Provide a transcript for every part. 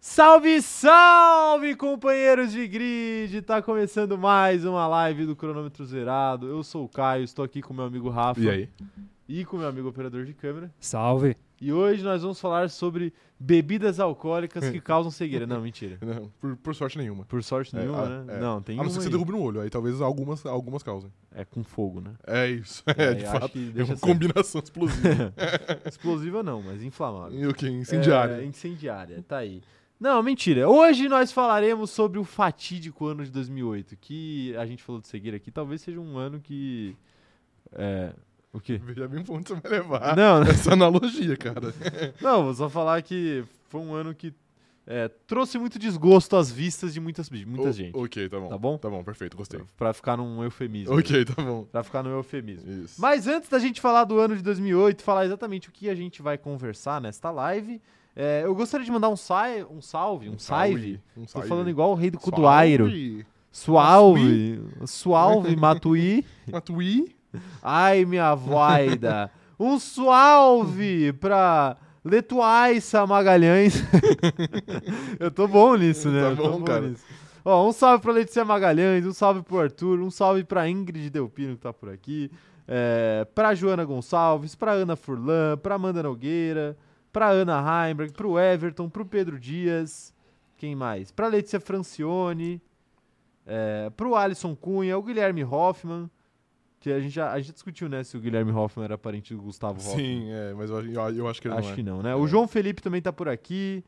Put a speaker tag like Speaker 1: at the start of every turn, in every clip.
Speaker 1: Salve, salve, companheiros de grid! Tá começando mais uma live do Cronômetro Zerado. Eu sou o Caio, estou aqui com meu amigo Rafa
Speaker 2: E aí?
Speaker 1: e com meu amigo operador de câmera.
Speaker 3: Salve.
Speaker 1: E hoje nós vamos falar sobre bebidas alcoólicas que causam cegueira. Não, mentira.
Speaker 2: Não, por, por sorte nenhuma.
Speaker 1: Por sorte
Speaker 2: É,
Speaker 1: nenhuma,
Speaker 2: a-
Speaker 1: né?
Speaker 2: é.
Speaker 1: Não, tem
Speaker 2: a não
Speaker 1: uma
Speaker 2: ser que você
Speaker 1: aí.
Speaker 2: derrube no olho, aí talvez algumas, algumas causem.
Speaker 1: É com fogo, né?
Speaker 2: É isso,
Speaker 1: É,
Speaker 2: é, de
Speaker 1: eu acho
Speaker 2: fato.
Speaker 1: que
Speaker 2: É
Speaker 1: deixa
Speaker 2: uma
Speaker 1: assim.
Speaker 2: combinação explosiva.
Speaker 1: Explosiva não, mas inflamável.
Speaker 2: e o que? Incendiária.
Speaker 1: É, incendiária, tá aí. Não, mentira. Hoje nós falaremos sobre o fatídico ano de 2008, que a gente falou de cegueira aqui. Talvez seja um ano que... É... O quê?
Speaker 2: Veja bem pra onde você vai levar
Speaker 1: Não, não.
Speaker 2: essa analogia, cara.
Speaker 1: Não, vou só falar que foi um ano que é, trouxe muito desgosto às vistas de muitas, de muita
Speaker 2: O-
Speaker 1: gente.
Speaker 2: Ok, tá bom.
Speaker 1: Tá bom?
Speaker 2: Tá bom, perfeito, gostei.
Speaker 1: Pra ficar num eufemismo.
Speaker 2: Ok, tá bom.
Speaker 1: Pra ficar num eufemismo.
Speaker 2: Isso.
Speaker 1: Mas antes da gente falar do ano de 2008, falar exatamente o que a gente vai conversar nesta live, é, eu gostaria de mandar um, sai, um salve, um, saive.
Speaker 2: Um
Speaker 1: Tô
Speaker 2: salve.
Speaker 1: falando igual o rei do
Speaker 2: Salve.
Speaker 1: Cuduairo. Suave, suave, Matuí.
Speaker 2: Uma twi.
Speaker 1: Ai, minha voida. Um suave pra Letuaissa Magalhães. Eu tô bom nisso, né?
Speaker 2: Tá
Speaker 1: Eu tô
Speaker 2: bom, cara.
Speaker 1: nisso. Ó, um salve pra Letícia Magalhães, um salve pro Arthur, um salve pra Ingrid Delpino que tá por aqui, é, pra Joana Gonçalves, pra Ana Furlan, pra Amanda Nogueira, pra Ana Heimberg, pro Everton, pro Pedro Dias, quem mais? Pra Letícia Francione, é, pro Alisson Cunha, o Guilherme Hoffman, que a gente já a gente discutiu, né, se o Guilherme Hoffman era parente do Gustavo Hoffman.
Speaker 2: Sim, é, mas eu, eu- eu acho que ele
Speaker 1: Acho
Speaker 2: não é.
Speaker 1: que não, né? O João Felipe também tá por aqui.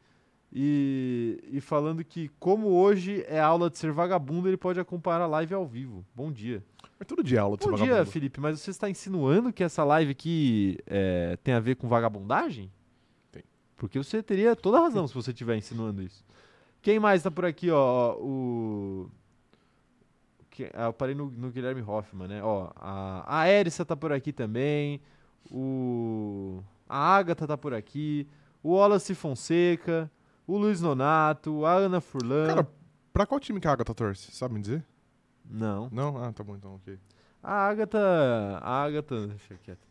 Speaker 1: E, e falando que, como hoje é aula de ser vagabundo, ele pode acompanhar a live ao vivo. Bom dia.
Speaker 2: É todo dia aula de
Speaker 1: Bom
Speaker 2: ser
Speaker 1: dia,
Speaker 2: vagabundo.
Speaker 1: Felipe, mas você está insinuando que essa live aqui é, tem a ver com vagabundagem?
Speaker 2: Tem.
Speaker 1: Porque você teria toda a razão se você estiver insinuando isso. Quem mais tá por aqui, ó? O. que- ah, eu parei no, no Guilherme Hoffman, né? Ó, a, a Erissa tá por aqui também. O. A Agatha tá por aqui. O Wallace Fonseca. O Luiz Nonato. A Ana Furlan.
Speaker 2: Cara, pra qual time que a Agatha torce? Sabe me dizer?
Speaker 1: Não.
Speaker 2: Não? Ah, tá bom então, ok.
Speaker 1: A Agatha. A Agatha. Deixa quieto.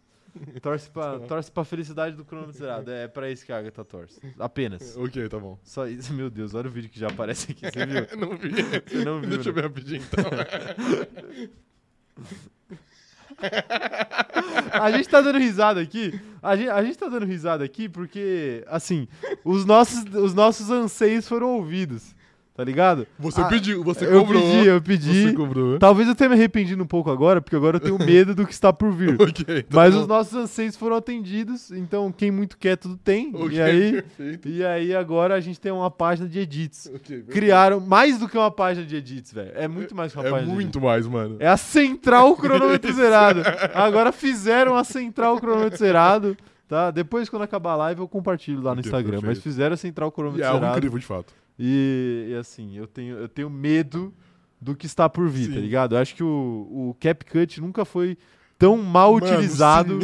Speaker 1: Torce pra, torce pra felicidade do cronômetro zerado. É pra isso que a Agatha torce. Apenas.
Speaker 2: Ok, tá bom.
Speaker 1: Só isso. Meu Deus, olha o vídeo que já aparece aqui. Você viu?
Speaker 2: Não vi.
Speaker 1: Você não viu,
Speaker 2: Deixa eu
Speaker 1: né?
Speaker 2: ver rapidinho então.
Speaker 1: A gente tá dando risada aqui. A gente, a gente tá dando risada aqui porque, assim, os nossos, os nossos anseios foram ouvidos. Tá ligado?
Speaker 2: Você
Speaker 1: Ah,
Speaker 2: pediu, você
Speaker 1: eu
Speaker 2: cobrou.
Speaker 1: pedi, eu pedi.
Speaker 2: Você cobrou.
Speaker 1: Talvez eu tenha me arrependido um pouco agora, porque agora eu tenho medo do que está por vir.
Speaker 2: Ok. tá
Speaker 1: Mas
Speaker 2: bom.
Speaker 1: os nossos anseios foram atendidos, então quem muito quer, tudo tem.
Speaker 2: Ok,
Speaker 1: E aí,
Speaker 2: perfeito.
Speaker 1: E aí agora a gente tem uma página de edits.
Speaker 2: Ok, perfeito.
Speaker 1: Criaram mais do que uma página de edits, velho. É muito mais que uma
Speaker 2: É
Speaker 1: página de
Speaker 2: muito mais, mano.
Speaker 1: edits. É a central cronômetro zerado. Agora fizeram a central cronômetro zerado, tá? Depois, quando acabar a live, eu compartilho lá no
Speaker 2: Ok,
Speaker 1: Instagram. Mas
Speaker 2: perfeito.
Speaker 1: fizeram a central
Speaker 2: E
Speaker 1: cronômetro
Speaker 2: é algo
Speaker 1: zerado.
Speaker 2: incrível, de fato.
Speaker 1: E, e assim, eu tenho, eu tenho medo do que está por vir, tá
Speaker 2: Sim.
Speaker 1: ligado? Eu acho que o, o CapCut nunca foi tão mal
Speaker 2: Mano,
Speaker 1: utilizado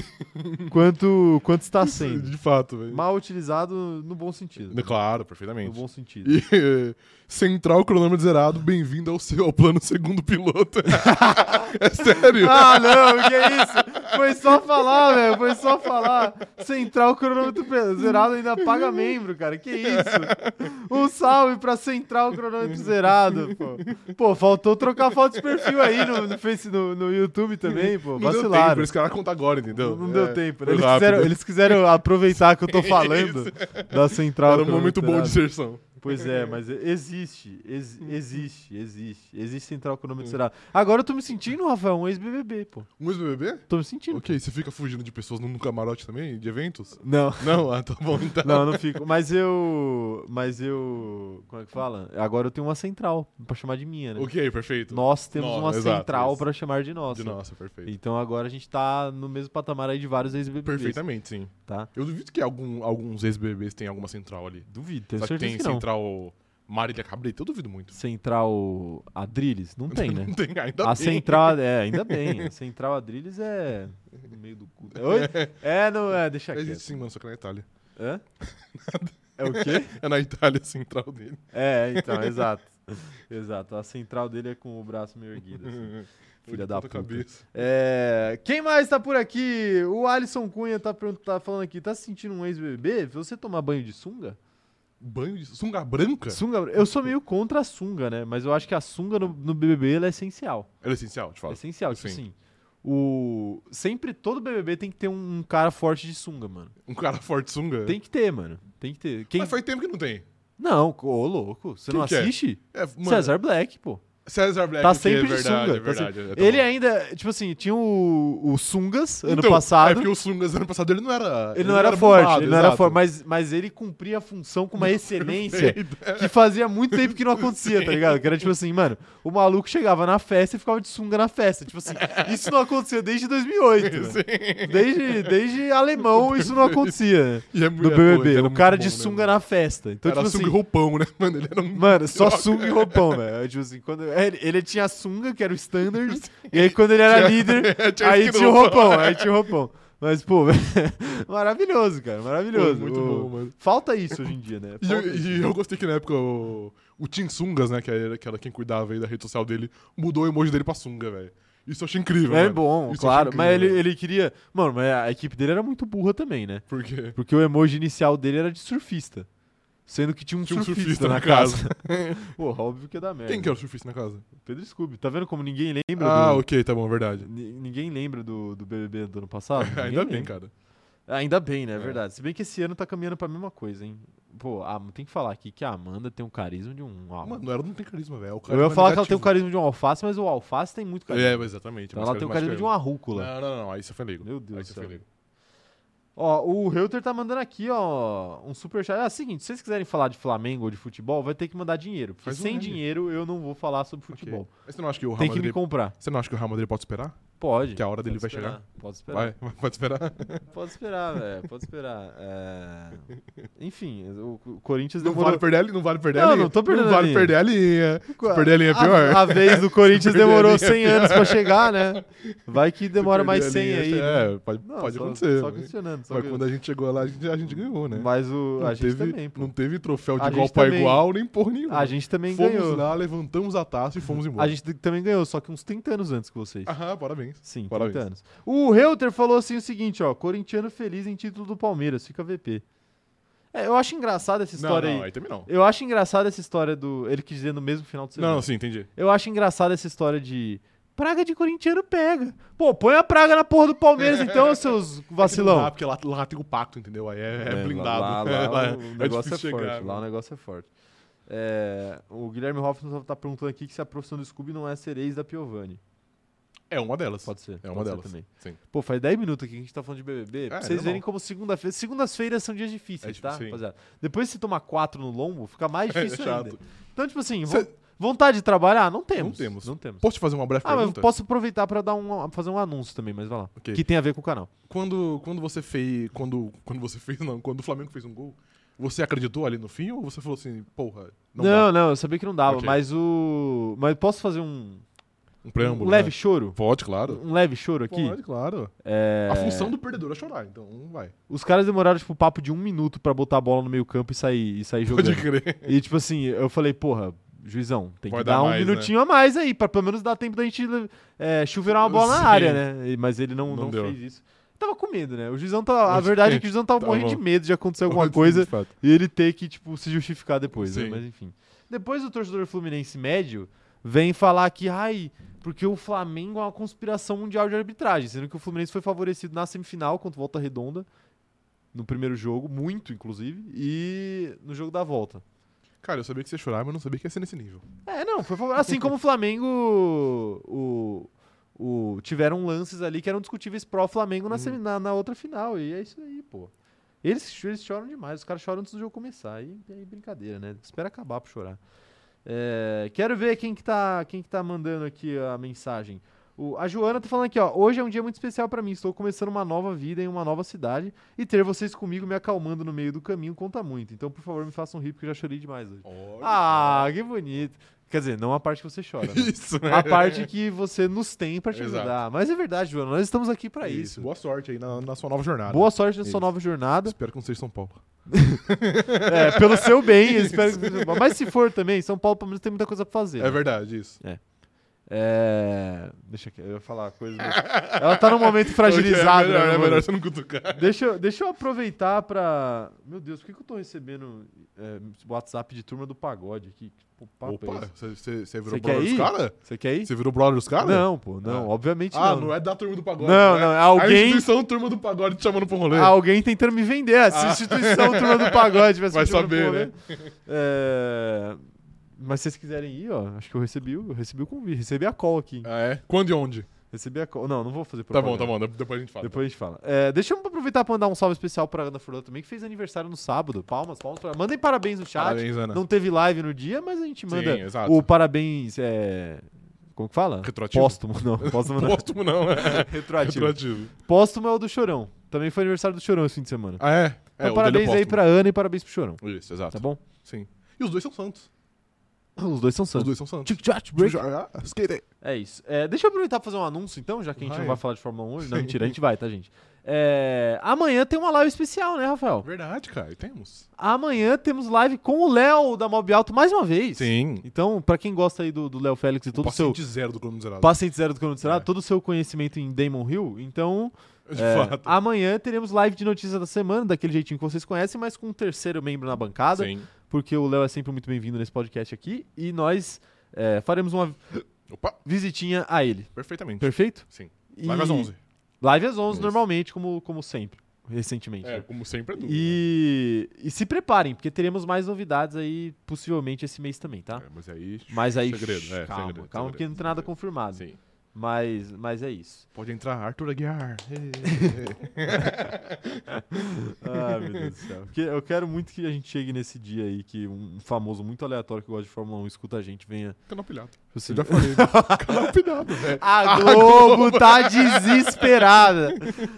Speaker 1: quanto, quanto está sendo.
Speaker 2: De fato, velho.
Speaker 1: Mal utilizado no bom sentido.
Speaker 2: Claro,
Speaker 1: No
Speaker 2: perfeitamente.
Speaker 1: bom sentido.
Speaker 2: E eh, central cronômetro zerado, bem-vindo ao seu ao plano segundo piloto. é sério?
Speaker 1: Ah, não, que isso? Foi só falar, velho. Foi só falar. Central Cronômetro Pe- Zerado ainda paga membro, cara. Que isso? Um salve pra Central Cronômetro Zerado, pô. Pô, faltou trocar foto de perfil aí no, no, Face, no, no YouTube também, pô.
Speaker 2: não deu
Speaker 1: Vacilaram.
Speaker 2: tempo, esse cara conta agora, entendeu?
Speaker 1: Não, deu
Speaker 2: É,
Speaker 1: tempo. né?
Speaker 2: foi
Speaker 1: Eles
Speaker 2: rápido.
Speaker 1: quiseram, eles quiseram aproveitar que eu tô falando da Central.
Speaker 2: Era um momento bom
Speaker 1: Cronômetro
Speaker 2: de
Speaker 1: Zerado.
Speaker 2: inserção.
Speaker 1: Pois é, mas existe. ex- existe, existe. Existe Central Cronômetro Zerado. Agora eu tô me sentindo, Rafael, um ex-BBB, pô.
Speaker 2: Um ex-BBB?
Speaker 1: Tô me sentindo.
Speaker 2: Ok, você fica fugindo de pessoas num camarote também, de eventos?
Speaker 1: Não,
Speaker 2: Não, ah, tá bom, então.
Speaker 1: não, não fico. Mas eu. Mas eu. Como é que fala? Agora eu tenho uma central pra chamar de minha, né?
Speaker 2: Ok, perfeito.
Speaker 1: Nós temos
Speaker 2: Nossa,
Speaker 1: uma
Speaker 2: exato,
Speaker 1: central
Speaker 2: isso.
Speaker 1: pra chamar de nossa.
Speaker 2: De nossa, perfeito.
Speaker 1: Então agora a gente tá no mesmo patamar aí de vários ex-BBBs.
Speaker 2: Perfeitamente, sim.
Speaker 1: Tá?
Speaker 2: Eu duvido que algum- alguns ex-BBBs tenham alguma central ali.
Speaker 1: Duvido, tenho
Speaker 2: Só que
Speaker 1: certeza
Speaker 2: tem
Speaker 1: que, não.
Speaker 2: central Marília Cabrita, eu duvido muito.
Speaker 1: Central Adrilles? Não tem, né?
Speaker 2: Não tem, ainda
Speaker 1: A
Speaker 2: bem.
Speaker 1: central, é, ainda bem. A central Adrilles é no meio do cu. Oi? É, não é, deixa
Speaker 2: Mas
Speaker 1: quieto.
Speaker 2: existe sim, mano, só que é na Itália.
Speaker 1: Hã? É o quê?
Speaker 2: É na Itália a central dele.
Speaker 1: É, então, exato. Exato. A central dele é com o braço meio erguido. assim.
Speaker 2: Foi
Speaker 1: Filha
Speaker 2: de
Speaker 1: da
Speaker 2: ponta
Speaker 1: puta.
Speaker 2: tá cabeça.
Speaker 1: É, quem mais tá por aqui? O Alisson Cunha tá, pergun- tá falando aqui, tá se sentindo um ex-BBB? Você tomar banho de sunga?
Speaker 2: Banho de sunga branca?
Speaker 1: Sunga, eu sou meio contra a sunga, né? Mas eu acho que a sunga no, no BBB ela é essencial.
Speaker 2: Era essencial, te
Speaker 1: É
Speaker 2: falo.
Speaker 1: essencial, tipo
Speaker 2: Sim.
Speaker 1: assim. O... Sempre todo BBB tem que ter um cara forte de sunga, mano.
Speaker 2: Um cara forte sunga.
Speaker 1: Tem que ter, mano. Tem que ter. Quem...
Speaker 2: Mas faz tempo que não tem.
Speaker 1: Não, ô louco. Você
Speaker 2: Quem
Speaker 1: não
Speaker 2: que é?
Speaker 1: assiste?
Speaker 2: É, mano,
Speaker 1: César Black, pô.
Speaker 2: César Black.
Speaker 1: tá
Speaker 2: ok,
Speaker 1: sempre
Speaker 2: é verdade,
Speaker 1: de sunga.
Speaker 2: É
Speaker 1: tá sempre-
Speaker 2: verdade, é, tá
Speaker 1: ele
Speaker 2: bom.
Speaker 1: ainda, tipo assim, tinha o, o Sungas ano
Speaker 2: Então, É
Speaker 1: passado.
Speaker 2: porque o Sungas ano passado ele não era.
Speaker 1: ele, não era, forte,
Speaker 2: bombado,
Speaker 1: ele não era
Speaker 2: exato.
Speaker 1: forte, mas, mas ele cumpria a função com uma excelência
Speaker 2: Perfeito.
Speaker 1: que fazia muito tempo que não acontecia, tá ligado? Que era tipo assim, mano, o maluco chegava na festa e ficava de sunga na festa. Tipo assim, isso não acontecia desde 2008. né?
Speaker 2: Sim.
Speaker 1: Desde, desde alemão isso não acontecia. né?
Speaker 2: E é
Speaker 1: Do
Speaker 2: muito-
Speaker 1: BBB,
Speaker 2: era
Speaker 1: o
Speaker 2: muito
Speaker 1: cara
Speaker 2: bom,
Speaker 1: de
Speaker 2: né,
Speaker 1: sunga
Speaker 2: mano?
Speaker 1: na festa. Então,
Speaker 2: Era
Speaker 1: tipo
Speaker 2: sunga
Speaker 1: assim,
Speaker 2: e roupão, né, mano? Ele era um.
Speaker 1: Mano, só
Speaker 2: Troca.
Speaker 1: sunga e roupão, velho. Tipo assim, quando ele, ele tinha a sunga, que era o standard, e aí quando ele era líder,
Speaker 2: Tinha
Speaker 1: aí
Speaker 2: esquina
Speaker 1: tinha o
Speaker 2: do roupão.
Speaker 1: roupão, é aí tinha o roupão. Mas, pô, maravilhoso, cara, maravilhoso.
Speaker 2: Pô, muito
Speaker 1: O-
Speaker 2: bom, mano.
Speaker 1: Falta isso hoje em dia, né?
Speaker 2: E
Speaker 1: Falta
Speaker 2: eu,
Speaker 1: isso.
Speaker 2: e eu gostei que na época o, o Tim Sungas, né, que era, que era quem cuidava aí da rede social dele, mudou o emoji dele pra Sunga, velho. Isso eu achei incrível,
Speaker 1: é
Speaker 2: mano.
Speaker 1: bom,
Speaker 2: Isso eu
Speaker 1: claro.
Speaker 2: achei
Speaker 1: mas ele,
Speaker 2: incrível, né? velho.
Speaker 1: ele queria. Mano, mas a equipe dele era muito burra também, né?
Speaker 2: Por quê?
Speaker 1: Porque o emoji inicial dele era de surfista. Sendo que tinha um,
Speaker 2: Tinha um
Speaker 1: surfista,
Speaker 2: surfista
Speaker 1: na
Speaker 2: na
Speaker 1: casa. Porra, óbvio que ia dar merda.
Speaker 2: Quem que era o surfista na casa?
Speaker 1: Pedro Scooby. Tá vendo como ninguém lembra?
Speaker 2: Ah,
Speaker 1: do...
Speaker 2: ok, tá bom, verdade.
Speaker 1: Ni- Ninguém lembra do, do BBB do ano passado?
Speaker 2: Ainda
Speaker 1: Ninguém
Speaker 2: bem,
Speaker 1: lembra.
Speaker 2: cara.
Speaker 1: Ainda bem, né? É
Speaker 2: É.
Speaker 1: verdade. Se bem que esse ano tá caminhando pra mesma coisa, hein? Pô, a- tem que falar aqui que a Amanda tem um carisma de um. al-
Speaker 2: Mano, ela não tem carisma, velho. O
Speaker 1: eu
Speaker 2: carisma
Speaker 1: ia falar que ela tem
Speaker 2: negativo.
Speaker 1: um carisma de um alface, mas o alface tem muito carisma.
Speaker 2: É, exatamente.
Speaker 1: então
Speaker 2: mas
Speaker 1: ela tem o carisma de uma rúcula.
Speaker 2: Não, não, não. Aí você foi leigo.
Speaker 1: Meu Deus
Speaker 2: Aí tá
Speaker 1: do
Speaker 2: você
Speaker 1: céu.
Speaker 2: foi leigo.
Speaker 1: Ó, o Reuter tá mandando aqui, ó, um superchat. É o seguinte, se vocês quiserem falar de Flamengo ou de futebol, vai ter que mandar dinheiro. Porque
Speaker 2: Faz um
Speaker 1: sem
Speaker 2: meme.
Speaker 1: dinheiro eu não vou falar sobre
Speaker 2: Ok.
Speaker 1: futebol.
Speaker 2: Mas você não acha que o Real
Speaker 1: Tem que me
Speaker 2: Madrid...
Speaker 1: comprar.
Speaker 2: Você não acha que o Real Madrid pode esperar?
Speaker 1: Pode.
Speaker 2: Que a hora
Speaker 1: Pode
Speaker 2: dele vai
Speaker 1: esperar,
Speaker 2: chegar?
Speaker 1: Pode esperar.
Speaker 2: Vai, pode esperar.
Speaker 1: Pode esperar, velho. Pode esperar. É, Enfim, o o Corinthians
Speaker 2: Não
Speaker 1: demorou.
Speaker 2: vale perder a linha, não vale perder a
Speaker 1: Não,
Speaker 2: linha.
Speaker 1: não tô perdendo
Speaker 2: Não
Speaker 1: a
Speaker 2: vale
Speaker 1: linha.
Speaker 2: perder a linha. Se perder a linha é pior.
Speaker 1: A, a vez do Corinthians
Speaker 2: perder a
Speaker 1: demorou
Speaker 2: linha, é
Speaker 1: 100 anos pra chegar, né? Vai que demora
Speaker 2: Perder
Speaker 1: mais
Speaker 2: a
Speaker 1: 100
Speaker 2: linha,
Speaker 1: aí. né?
Speaker 2: É, pode,
Speaker 1: Não,
Speaker 2: pode
Speaker 1: só-
Speaker 2: acontecer. né?
Speaker 1: Só
Speaker 2: mas-
Speaker 1: questionando. Só
Speaker 2: mas
Speaker 1: que-
Speaker 2: quando a gente chegou lá, a gente, a gente ganhou, né?
Speaker 1: Mas o,
Speaker 2: Não
Speaker 1: a gente
Speaker 2: teve-
Speaker 1: também, pô.
Speaker 2: Não teve troféu de
Speaker 1: A
Speaker 2: igual
Speaker 1: gente
Speaker 2: pra
Speaker 1: também.
Speaker 2: igual, nem porra nenhuma.
Speaker 1: A gente também
Speaker 2: fomos
Speaker 1: ganhou.
Speaker 2: lá, levantamos a taça e fomos embora.
Speaker 1: A gente t- também ganhou, só que uns 30 anos antes que vocês.
Speaker 2: Aham, parabéns.
Speaker 1: Sim,
Speaker 2: Ah, parabéns.
Speaker 1: 30 anos. O Reuter falou assim o seguinte, ó. Corintiano feliz em título do Palmeiras. Fica VP. É, eu acho engraçada essa história
Speaker 2: não, é não,
Speaker 1: aí.
Speaker 2: aí também não.
Speaker 1: Eu acho engraçada essa história do... Ele quis dizer no mesmo final de semana.
Speaker 2: Não, sim, entendi.
Speaker 1: Eu acho engraçada essa história de. Praga de corintiano pega. Pô, põe a praga na porra do Palmeiras então, seus
Speaker 2: É que não dá,
Speaker 1: vacilão.
Speaker 2: porque lá, lá tem o pacto, entendeu? Aí é, é blindado.
Speaker 1: Lá, lá,
Speaker 2: É,
Speaker 1: lá
Speaker 2: é-
Speaker 1: o
Speaker 2: é
Speaker 1: negócio é,
Speaker 2: difícil
Speaker 1: forte.
Speaker 2: chegar,
Speaker 1: lá o
Speaker 2: mano.
Speaker 1: negócio é forte. É, o Guilherme Hoffman tá perguntando aqui que se a profissão do Scooby não é ser ex da Piovani.
Speaker 2: É uma delas.
Speaker 1: Pode ser.
Speaker 2: É uma
Speaker 1: pode ser
Speaker 2: delas.
Speaker 1: também.
Speaker 2: Sim.
Speaker 1: Pô, faz 10 minutos aqui que a gente tá falando de BBB. pra
Speaker 2: É,
Speaker 1: vocês
Speaker 2: normal.
Speaker 1: verem como segunda-feira. Segundas-feiras são dias difíceis,
Speaker 2: É,
Speaker 1: tá,
Speaker 2: sim.
Speaker 1: rapaziada? Depois que você tomar 4 no lombo, fica mais
Speaker 2: É
Speaker 1: difícil
Speaker 2: chato.
Speaker 1: ainda. Então, tipo assim,
Speaker 2: Cê-
Speaker 1: vo- vontade de trabalhar? Não temos.
Speaker 2: temos.
Speaker 1: Não temos.
Speaker 2: Posso te fazer uma breve
Speaker 1: Ah, mas
Speaker 2: pergunta?
Speaker 1: posso aproveitar pra dar um, fazer um anúncio também, mas vai lá.
Speaker 2: Ok.
Speaker 1: Que tem a ver com o canal.
Speaker 2: Quando, quando você fez. Quando, quando você fez, não, quando o Flamengo fez um gol, você acreditou ali no fim ou você falou assim, porra, não,
Speaker 1: Não, não,
Speaker 2: dá
Speaker 1: eu sabia que não dava,
Speaker 2: Ok.
Speaker 1: mas o. Mas posso fazer um,
Speaker 2: um
Speaker 1: um
Speaker 2: preâmbulo?
Speaker 1: leve
Speaker 2: né?
Speaker 1: choro?
Speaker 2: Pode, claro.
Speaker 1: Um leve choro aqui.
Speaker 2: Pode, claro.
Speaker 1: É,
Speaker 2: A função do perdedor é chorar, então vai.
Speaker 1: Os caras demoraram, tipo, papo de um minuto pra botar a bola no meio campo e sair, e sair jogando.
Speaker 2: Pode crer.
Speaker 1: E, tipo assim, eu falei, porra, juizão, tem que
Speaker 2: Pode
Speaker 1: dar,
Speaker 2: dar
Speaker 1: um
Speaker 2: mais, né?
Speaker 1: minutinho a mais aí, pra pelo menos dar tempo da gente é, chuveirar uma bola
Speaker 2: Sim.
Speaker 1: na área, né? E- Mas ele não,
Speaker 2: Não
Speaker 1: não,
Speaker 2: deu.
Speaker 1: fez isso. Tava com medo, né? O juizão tá. A
Speaker 2: Mas-
Speaker 1: verdade é que o juizão tava
Speaker 2: Tá
Speaker 1: morrendo de
Speaker 2: bom.
Speaker 1: medo de acontecer alguma coisa.
Speaker 2: De fato.
Speaker 1: E ele ter que, tipo, se justificar depois, né?
Speaker 2: Sim.
Speaker 1: Mas enfim. Depois o torcedor fluminense médio vem falar que, ai, porque o Flamengo é uma conspiração mundial de arbitragem, sendo que o Fluminense foi favorecido na semifinal contra o Volta Redonda, no primeiro jogo, muito, inclusive, e no jogo da volta.
Speaker 2: Cara, eu sabia que você ia chorar, mas eu não sabia que ia ser nesse nível.
Speaker 1: É, não, foi favor- assim como o Flamengo o, o- tiveram lances ali que eram discutíveis pró Flamengo na, semi- na, na outra final, e é isso aí, pô. Eles, ch- eles choram demais, os caras choram antes do jogo começar, aí é brincadeira, né? Espera acabar pra chorar. É, quero ver quem que, tá, quem que tá mandando aqui a mensagem. O- a Joana tá falando aqui, ó. Hoje é um dia muito especial pra mim. Estou começando uma nova vida em uma nova cidade e ter vocês comigo me acalmando no meio do caminho conta muito. Então, por favor, me façam rir porque eu já chorei demais hoje. Ah, que bonito. Quer dizer, não a parte que você chora, né?
Speaker 2: Isso, né?
Speaker 1: A parte que você nos tem pra te
Speaker 2: Exato.
Speaker 1: ajudar. Mas é verdade, Joana, nós estamos aqui pra isso.
Speaker 2: Boa sorte aí na, na sua nova jornada.
Speaker 1: Boa sorte na
Speaker 2: Isso.
Speaker 1: sua nova jornada.
Speaker 2: Espero que não seja São Paulo.
Speaker 1: É, pelo seu bem, espero que... Mas se for também, São Paulo pelo menos tem muita coisa pra fazer.
Speaker 2: É
Speaker 1: né?
Speaker 2: verdade, isso.
Speaker 1: É, Deixa aqui, eu ia falar coisa. mas- Ela tá num momento fragilizado.
Speaker 2: É melhor,
Speaker 1: né,
Speaker 2: é
Speaker 1: mano?
Speaker 2: melhor você não cutucar.
Speaker 1: Deixa, eu- deixa eu aproveitar pra. Meu Deus, por que, que eu tô recebendo é, WhatsApp de turma do pagode aqui? Que pô, papo é
Speaker 2: Opa,
Speaker 1: esse?
Speaker 2: você- você você virou
Speaker 1: Você quer
Speaker 2: brother
Speaker 1: ir?
Speaker 2: dos caras?
Speaker 1: Você quer ir?
Speaker 2: Você virou brother dos caras?
Speaker 1: Não, pô, não, obviamente
Speaker 2: Ah,
Speaker 1: não. né?
Speaker 2: não é da turma do pagode.
Speaker 1: Não,
Speaker 2: é
Speaker 1: não, é
Speaker 2: A
Speaker 1: alguém-
Speaker 2: instituição turma do pagode te chamando pra um rolê.
Speaker 1: Alguém tentando me vender. Essa
Speaker 2: Ah.
Speaker 1: instituição, turma do pagode, vai,
Speaker 2: Vai
Speaker 1: assistir o
Speaker 2: saber,
Speaker 1: Turma
Speaker 2: né?
Speaker 1: do Pagode. É, Mas se vocês quiserem ir, ó, acho que eu recebi, o- eu recebi o convite, recebi a call aqui.
Speaker 2: Ah, é? Quando e onde?
Speaker 1: Recebi a call. Não, não vou fazer
Speaker 2: Tá
Speaker 1: propaganda.
Speaker 2: bom, tá bom. de- Depois a gente fala.
Speaker 1: Depois a gente fala. É, deixa eu aproveitar pra mandar um salve especial pra Ana Furlan também, que fez aniversário no sábado. Palmas, palmas. Pra... Mandem parabéns no chat.
Speaker 2: Parabéns, Ana.
Speaker 1: Não teve live no dia, mas a gente manda
Speaker 2: Sim, exato.
Speaker 1: o parabéns. É... Como que fala?
Speaker 2: Retroativo?
Speaker 1: Póstumo, não. Póstumo não.
Speaker 2: Póstumo não, é.
Speaker 1: Retroativo.
Speaker 2: Retroativo.
Speaker 1: Póstumo é o do Chorão. Também foi aniversário do Chorão esse fim de semana.
Speaker 2: Ah, é? é
Speaker 1: Então,
Speaker 2: o
Speaker 1: parabéns
Speaker 2: dele é
Speaker 1: aí pra Ana e parabéns pro Chorão,
Speaker 2: póstumo. Isso, exato.
Speaker 1: tá bom?
Speaker 2: Sim. E os dois são santos.
Speaker 1: Os dois são
Speaker 2: Os
Speaker 1: santos.
Speaker 2: dois são santos.
Speaker 1: Tic-tac, break.
Speaker 2: Ah, skate.
Speaker 1: É isso. É, deixa eu aproveitar pra fazer um anúncio, então, já que a gente não
Speaker 2: Vai.
Speaker 1: vai falar de Fórmula 1 hoje. Não, mentira, a gente vai, tá, gente? É, amanhã tem uma live especial, né, Rafael?
Speaker 2: Verdade, cara. Temos.
Speaker 1: Amanhã temos live com o Léo da Mob Alto mais uma vez.
Speaker 2: Sim.
Speaker 1: Então, pra quem gosta aí do do Léo Félix e todo o seu
Speaker 2: paciente zero do Crono Zerado.
Speaker 1: paciente zero do Crono de Será,
Speaker 2: É.
Speaker 1: todo o seu conhecimento em Damon Hill, então
Speaker 2: De
Speaker 1: É,
Speaker 2: fato.
Speaker 1: Amanhã teremos live de notícias da semana, daquele jeitinho que vocês conhecem, mas com um terceiro membro na bancada,
Speaker 2: Sim.
Speaker 1: porque o Léo é sempre muito bem-vindo nesse podcast aqui e nós é, faremos uma
Speaker 2: Opa,
Speaker 1: visitinha a ele.
Speaker 2: perfeitamente.
Speaker 1: Perfeito?
Speaker 2: Sim.
Speaker 1: E-
Speaker 2: Live às 11.
Speaker 1: Live às 11,
Speaker 2: Isso.
Speaker 1: normalmente, como, como sempre, recentemente.
Speaker 2: É,
Speaker 1: né?
Speaker 2: como sempre é duro.
Speaker 1: E, e se preparem, porque teremos mais novidades aí, possivelmente esse mês também, tá?
Speaker 2: É, mas aí.
Speaker 1: Mas aí,
Speaker 2: Segredo,
Speaker 1: calma,
Speaker 2: é, segredo,
Speaker 1: calma,
Speaker 2: segredo,
Speaker 1: porque não tem nada
Speaker 2: segredo.
Speaker 1: confirmado.
Speaker 2: Sim.
Speaker 1: Mas, mas é isso.
Speaker 2: Pode entrar, Arthur Aguiar. É.
Speaker 1: Ah, meu Deus do céu. Porque eu quero muito que a gente chegue nesse dia aí que um famoso muito aleatório que gosta de Fórmula 1 escuta a gente venha.
Speaker 2: Canapilhado.
Speaker 1: Assim,
Speaker 2: Eu já falei. né? Canapilhado, velho.
Speaker 1: a Globo tá desesperada.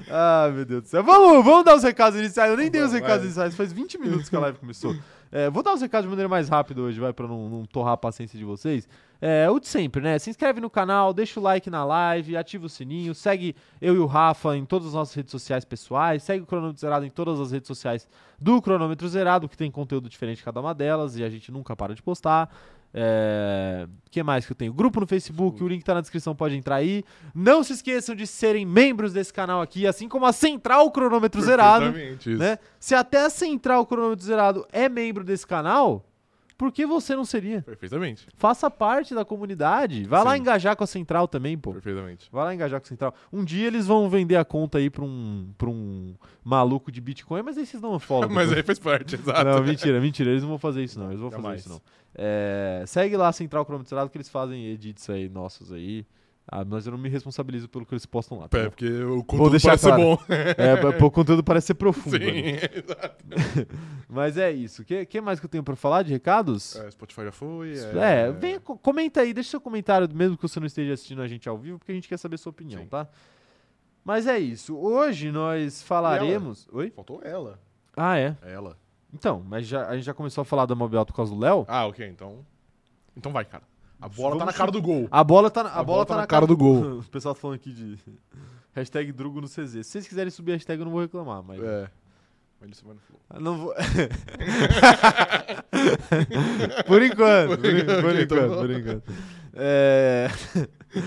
Speaker 1: Ah, meu Deus do céu. Vamos, vamos dar os recados iniciais. Eu nem dei os
Speaker 2: Vamos,
Speaker 1: recados
Speaker 2: vai.
Speaker 1: iniciais. Faz 20 minutos que a live começou. É, vou dar os recados de maneira mais rápida hoje, vai, pra não, não torrar a paciência de vocês. É, o de sempre, né? Se inscreve no canal, deixa o like na live, ativa o sininho, segue eu e o Rafa em todas as nossas redes sociais pessoais, segue o Cronômetro Zerado em todas as redes sociais do Cronômetro Zerado, que tem conteúdo diferente em cada uma delas e a gente nunca para de postar. É, O que mais que eu tenho? Grupo no Facebook, o link tá na descrição, pode entrar aí. Não se esqueçam de serem membros desse canal aqui, assim como a Central Cronômetro Zerado.
Speaker 2: Perfeitamente, isso.
Speaker 1: Né? Se até a Central Cronômetro Zerado é membro desse canal, por que você não seria?
Speaker 2: Perfeitamente.
Speaker 1: Faça parte da comunidade. Vai lá
Speaker 2: Sim.
Speaker 1: engajar com a Central também, pô.
Speaker 2: Perfeitamente.
Speaker 1: Vai lá engajar com a Central. Um dia eles vão vender a conta aí pra um, pra um maluco de Bitcoin, mas aí vocês não é follow.
Speaker 2: Mas aí fez parte, exato.
Speaker 1: né? Não, mentira, mentira. Eles não vão fazer isso, não. Eles não vão fazer
Speaker 2: Jamais.
Speaker 1: isso, não. É, segue lá a Central Cronômetro Zerado que eles fazem edits aí nossos aí. Ah, mas eu não me responsabilizo pelo que eles postam lá. tá
Speaker 2: É,
Speaker 1: bom?
Speaker 2: porque o
Speaker 1: Vou
Speaker 2: conteúdo
Speaker 1: deixar
Speaker 2: parece ser
Speaker 1: claro.
Speaker 2: bom.
Speaker 1: É, o conteúdo parece ser profundo. né?
Speaker 2: Sim, exato.
Speaker 1: Mas é isso. O que, que mais que eu tenho pra falar de recados?
Speaker 2: É, Spotify já foi.
Speaker 1: É, venha, co- comenta aí, deixa seu comentário, mesmo que você não esteja assistindo a gente ao vivo, porque a gente quer saber sua opinião,
Speaker 2: Sim.
Speaker 1: tá? Mas é isso. Hoje nós falaremos. Oi?
Speaker 2: Faltou ela.
Speaker 1: Ah, é.
Speaker 2: Ela.
Speaker 1: Então, mas já- a gente já começou a falar da Mob Alto por causa do Léo.
Speaker 2: Ah, ok, então. Então vai, cara. A bola
Speaker 1: Vamos
Speaker 2: tá na cara do gol.
Speaker 1: A bola tá na, a bola tá na cara
Speaker 2: do gol.
Speaker 1: O pessoal tá falando aqui de. Hashtag Drugo no CZ. Se vocês quiserem subir a hashtag, eu não vou reclamar, mas.
Speaker 2: É. Mas ele só vai no flow.
Speaker 1: Ah, Não vou... por enquanto, por, en- por
Speaker 2: Ok, tá
Speaker 1: enquanto,
Speaker 2: bom.
Speaker 1: por enquanto. É...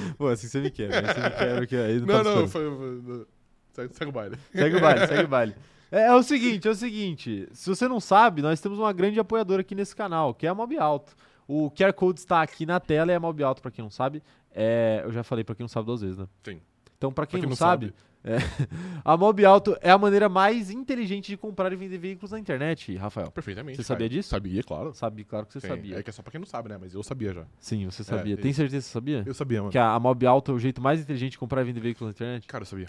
Speaker 1: Pô, assim você me quebra, né? você me quebra que aí não, tá
Speaker 2: Não, não,
Speaker 1: funcionando.
Speaker 2: foi. foi- foi- Segue, segue o baile.
Speaker 1: Segue o baile, segue o baile. É, é o seguinte, é o seguinte. Se você não sabe, nós temos uma grande apoiadora aqui nesse canal, que é a Mob Alto. O QR Code está aqui na tela e a Mob Alto, pra quem não sabe, é... eu já falei pra quem não sabe duas vezes, né?
Speaker 2: Sim.
Speaker 1: Então, pra quem,
Speaker 2: quem
Speaker 1: não,
Speaker 2: não
Speaker 1: sabe,
Speaker 2: sabe.
Speaker 1: é, a Mob Alto é a maneira mais inteligente de comprar e vender veículos na internet, Rafael.
Speaker 2: Perfeitamente.
Speaker 1: Você sabia disso?
Speaker 2: Sabia, claro.
Speaker 1: Sabe, claro que você
Speaker 2: Sim,
Speaker 1: sabia.
Speaker 2: É que é só pra quem não sabe, né? Mas eu sabia já.
Speaker 1: Sim, você sabia.
Speaker 2: é.
Speaker 1: Tem certeza que você sabia?
Speaker 2: Eu sabia, mano.
Speaker 1: Que a, a Mob Alto é o jeito mais inteligente de comprar e vender veículos na internet?
Speaker 2: Cara, eu sabia.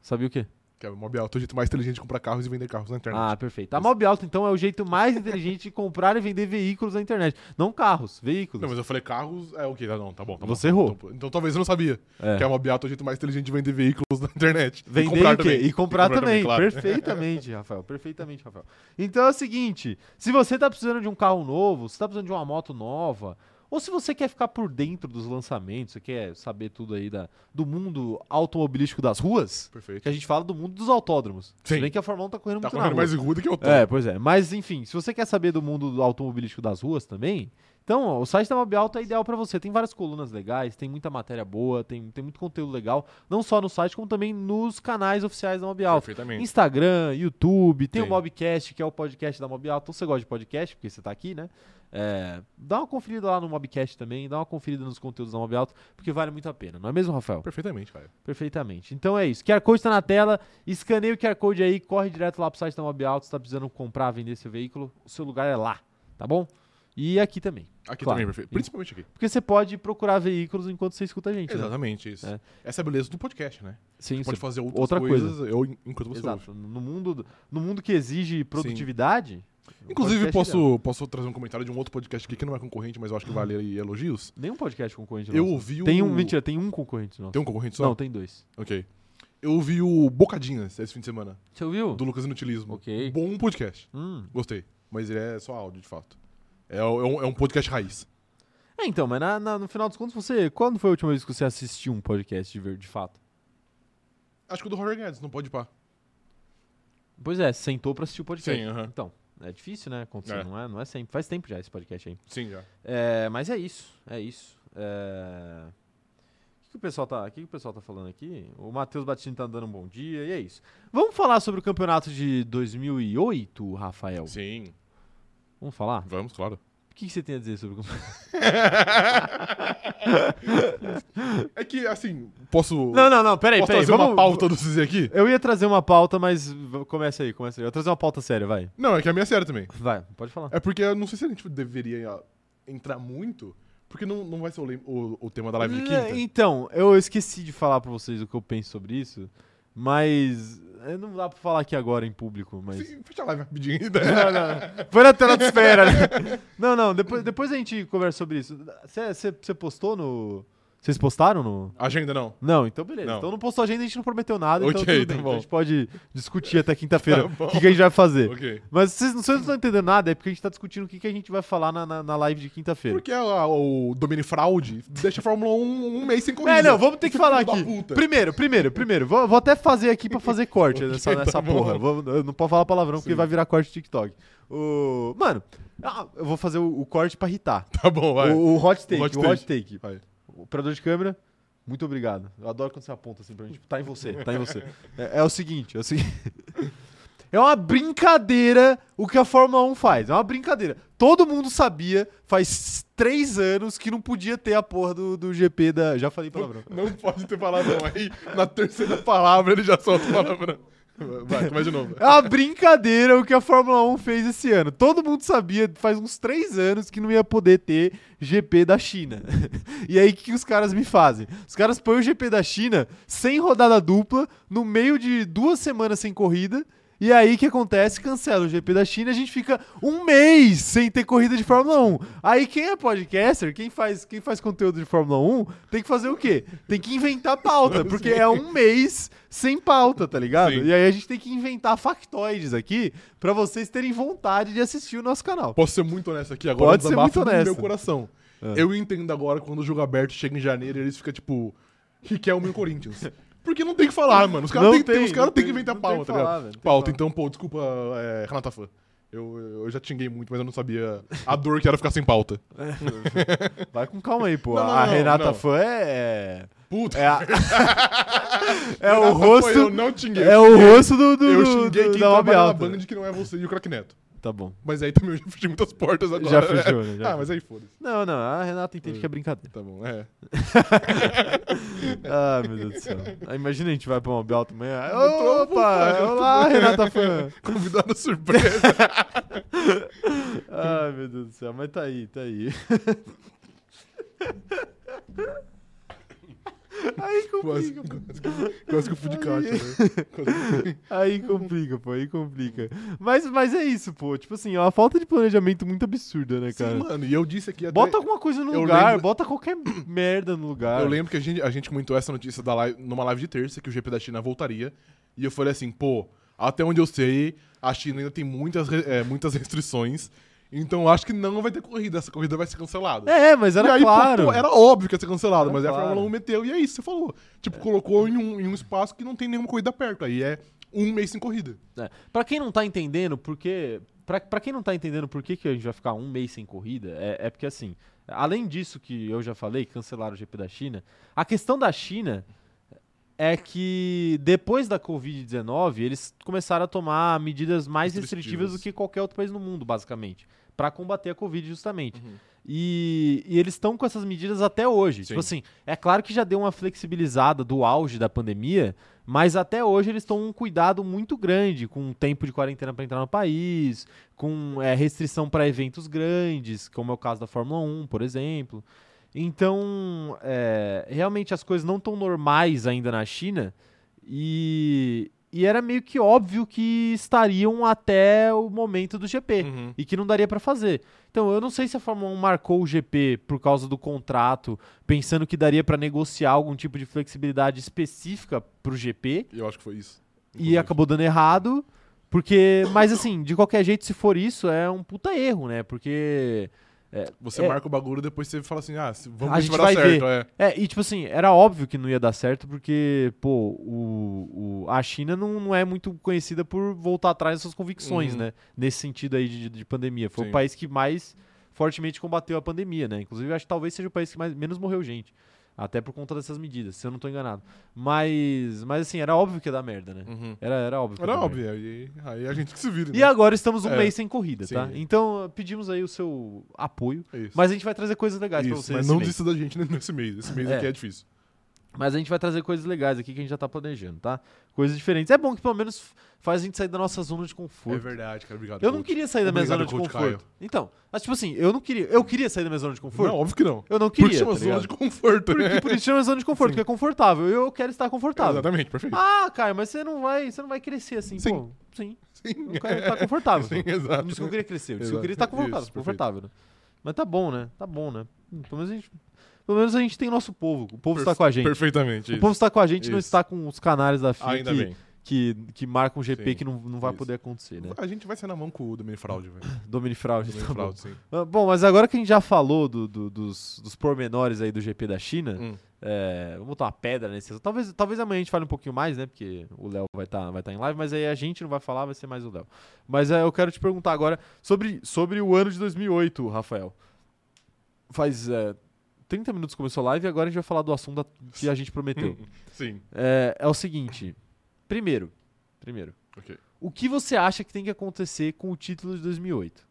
Speaker 1: Sabia o quê?
Speaker 2: Que a Mob Alto é o jeito mais inteligente de comprar carros e vender carros na
Speaker 1: Ah,
Speaker 2: internet.
Speaker 1: perfeito. A Mob Alto, então, é o jeito mais inteligente de comprar e vender veículos na internet. Não carros, veículos.
Speaker 2: Não, mas eu falei carros. É, ok, tá, não, tá bom. Tá
Speaker 1: Você
Speaker 2: bom.
Speaker 1: errou.
Speaker 2: Então, então talvez eu não sabia.
Speaker 1: É.
Speaker 2: Que a Mob Alto é o jeito mais inteligente de vender veículos na internet.
Speaker 1: Vender
Speaker 2: e comprar
Speaker 1: o quê?
Speaker 2: também.
Speaker 1: E comprar, também.
Speaker 2: claro.
Speaker 1: Perfeitamente, Rafael. Perfeitamente, Rafael. Então é o seguinte: se você tá precisando de um carro novo, se tá precisando de uma moto nova, ou se você quer ficar por dentro dos lançamentos, você quer saber tudo aí da, do mundo automobilístico das ruas,
Speaker 2: Perfeito.
Speaker 1: que a gente fala do mundo dos autódromos. Se
Speaker 2: Sim.
Speaker 1: bem que a Fórmula 1 tá correndo
Speaker 2: Tá
Speaker 1: muito na
Speaker 2: correndo
Speaker 1: rua.
Speaker 2: mais ruim do que eu tô.
Speaker 1: É, pois é. Mas enfim, se você quer saber do mundo do automobilístico das ruas também, Então, ó, o site da Mob Alto é ideal pra você. Tem várias colunas legais, tem muita matéria boa, tem, tem muito conteúdo legal, não só no site, como também nos canais oficiais da Mob é Alto.
Speaker 2: Perfeitamente.
Speaker 1: Instagram, YouTube, tem, o
Speaker 2: Tem.
Speaker 1: Mobcast, que é o podcast da Mob Alto. Então, você gosta de podcast, porque você tá aqui, né? É, dá uma conferida lá no Mobcast também, dá uma conferida nos conteúdos da Mob Alto, porque vale muito a pena, não é mesmo, Rafael?
Speaker 2: Perfeitamente, cara.
Speaker 1: Perfeitamente. Então é isso. QR Code tá na tela. Escaneia o QR Code aí, corre direto lá pro site da Mob Alto. Se tá precisando comprar, vender seu veículo, o seu lugar é lá, tá bom? E aqui também.
Speaker 2: Aqui
Speaker 1: Claro.
Speaker 2: também, perfeito. Principalmente aqui.
Speaker 1: Porque você pode procurar veículos enquanto você escuta a gente. né?
Speaker 2: Exatamente isso.
Speaker 1: É.
Speaker 2: Essa é a beleza do podcast, né?
Speaker 1: Sim, você-
Speaker 2: Pode fazer outras
Speaker 1: outra coisa.
Speaker 2: coisas, eu en- enquanto você ouve.
Speaker 1: Exato. No mundo, no mundo que exige produtividade. o
Speaker 2: Inclusive,
Speaker 1: podcast é-
Speaker 2: posso, posso trazer um comentário de um outro podcast aqui que não é concorrente, mas eu acho que vale aí elogios.
Speaker 1: Nenhum podcast concorrente
Speaker 2: Eu
Speaker 1: nosso.
Speaker 2: ouvi o.
Speaker 1: Tem um, mentira, tem um concorrente nosso.
Speaker 2: Tem um concorrente só?
Speaker 1: Não, tem dois.
Speaker 2: Ok. Eu ouvi o Bocadinhas esse fim de semana,
Speaker 1: Você ouviu?
Speaker 2: do Lucas Inutilismo.
Speaker 1: Ok.
Speaker 2: Bom podcast.
Speaker 1: Hum.
Speaker 2: Gostei. Mas ele é só áudio, de fato. É, o- é um, é um podcast raiz.
Speaker 1: É, então, mas na- na- no final dos contos, você. Quando foi a última vez que você assistiu um podcast de, ver- de fato?
Speaker 2: Acho que o do Roger Guedes, não pode pá.
Speaker 1: Pois é, sentou pra assistir o podcast.
Speaker 2: Sim, aham.
Speaker 1: Então, é difícil, né? Acontecer,
Speaker 2: É.
Speaker 1: Não, é, não é sempre. Faz tempo já esse podcast aí.
Speaker 2: Sim, já.
Speaker 1: É, mas é isso, é isso. É, O que, que o pessoal tá, o que, que o pessoal tá falando aqui? O Matheus Batini tá dando um bom dia e é isso. Vamos falar sobre o campeonato de 2008, Rafael?
Speaker 2: Sim.
Speaker 1: Vamos falar?
Speaker 2: Vamos, claro.
Speaker 1: O que, que você tem a dizer sobre o campeonato?
Speaker 2: É que, assim, posso.
Speaker 1: Não, não, não, peraí,
Speaker 2: posso
Speaker 1: peraí.
Speaker 2: trazer
Speaker 1: Vamos...
Speaker 2: uma pauta do Cizi aqui?
Speaker 1: Eu ia trazer uma pauta, mas v- começa aí, começa aí. Eu ia trazer uma pauta séria, vai.
Speaker 2: Não, é que a minha é séria também.
Speaker 1: Vai, pode falar.
Speaker 2: É porque eu não sei se a gente deveria entrar muito, porque não, não vai ser o, lem- o- o tema da live de
Speaker 1: Não,
Speaker 2: quinta.
Speaker 1: Então, eu esqueci de falar pra vocês o que eu penso sobre isso, mas é, não dá pra falar aqui agora em público, mas...
Speaker 2: Sim, Fecha a live rapidinho.
Speaker 1: Não, não. Foi na tela de espera. né? Não, não, depois, depois a gente conversa sobre isso. Você postou no... Vocês postaram no...
Speaker 2: Agenda não.
Speaker 1: Não, então beleza.
Speaker 2: Não.
Speaker 1: Então não postou agenda, a gente não prometeu nada, então
Speaker 2: Ok,
Speaker 1: tudo
Speaker 2: tá
Speaker 1: bem.
Speaker 2: bom.
Speaker 1: Então a gente pode discutir até quinta-feira
Speaker 2: Tá bom.
Speaker 1: o que, que a gente vai fazer.
Speaker 2: Ok.
Speaker 1: Mas vocês não, vocês não estão entendendo nada, é porque a gente tá discutindo o que, que a gente vai falar na, na, na live de quinta-feira.
Speaker 2: Porque a- o Domini Fraude deixa a Fórmula 1 um mês sem corrida.
Speaker 1: É, não, vamos ter que falar
Speaker 2: Filho da
Speaker 1: aqui.
Speaker 2: puta.
Speaker 1: Primeiro, primeiro, primeiro. Vou, vou até fazer aqui pra fazer corte nessa,
Speaker 2: tá
Speaker 1: nessa
Speaker 2: bom.
Speaker 1: porra. Vou- eu não posso falar palavrão porque
Speaker 2: Sim.
Speaker 1: vai virar corte do TikTok. O... Mano, ah, eu vou fazer o, o corte pra irritar.
Speaker 2: Tá bom, vai.
Speaker 1: O, o hot take, o
Speaker 2: hot
Speaker 1: hot, take.
Speaker 2: Vai.
Speaker 1: O operador de câmera, muito obrigado. Eu adoro quando você aponta assim pra mim. Tipo, tá em você, tá em você. É, é o seguinte, é o seguinte. É uma brincadeira o que a Fórmula 1 faz. É uma brincadeira. Todo mundo sabia, faz três anos, que não podia ter a porra do, do GP da. Já falei palavrão.
Speaker 2: Não pode ter palavrão aí. Na terceira palavra ele já solta o palavrão. Vai, começa de novo.
Speaker 1: É uma brincadeira o que a Fórmula 1 fez esse ano. Todo mundo sabia, faz uns três anos, que não ia poder ter GP da China. E aí, o que, que os caras me fazem? Os caras põem o GP da China sem rodada dupla, no meio de duas semanas sem corrida. E aí, o que acontece? Cancela o GP da China, a gente fica um mês sem ter corrida de Fórmula 1. Aí, quem é podcaster, quem faz, quem faz conteúdo de Fórmula 1, tem que fazer o quê? Tem que inventar pauta, porque é um mês sem pauta, tá ligado?
Speaker 2: Sim.
Speaker 1: E aí, a gente tem que inventar factoides aqui pra vocês terem vontade de assistir o nosso canal.
Speaker 2: Posso ser muito honesto aqui agora?
Speaker 1: Pode
Speaker 2: um
Speaker 1: ser muito
Speaker 2: desabafo do
Speaker 1: honesto. É.
Speaker 2: meu coração. Eu entendo agora quando o jogo aberto chega em janeiro e eles ficam tipo Riquelme e o Corinthians. Porque não tem o que falar, mano. Os caras
Speaker 1: Não
Speaker 2: têm que ter-
Speaker 1: tem,
Speaker 2: os caras
Speaker 1: não
Speaker 2: têm que
Speaker 1: tem,
Speaker 2: inventar
Speaker 1: não tem o
Speaker 2: pauta,
Speaker 1: que
Speaker 2: tá
Speaker 1: falar, velho,
Speaker 2: ligado?
Speaker 1: não tem o que
Speaker 2: pauta,
Speaker 1: falar.
Speaker 2: então, pô, desculpa, é, Renata Fã. Eu, eu já xinguei muito, mas eu não sabia a dor que era ficar sem pauta.
Speaker 1: Vai com calma aí, pô.
Speaker 2: Não, não,
Speaker 1: a
Speaker 2: não,
Speaker 1: Renata
Speaker 2: não.
Speaker 1: Fã é.
Speaker 2: Puta,
Speaker 1: É, a- é o
Speaker 2: Renata Fã, Eu
Speaker 1: rosto.
Speaker 2: não xinguei.
Speaker 1: É o rosto do. do,
Speaker 2: eu
Speaker 1: do-
Speaker 2: xinguei
Speaker 1: do-
Speaker 2: quem
Speaker 1: da Mob
Speaker 2: trabalha na
Speaker 1: Alta.
Speaker 2: Band que não é você e o Crack Neto.
Speaker 1: Tá bom.
Speaker 2: Mas aí também eu já fechei muitas portas agora.
Speaker 1: Já fechou, né? Já
Speaker 2: ah, mas aí foda-se.
Speaker 1: Não, não. A Renata entende que é brincadeira.
Speaker 2: Tá bom, é.
Speaker 1: Ah, meu Deus do céu. Ah, Imagina a gente vai pra uma Ah, Belta amanhã.
Speaker 2: tô à vontade,
Speaker 1: Opa!
Speaker 2: eu tô
Speaker 1: Olá,
Speaker 2: bem.
Speaker 1: Renata Fã.
Speaker 2: Convidado surpresa.
Speaker 1: Ah, meu Deus do céu. Mas tá aí, tá aí. Aí
Speaker 2: Quase,
Speaker 1: complica, pô.
Speaker 2: quase, que- quase que eu fui de caixa,
Speaker 1: Ai.
Speaker 2: né? Quase que-
Speaker 1: Aí complica, pô. Aí complica. Mas, mas é isso, pô. Tipo assim, é uma falta de planejamento muito absurda, né, cara?
Speaker 2: Sim, mano, e eu disse aqui até...
Speaker 1: Bota alguma coisa no
Speaker 2: eu
Speaker 1: lugar,
Speaker 2: lembro-
Speaker 1: bota qualquer merda no lugar.
Speaker 2: Eu lembro que a gente, a gente comentou essa notícia da live, numa live de terça, que o GP da China voltaria. E eu falei assim, pô, até onde eu sei, a China ainda tem muitas, re- é, muitas restrições. Então eu acho que não vai ter corrida, essa corrida vai ser cancelada.
Speaker 1: É, mas
Speaker 2: E
Speaker 1: era
Speaker 2: aí, pô,
Speaker 1: claro.
Speaker 2: pô, era óbvio que ia ser cancelado,
Speaker 1: Era
Speaker 2: mas aí a
Speaker 1: claro.
Speaker 2: Fórmula 1 meteu e é isso, você falou. Tipo, colocou em um, em um espaço
Speaker 1: né?
Speaker 2: que não tem nenhuma corrida perto. Aí é um mês sem corrida.
Speaker 1: É. Pra quem não tá entendendo, porque. pra pra, pra quem não tá entendendo por que, que a gente vai ficar um mês sem corrida, é, é porque assim, além disso que eu já falei, cancelaram o GP da China, a questão da China é que depois da Covid-19, eles começaram a tomar medidas mais restritivas.
Speaker 2: Restritivas.
Speaker 1: do que qualquer outro país no mundo, basicamente, pra combater a Covid justamente.
Speaker 2: Uhum.
Speaker 1: E, e eles estão com essas medidas até hoje. Tipo assim, é claro que já deu uma flexibilizada do auge da pandemia, mas até hoje eles estão um cuidado muito grande com o tempo de quarentena para entrar no país, com é, restrição para eventos grandes, como é o caso da Fórmula 1, por exemplo. Então, é, realmente as coisas não estão normais ainda na China e, e era meio que óbvio que estariam até o momento do GP
Speaker 2: Uhum.
Speaker 1: e que não daria pra fazer. Então, eu não sei se a Fórmula 1 marcou o GP por causa do contrato, pensando que daria pra negociar algum tipo de flexibilidade específica pro GP
Speaker 2: Eu acho que foi isso.
Speaker 1: e acabou dando errado, porque, mas assim, de qualquer jeito se for isso, é um puta erro, né? Porque
Speaker 2: Você
Speaker 1: é.
Speaker 2: marca o bagulho e depois você fala assim, ah, se- vamos
Speaker 1: A
Speaker 2: ver se
Speaker 1: gente
Speaker 2: vai dar
Speaker 1: vai ver.
Speaker 2: certo. É.
Speaker 1: é, e tipo assim, era óbvio que não ia dar certo, porque, pô, o, o- a China não, não é muito conhecida por voltar atrás das suas convicções,
Speaker 2: Uhum.
Speaker 1: né? Nesse sentido aí de, de pandemia. Foi
Speaker 2: Sim.
Speaker 1: o país que mais fortemente combateu a pandemia, né? Inclusive, acho que talvez seja o país que mais, menos morreu gente. Até por conta dessas medidas, se eu não tô enganado. Mas, mas assim, era óbvio que ia dar merda, né?
Speaker 2: Uhum.
Speaker 1: Era, era óbvio. que ia
Speaker 2: Era
Speaker 1: dar merda.
Speaker 2: óbvio, aí, aí a gente que se vira.
Speaker 1: E
Speaker 2: né?
Speaker 1: agora estamos um
Speaker 2: É.
Speaker 1: mês sem corrida,
Speaker 2: Sim.
Speaker 1: tá? Então, pedimos aí o seu apoio.
Speaker 2: É isso.
Speaker 1: Mas a gente vai trazer coisas legais pra
Speaker 2: Isso,
Speaker 1: vocês.
Speaker 2: mas
Speaker 1: esse
Speaker 2: não
Speaker 1: mês.
Speaker 2: desista da gente nesse mês. Esse mês
Speaker 1: É.
Speaker 2: aqui é difícil.
Speaker 1: Mas a gente vai trazer coisas legais aqui que a gente já tá planejando, tá? Coisas diferentes. É bom que pelo menos f- faz a gente sair da nossa zona de
Speaker 2: É
Speaker 1: conforto.
Speaker 2: verdade, cara. Obrigado.
Speaker 1: eu não
Speaker 2: coach.
Speaker 1: queria sair da minha zona
Speaker 2: Obrigado,
Speaker 1: de
Speaker 2: coach
Speaker 1: conforto.
Speaker 2: Caio.
Speaker 1: Então, mas tipo assim, eu não queria. Eu queria sair da minha zona de conforto.
Speaker 2: Não, óbvio que não.
Speaker 1: eu não
Speaker 2: Porque
Speaker 1: queria.
Speaker 2: chama
Speaker 1: tá
Speaker 2: zona de
Speaker 1: ligado?
Speaker 2: conforto, né?
Speaker 1: Porque por isso chama zona de conforto,
Speaker 2: Sim.
Speaker 1: porque é confortável. Eu quero estar confortável.
Speaker 2: Exatamente, perfeito.
Speaker 1: Ah, Caio, mas você não vai, você não vai crescer assim,
Speaker 2: Sim.
Speaker 1: pô. Sim.
Speaker 2: Sim.
Speaker 1: Eu quero estar tá confortável.
Speaker 2: Sim,
Speaker 1: Não disse
Speaker 2: exato.
Speaker 1: que eu queria crescer, eu disse que eu
Speaker 2: Exato.
Speaker 1: queria estar confortável.
Speaker 2: Isso, perfeito.
Speaker 1: confortável né? Mas tá bom, né? Tá bom, né? Hum, Pelo menos a gente, pelo menos a gente tem nosso povo. O povo está com a gente.
Speaker 2: Perfeitamente.
Speaker 1: O povo está com a gente, não
Speaker 2: Isso.
Speaker 1: está com os canários da FIA
Speaker 2: Ainda
Speaker 1: que,
Speaker 2: bem.
Speaker 1: que, que marcam o GP
Speaker 2: Sim,
Speaker 1: que não, não vai
Speaker 2: isso.
Speaker 1: poder acontecer, né?
Speaker 2: A gente vai sair na mão com o Domínio Fraude, velho.
Speaker 1: Domini Fraude.
Speaker 2: Domínio
Speaker 1: tá bom.
Speaker 2: Fraude, sim.
Speaker 1: Ah, Bom, mas agora que a gente já falou do- do- dos, dos pormenores aí do GP da China,
Speaker 2: Hum.
Speaker 1: é, vamos botar uma pedra nesse. Talvez, talvez amanhã a gente fale um pouquinho mais, né? Porque o Léo vai estar vai tá em live, mas aí a gente não vai falar, vai ser mais o Léo. Mas é, eu quero te perguntar agora sobre, sobre o ano de 2008, Rafael. Faz é, 30 minutos que começou a live e agora a gente vai falar do assunto da- que a gente prometeu.
Speaker 2: Sim.
Speaker 1: É, é o seguinte. Primeiro, primeiro.
Speaker 2: Ok.
Speaker 1: O que você acha que tem que acontecer com o título de 2008?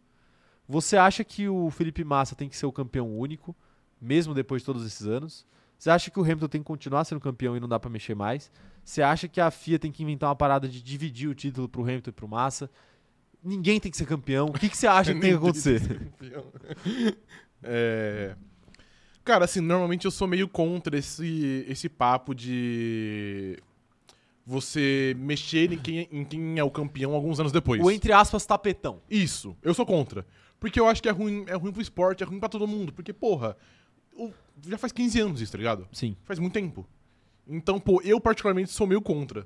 Speaker 1: Você acha que o Felipe Massa tem que ser o campeão único, mesmo depois de todos esses anos? Você acha que o Hamilton tem que continuar sendo campeão e não dá pra mexer mais? Você acha que a FIA tem que inventar uma parada de dividir o título pro Hamilton e pro Massa? Ninguém tem que ser campeão. O que, que você acha que tem que acontecer?
Speaker 2: É, Cara, assim, normalmente eu sou meio contra esse, esse papo de você mexer em quem, em quem é o campeão alguns anos depois.
Speaker 1: O entre aspas tapetão.
Speaker 2: Isso, eu sou contra. Porque eu acho que é ruim, é ruim pro esporte, é ruim pra todo mundo. Porque, porra, o- já faz 15 anos isso, tá ligado?
Speaker 1: Sim.
Speaker 2: Faz muito tempo. Então, pô, eu particularmente sou meio contra.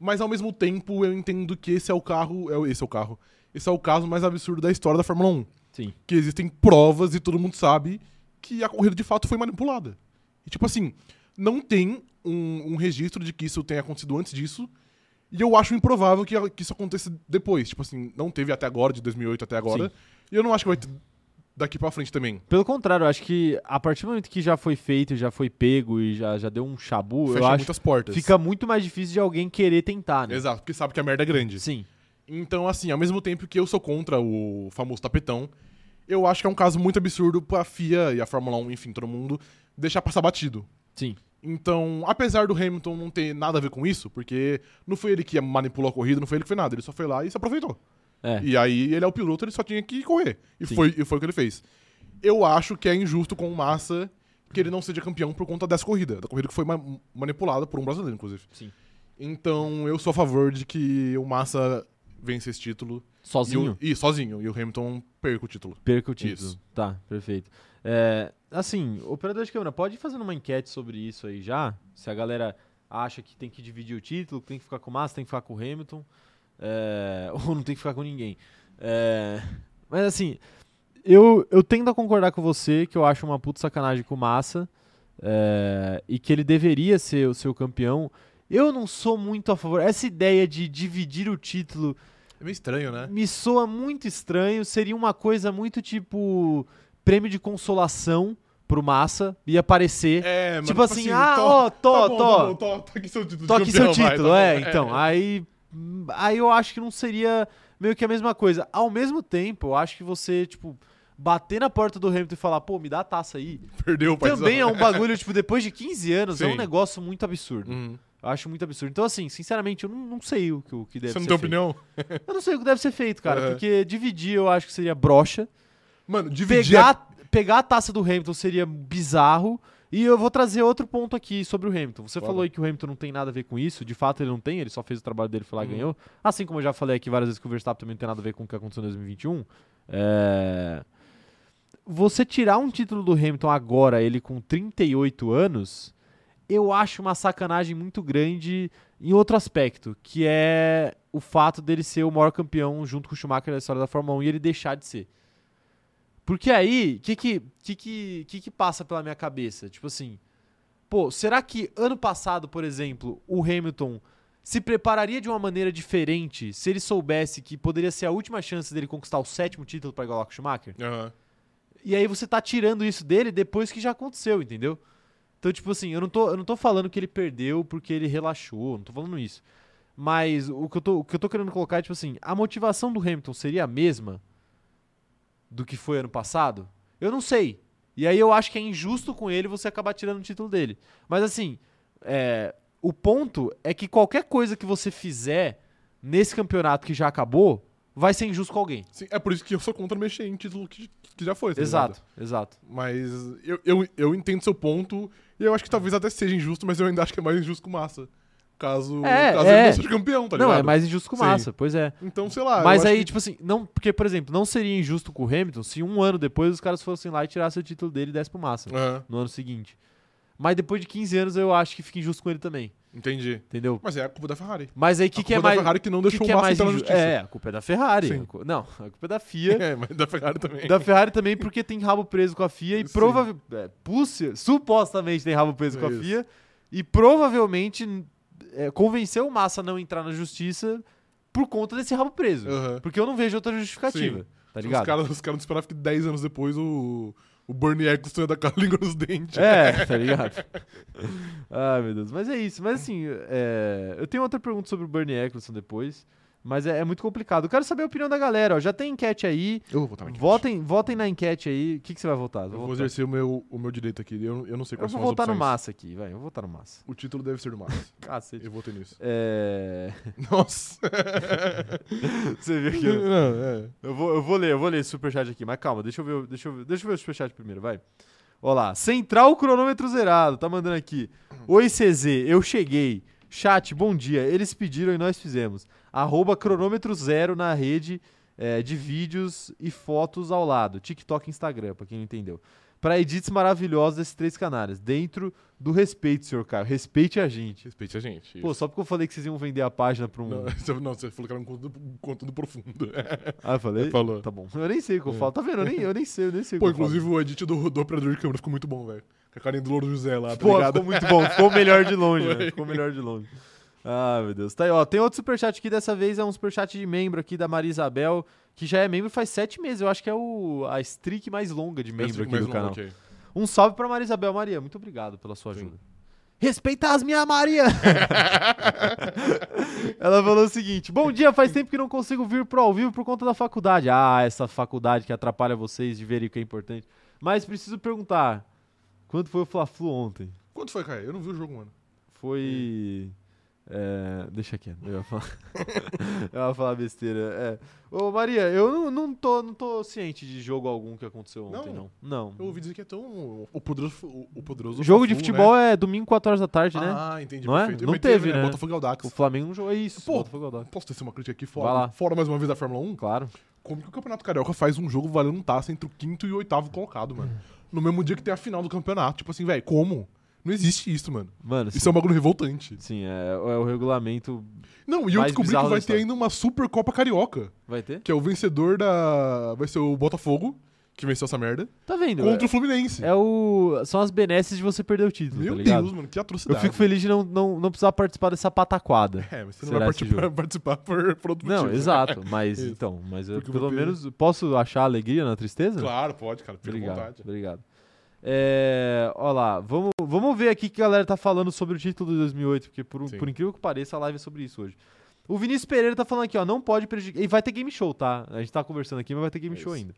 Speaker 2: Mas ao mesmo tempo eu entendo que esse é o carro. É, o- esse é o carro. Esse é o caso mais absurdo da história da Fórmula 1
Speaker 1: Sim.
Speaker 2: que existem provas e todo mundo sabe que a corrida de fato foi manipulada. E tipo assim, não tem um, um registro de que isso tenha acontecido antes disso. E eu acho improvável que, a- que isso aconteça depois. Tipo assim, não teve até agora, de 2008 até agora.
Speaker 1: Sim.
Speaker 2: E eu não acho que vai ter daqui pra frente também.
Speaker 1: Pelo contrário, eu acho que a partir do momento que já foi feito, já foi pego e já, já deu um chabu, eu
Speaker 2: Fecha
Speaker 1: acho
Speaker 2: muitas portas.
Speaker 1: Fica muito mais difícil de alguém querer tentar, né?
Speaker 2: Exato, porque sabe que a merda é grande.
Speaker 1: Sim.
Speaker 2: Então, assim, ao mesmo tempo que eu sou contra o famoso tapetão, eu acho que é um caso muito absurdo pra FIA e a Fórmula 1, enfim, todo mundo, deixar passar batido.
Speaker 1: Sim.
Speaker 2: Então, apesar do Hamilton não ter nada a ver com isso, porque não foi ele que manipulou a corrida, não foi ele que fez nada, ele só foi lá e se aproveitou.
Speaker 1: É.
Speaker 2: E aí ele é o piloto, ele só tinha que correr. E
Speaker 1: Sim.
Speaker 2: foi, e foi o que ele fez. Eu acho que é injusto com o Massa que ele não seja campeão por conta dessa corrida, da corrida que foi ma- manipulada por um brasileiro, inclusive.
Speaker 1: Sim.
Speaker 2: Então, eu sou a favor de que o Massa vença esse título. E,
Speaker 1: Sozinho,
Speaker 2: o- e sozinho, e o Hamilton perca o título.
Speaker 1: perca o título.
Speaker 2: Isso.
Speaker 1: Tá, perfeito. É, assim, operador de câmera, pode ir fazendo uma enquete sobre isso aí já? Se a galera acha que tem que dividir o título, que tem que ficar com o Massa, tem que ficar com o Hamilton, é, ou não tem que ficar com ninguém. É, mas assim, eu, eu tendo a concordar com você que eu acho uma puta sacanagem com o Massa é, e que ele deveria ser o seu campeão. Eu não sou muito a favor. Essa ideia de dividir o título
Speaker 2: É meio estranho, né?
Speaker 1: me soa muito estranho. Seria uma coisa muito tipo prêmio de consolação pro Massa. Ia aparecer.
Speaker 2: É, mano,
Speaker 1: tipo assim, ah, ó,
Speaker 2: tá
Speaker 1: tô,
Speaker 2: bom,
Speaker 1: tô.
Speaker 2: tá bom, tô, tá aqui seu título.
Speaker 1: Toque
Speaker 2: campeão,
Speaker 1: seu
Speaker 2: vai,
Speaker 1: título,
Speaker 2: tá
Speaker 1: é,
Speaker 2: bom.
Speaker 1: então. Aí, aí eu acho que não seria meio que a mesma coisa. Ao mesmo tempo, eu acho que você, tipo, bater na porta do Hamilton e falar, pô, me dá a taça aí,
Speaker 2: Perdeu o paizão.
Speaker 1: também é um bagulho, tipo, depois de 15 anos, é um
Speaker 2: Sim.
Speaker 1: negócio muito absurdo.
Speaker 2: Uhum.
Speaker 1: Eu acho muito absurdo. Então, assim, sinceramente, eu não, não sei o que, o que deve
Speaker 2: Você não
Speaker 1: ser
Speaker 2: tem
Speaker 1: feito.
Speaker 2: opinião?
Speaker 1: Eu não sei o que deve ser feito, cara,
Speaker 2: Aham.
Speaker 1: porque dividir eu acho que seria brocha.
Speaker 2: Mano, dividir. é-
Speaker 1: Pegar, pegar a taça do Hamilton seria bizarro. E eu vou trazer outro ponto aqui sobre o Hamilton. Você
Speaker 2: Fala.
Speaker 1: falou aí que o Hamilton não tem nada a ver com isso. De fato, ele não tem. Ele só fez o trabalho dele, foi lá e
Speaker 2: Uhum.
Speaker 1: ganhou. Assim como eu já falei aqui várias vezes que o Verstappen também não tem nada a ver com o que aconteceu em 2021. É... Você tirar um título do Hamilton agora, ele com 38 anos, eu acho uma sacanagem muito grande em outro aspecto, que é o fato dele ser o maior campeão junto com o Schumacher da história da Fórmula 1 e ele deixar de ser. Porque aí, o que que, que, que, que que passa pela minha cabeça? Tipo assim, pô, será que ano passado, por exemplo, o Hamilton se prepararia de uma maneira diferente se ele soubesse que poderia ser a última chance dele conquistar o sétimo título para igualar com o Schumacher?
Speaker 2: Aham.
Speaker 1: E aí você tá tirando isso dele depois que já aconteceu, entendeu? Então, tipo assim, eu não tô, eu não tô falando que ele perdeu porque ele relaxou, não tô falando isso. Mas o que, eu tô, o que eu tô querendo colocar é, tipo assim, a motivação do Hamilton seria a mesma do que foi ano passado? Eu não sei. E aí eu acho que é injusto com ele você acabar tirando o título dele. Mas assim, é, o ponto é que qualquer coisa que você fizer nesse campeonato que já acabou, vai ser injusto com alguém.
Speaker 2: Sim, é por isso que eu sou contra mexer em título que, que já foi. tá ligado?
Speaker 1: Exato, exato.
Speaker 2: Mas eu, eu, eu entendo seu ponto e eu acho que talvez até seja injusto, mas eu ainda acho que é mais injusto com o Massa. Caso,
Speaker 1: É,
Speaker 2: caso
Speaker 1: é.
Speaker 2: ele não seja campeão, tá ligado?
Speaker 1: não, é mais injusto com o
Speaker 2: Sim.
Speaker 1: Massa, pois é.
Speaker 2: Então, sei lá.
Speaker 1: Mas
Speaker 2: eu acho
Speaker 1: aí,
Speaker 2: que-
Speaker 1: tipo assim, não, porque, por exemplo, não seria injusto com o Hamilton se um ano depois os caras fossem lá e tirassem o título dele e dessem pro Massa
Speaker 2: Aham,
Speaker 1: no ano seguinte. Mas depois de 15 anos eu acho que fica injusto com ele também,
Speaker 2: entendi.
Speaker 1: entendeu?
Speaker 2: Mas é a culpa da Ferrari.
Speaker 1: Mas aí o que,
Speaker 2: a
Speaker 1: que
Speaker 2: culpa
Speaker 1: é
Speaker 2: da
Speaker 1: mais.
Speaker 2: Ferrari que não
Speaker 1: que
Speaker 2: deixou
Speaker 1: que é
Speaker 2: o Massa
Speaker 1: mais
Speaker 2: entrar na
Speaker 1: injusto?
Speaker 2: justiça.
Speaker 1: É, a culpa é da Ferrari.
Speaker 2: Sim.
Speaker 1: A cu- Não, a culpa é da FIA.
Speaker 2: É, mas da Ferrari também.
Speaker 1: da Ferrari também porque tem rabo preso com a FIA e
Speaker 2: Sim. É
Speaker 1: provavelmente. É, possi- supostamente tem rabo preso com a
Speaker 2: Isso.
Speaker 1: FIA. E provavelmente n- é, convenceu o Massa a não entrar na justiça por conta desse rabo preso.
Speaker 2: Aham.
Speaker 1: É Porque eu não vejo outra justificativa.
Speaker 2: Sim.
Speaker 1: Tá
Speaker 2: Os
Speaker 1: ligado?
Speaker 2: caras os caras não esperavam que 10 anos depois o, o Bernie Eccleston ia dar com a língua nos dentes.
Speaker 1: É, tá ligado? ah, meu Deus. Mas é isso. Mas assim, é, eu tenho outra pergunta sobre o Bernie Eccleston depois. Mas é, é muito complicado. Eu quero saber a opinião da galera. Ó. Já tem enquete aí.
Speaker 2: Eu vou votar aqui.
Speaker 1: Votem, votem na enquete aí. O que, que você vai votar?
Speaker 2: Tá Eu
Speaker 1: Vou
Speaker 2: vou
Speaker 1: votar-
Speaker 2: exercer o meu, o meu direito aqui. Eu, eu não sei
Speaker 1: eu
Speaker 2: quais
Speaker 1: vou
Speaker 2: são as
Speaker 1: votar no
Speaker 2: opções.
Speaker 1: Massa aqui, vai. Eu vou votar no Massa.
Speaker 2: O título deve ser do Massa.
Speaker 1: Cacete.
Speaker 2: eu votei nisso.
Speaker 1: É...
Speaker 2: Nossa.
Speaker 1: você viu aqui? ó.
Speaker 2: não, é.
Speaker 1: Eu vou, eu vou ler, eu vou ler esse superchat aqui, mas calma, deixa eu ver, o- deixa eu ver, deixa eu ver o superchat primeiro, vai. Ó lá, Central Cronômetro Zerado, tá mandando aqui. Oi CZ, eu cheguei. Chat, bom dia. Eles pediram e nós fizemos. Arroba cronômetro zero na rede é, de vídeos e fotos ao lado. TikTok e Instagram, pra quem não entendeu. Pra edits maravilhosos desses três canais. Dentro do respeito, senhor Caio. Respeite a gente.
Speaker 2: Respeite a gente.
Speaker 1: Pô, só porque eu falei que vocês iam vender a página pra um...
Speaker 2: Não, você- não, você falou que era um conto, um conteúdo profundo.
Speaker 1: Ah, eu falei?
Speaker 2: Falou.
Speaker 1: Tá bom. Eu nem sei o que eu falo. Tá vendo? Eu nem, eu nem sei, eu nem sei o que
Speaker 2: É. Pô,
Speaker 1: eu falo.
Speaker 2: inclusive o edit do, do operador de câmera ficou muito bom, velho. Com a carinha do Louro José lá, tá
Speaker 1: Pô,
Speaker 2: ligado?
Speaker 1: ficou muito bom. Ficou melhor de longe,
Speaker 2: Foi.
Speaker 1: né? Ficou melhor de longe. Ah, meu Deus. Tá aí, ó. Tem outro superchat aqui. Dessa vez é um superchat de membro aqui da Maria Isabel, que já é membro faz sete meses. Eu acho que é o, a streak mais longa de
Speaker 2: Esse
Speaker 1: membro
Speaker 2: fica
Speaker 1: aqui
Speaker 2: É mais
Speaker 1: do
Speaker 2: longo,
Speaker 1: canal.
Speaker 2: ok.
Speaker 1: Um salve pra Maria Isabel. Maria, muito obrigado pela sua
Speaker 2: Sim.
Speaker 1: ajuda. Respeita as minhas Maria! Ela falou o seguinte: Bom dia, faz tempo que não consigo vir pro ao vivo por conta da faculdade. Ah, essa faculdade que atrapalha vocês de verem o que é importante. Mas preciso perguntar: quanto foi o Fla-Flu ontem?
Speaker 2: Quanto foi, Caio? Eu não vi o jogo, mano.
Speaker 1: Foi. é, deixa quieto, eu ia falar. eu ia falar besteira. É. Ô, Maria, eu não, não, tô, não tô ciente de jogo algum que aconteceu ontem, não.
Speaker 2: Não?
Speaker 1: Não.
Speaker 2: Eu ouvi dizer que é tão. O poderoso. O, o poderoso né?
Speaker 1: Jogo de
Speaker 2: Fafu,
Speaker 1: futebol é domingo 4 horas da tarde,
Speaker 2: né?
Speaker 1: né?
Speaker 2: Ah, entendi.
Speaker 1: Não é?
Speaker 2: perfeito.
Speaker 1: Não
Speaker 2: Mas
Speaker 1: teve, né?
Speaker 2: Botafogo e Aldax.
Speaker 1: O Flamengo não jogou. É isso.
Speaker 2: Pô.
Speaker 1: Botafogo Aldax.
Speaker 2: Posso ter uma crítica aqui
Speaker 1: Vai lá.
Speaker 2: fora? Fórmula mais uma vez da Fórmula 1?
Speaker 1: Claro.
Speaker 2: Como que o Campeonato Carioca faz um jogo valendo um taça entre o quinto e o oitavo colocado,
Speaker 1: Uhum.
Speaker 2: mano? No mesmo dia que tem a final do campeonato. Tipo assim, velho, como? Não existe isso, mano.
Speaker 1: Mano, sim,
Speaker 2: Isso é um bagulho revoltante.
Speaker 1: sim, é, é o regulamento.
Speaker 2: Não, e eu
Speaker 1: Mais
Speaker 2: descobri
Speaker 1: bizarro
Speaker 2: que
Speaker 1: da
Speaker 2: vai ter
Speaker 1: história.
Speaker 2: ainda uma Supercopa Carioca,
Speaker 1: Vai ter?
Speaker 2: que é o vencedor da. Vai ser o Botafogo, que venceu essa merda,
Speaker 1: Tá vendo?
Speaker 2: contra
Speaker 1: É,
Speaker 2: o Fluminense.
Speaker 1: é o. São as benesses de você perder o título,
Speaker 2: Meu
Speaker 1: tá ligado?
Speaker 2: Deus, mano, que
Speaker 1: Eu
Speaker 2: atrocidade.
Speaker 1: fico feliz de não, não, não precisar participar dessa pataquada.
Speaker 2: É, mas você não
Speaker 1: Será
Speaker 2: vai
Speaker 1: esse
Speaker 2: participar, participar por, por outro
Speaker 1: Não,
Speaker 2: motivo. né?
Speaker 1: exato. Mas
Speaker 2: Isso.
Speaker 1: então, mas eu,
Speaker 2: Porque eu
Speaker 1: pelo
Speaker 2: vou perder.
Speaker 1: menos posso achar alegria na tristeza?
Speaker 2: Claro, pode, cara. Fica à
Speaker 1: Obrigado,
Speaker 2: vontade.
Speaker 1: obrigado. É, ó lá, vamos, vamos ver aqui o que a galera tá falando sobre o título de 2008, porque por, um,
Speaker 2: Sim.
Speaker 1: por incrível que pareça, a live é sobre isso hoje. O Vinícius Pereira tá falando aqui, ó, não pode prejudicar... E vai ter game show, tá? A gente tá conversando aqui, mas vai ter game
Speaker 2: É
Speaker 1: show
Speaker 2: isso.
Speaker 1: ainda.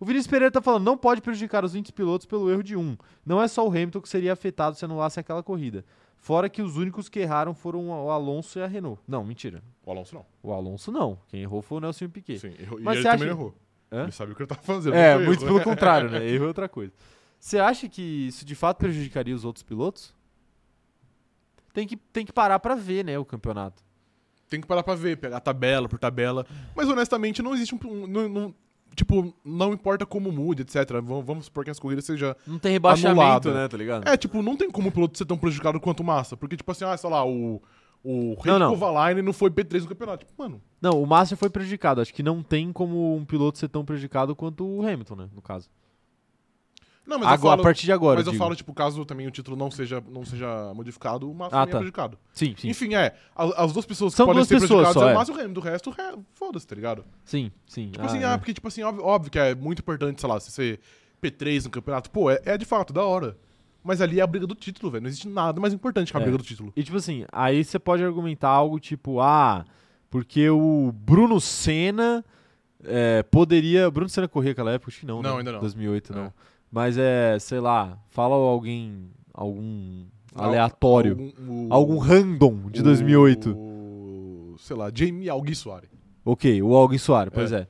Speaker 1: O Vinícius Pereira tá falando, não pode prejudicar os 20 pilotos pelo erro de um. Não é só o Hamilton que seria afetado se anulasse aquela corrida. Fora que os únicos que erraram foram o Alonso e a Renault. Não, mentira.
Speaker 2: O Alonso não.
Speaker 1: O Alonso não. Quem errou foi o Nelson e o Piquet.
Speaker 2: Sim, errou.
Speaker 1: Mas
Speaker 2: e
Speaker 1: você
Speaker 2: ele
Speaker 1: acha-
Speaker 2: também errou.
Speaker 1: Hã?
Speaker 2: Ele sabe o que ele tava fazendo.
Speaker 1: É,
Speaker 2: não foi
Speaker 1: muito
Speaker 2: erro.
Speaker 1: pelo contrário, né? Erro é outra coisa. Você acha que isso de fato prejudicaria os outros pilotos? Tem que, tem que parar pra ver, né, o campeonato.
Speaker 2: Tem que parar pra ver, pegar tabela por tabela. Mas honestamente, não existe um. um- não- não- tipo, não importa como mude, etc. Vamos, vamos supor que as corridas seja.
Speaker 1: Não tem rebaixamento,
Speaker 2: Anulado.
Speaker 1: né, tá ligado?
Speaker 2: É, tipo, não tem como o piloto ser tão prejudicado quanto o Massa. Porque, tipo assim, ah, sei lá, o. O Rick
Speaker 1: Não, não.
Speaker 2: Kovalainen não foi P3 no campeonato. Tipo, mano,
Speaker 1: Não, o Massa foi prejudicado. Acho que não tem como um piloto ser tão prejudicado quanto o Hamilton, né, no caso.
Speaker 2: Não, mas
Speaker 1: Agora,
Speaker 2: eu
Speaker 1: a
Speaker 2: falo,
Speaker 1: partir de agora,
Speaker 2: mas eu
Speaker 1: digo.
Speaker 2: falo tipo, caso também o título não seja, não seja modificado, o Massa
Speaker 1: Ah,
Speaker 2: também
Speaker 1: tá.
Speaker 2: é prejudicado.
Speaker 1: Sim, sim,
Speaker 2: Enfim, é, a- as duas pessoas que
Speaker 1: São
Speaker 2: podem
Speaker 1: duas
Speaker 2: ser
Speaker 1: pessoas
Speaker 2: prejudicadas
Speaker 1: só,
Speaker 2: é
Speaker 1: é.
Speaker 2: o Massa e o Hamilton, do resto, é, foda-se, tá ligado?
Speaker 1: sim, sim.
Speaker 2: Tipo assim, ah,
Speaker 1: é.
Speaker 2: porque tipo assim, óbvio, óbvio que é muito importante, sei lá, você ser P3 no campeonato, pô, é, é de fato, da hora. Mas ali é a briga do título, velho, não existe nada mais importante que a
Speaker 1: É.
Speaker 2: briga do título.
Speaker 1: E tipo assim, aí você pode argumentar algo tipo, ah, porque o Bruno Senna é, poderia. Bruno Senna corria aquela época? Acho que não,
Speaker 2: Não,
Speaker 1: né?
Speaker 2: ainda não.
Speaker 1: 2008 não.
Speaker 2: É.
Speaker 1: Mas é, sei lá, fala alguém, algum aleatório,
Speaker 2: Algum, o-
Speaker 1: algum random de 2008.
Speaker 2: o- sei lá, Jamie Alguissuari.
Speaker 1: Ok, o Alguin Soares, pois é.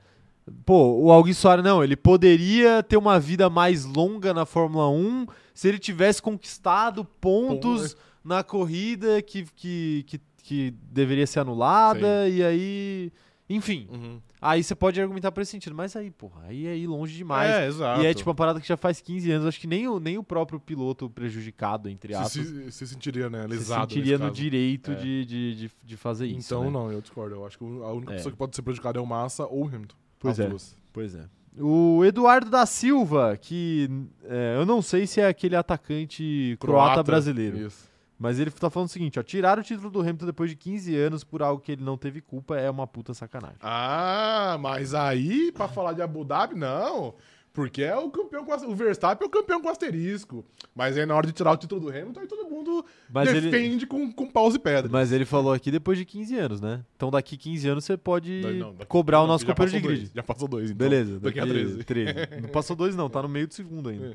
Speaker 1: Pô, o Alguin Soares não, ele poderia ter uma vida mais longa na Fórmula 1 se ele tivesse conquistado pontos na corrida que, que, que, que deveria ser anulada, e aí. Enfim,
Speaker 2: Uhum.
Speaker 1: aí você pode argumentar por esse sentido, mas aí, porra, aí é ir longe demais.
Speaker 2: é, exato.
Speaker 1: E é tipo uma parada que já faz 15 anos, acho que nem o, nem o próprio piloto prejudicado, entre aspas,
Speaker 2: se,
Speaker 1: se,
Speaker 2: se, se sentiria, né, lesado
Speaker 1: sentiria
Speaker 2: nesse
Speaker 1: no
Speaker 2: caso.
Speaker 1: direito
Speaker 2: É.
Speaker 1: de, de, de, de fazer isso.
Speaker 2: Então
Speaker 1: né?
Speaker 2: não, eu discordo. Eu acho que a única
Speaker 1: É.
Speaker 2: pessoa que pode ser prejudicada é o Massa ou o Hamilton.
Speaker 1: Pois
Speaker 2: As
Speaker 1: é.
Speaker 2: duas.
Speaker 1: Pois é. O Eduardo da Silva, que é, eu não sei se é aquele atacante croata, brasileiro,
Speaker 2: Isso.
Speaker 1: mas ele tá falando o seguinte, ó, tirar o título do Hamilton depois de 15 anos por algo que ele não teve culpa é uma puta sacanagem.
Speaker 2: Ah, mas aí, pra falar de Abu Dhabi, não. Porque é o campeão com as- O Verstappen é o campeão com asterisco. Mas aí na hora de tirar o título do Hamilton, aí todo mundo
Speaker 1: Mas ele,
Speaker 2: defende com, com paus e pedra.
Speaker 1: mas ele falou aqui depois de 15 anos, né? Então daqui 15 anos você pode
Speaker 2: Daí não, daqui-
Speaker 1: cobrar o
Speaker 2: não,
Speaker 1: nosso
Speaker 2: já
Speaker 1: companheiro de
Speaker 2: passou
Speaker 1: grid.
Speaker 2: dois, já passou dois, então.
Speaker 1: Beleza,
Speaker 2: Daqui a 13.
Speaker 1: Não passou dois, não, tá no meio do segundo ainda.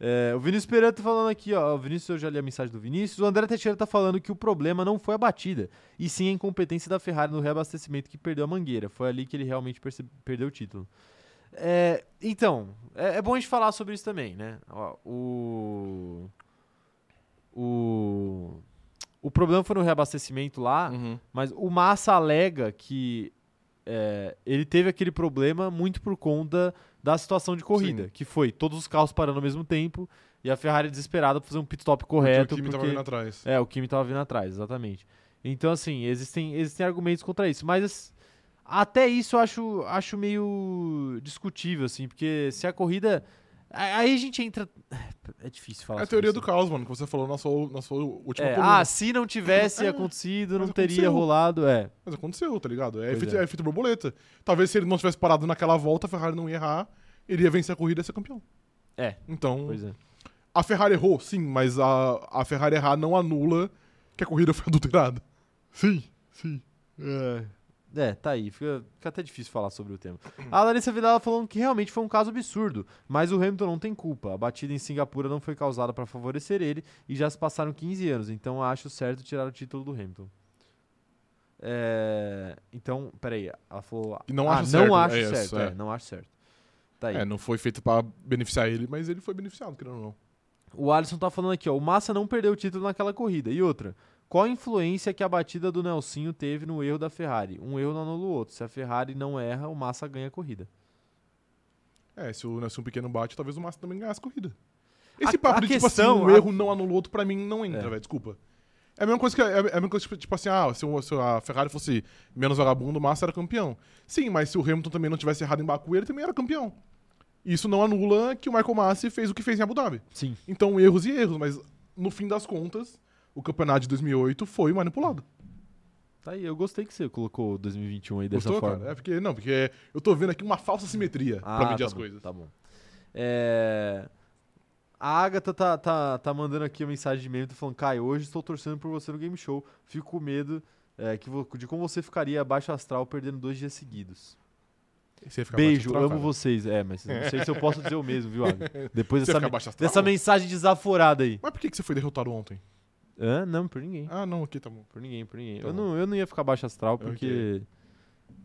Speaker 1: É, o Vinícius Pereira tá falando aqui, ó. O Vinícius, eu já li a mensagem do Vinícius. O André Teixeira tá falando que o problema não foi a batida, e sim a incompetência da Ferrari no reabastecimento que perdeu a mangueira. Foi ali que ele realmente perce- perdeu o título. É, então, é, é bom a gente falar sobre isso também, né? Ó, o. O. O problema foi no reabastecimento lá.
Speaker 2: Uhum.
Speaker 1: Mas o Massa alega que é, ele teve aquele problema muito por conta da situação de corrida, que foi todos os carros parando ao mesmo tempo e a Ferrari desesperada pra fazer um pit stop correto.
Speaker 2: o time tava
Speaker 1: porque-
Speaker 2: vindo atrás.
Speaker 1: É, o Kimi tava vindo atrás, exatamente. Então, assim, existem, existem argumentos contra isso, mas as- até isso eu acho, acho meio discutível, assim, porque se a corrida. a- Aí a gente entra. É difícil falar.
Speaker 2: É a
Speaker 1: sobre
Speaker 2: teoria
Speaker 1: isso,
Speaker 2: do caos, mano, que você falou na sua, na sua última
Speaker 1: é,
Speaker 2: coluna.
Speaker 1: ah, se não tivesse
Speaker 2: É,
Speaker 1: acontecido, não
Speaker 2: mas
Speaker 1: teria
Speaker 2: aconteceu.
Speaker 1: rolado. É,
Speaker 2: Mas aconteceu, tá ligado? É
Speaker 1: Pois
Speaker 2: efeito,
Speaker 1: é.
Speaker 2: é efeito borboleta. Talvez se ele não tivesse parado naquela volta, a Ferrari não ia errar, ele ia vencer a corrida e ser campeão.
Speaker 1: É.
Speaker 2: Então,
Speaker 1: pois é.
Speaker 2: a Ferrari errou, sim, mas a, a Ferrari errar não anula que a corrida foi adulterada. Sim, sim.
Speaker 1: É, tá aí. Fica, fica até difícil falar sobre o tema. A Larissa Vidal falando que realmente foi um caso absurdo, mas o Hamilton não tem culpa. A batida em Singapura não foi causada pra favorecer ele e já se passaram 15 anos, então acho certo tirar o título do Hamilton. É, então, peraí, ela falou.
Speaker 2: E não
Speaker 1: ah,
Speaker 2: acho
Speaker 1: não
Speaker 2: certo,
Speaker 1: acho
Speaker 2: é isso,
Speaker 1: certo. é,
Speaker 2: é.
Speaker 1: não acho certo. Tá aí.
Speaker 2: É, não foi feito pra beneficiar ele, mas ele foi beneficiado, querendo ou não.
Speaker 1: O Alisson tá falando aqui, ó. O Massa não perdeu o título naquela corrida. E outra, qual a influência que a batida do Nelsinho teve no erro da Ferrari? Um erro não anula o outro. Se a Ferrari não erra, o Massa ganha a corrida.
Speaker 2: É, se o Nelson Pequeno bate, talvez o Massa também ganhasse a corrida.
Speaker 1: A-
Speaker 2: Esse papo
Speaker 1: a
Speaker 2: de,
Speaker 1: questão-
Speaker 2: tipo assim,
Speaker 1: a-
Speaker 2: um erro não anula o outro, pra mim, não entra,
Speaker 1: É.
Speaker 2: velho, desculpa. É a mesma coisa que, é a mesma coisa, tipo, tipo assim, ah, se, o- se a Ferrari fosse menos vagabundo, o Massa era campeão. Sim, mas se o Hamilton também não tivesse errado em Baku, ele também era campeão. Isso não anula que o Michael Massi fez o que fez em Abu Dhabi.
Speaker 1: Sim.
Speaker 2: Então, erros e erros, mas no fim das contas, o campeonato de 2008 foi manipulado.
Speaker 1: Tá aí, eu gostei que você colocou 2021 aí dessa
Speaker 2: Gostou,
Speaker 1: forma.
Speaker 2: cara? É porque, não, porque eu tô vendo aqui uma falsa simetria
Speaker 1: Ah,
Speaker 2: pra medir
Speaker 1: tá
Speaker 2: as
Speaker 1: bom,
Speaker 2: coisas.
Speaker 1: Tá bom. É, A Agatha tá, tá, tá mandando aqui uma mensagem de meme, tá falando, Kai, hoje estou torcendo por você no game show. Fico com medo é, que vo- de como você ficaria abaixo astral perdendo dois dias seguidos.
Speaker 2: Você ia ficar
Speaker 1: Beijo,
Speaker 2: mais central,
Speaker 1: amo
Speaker 2: cara.
Speaker 1: vocês. É, mas não sei se eu posso dizer o mesmo, viu, Agatha? Depois
Speaker 2: Você
Speaker 1: dessa,
Speaker 2: ia ficar
Speaker 1: men-
Speaker 2: baixo astral?
Speaker 1: dessa mensagem desaforada aí.
Speaker 2: Mas por que que você foi derrotado ontem?
Speaker 1: Hã? Não, por ninguém.
Speaker 2: Ah, não, aqui tá bom.
Speaker 1: Por ninguém, por ninguém.
Speaker 2: Tá
Speaker 1: eu,
Speaker 2: bom.
Speaker 1: não, eu não ia ficar baixo astral
Speaker 2: Ok.
Speaker 1: porque...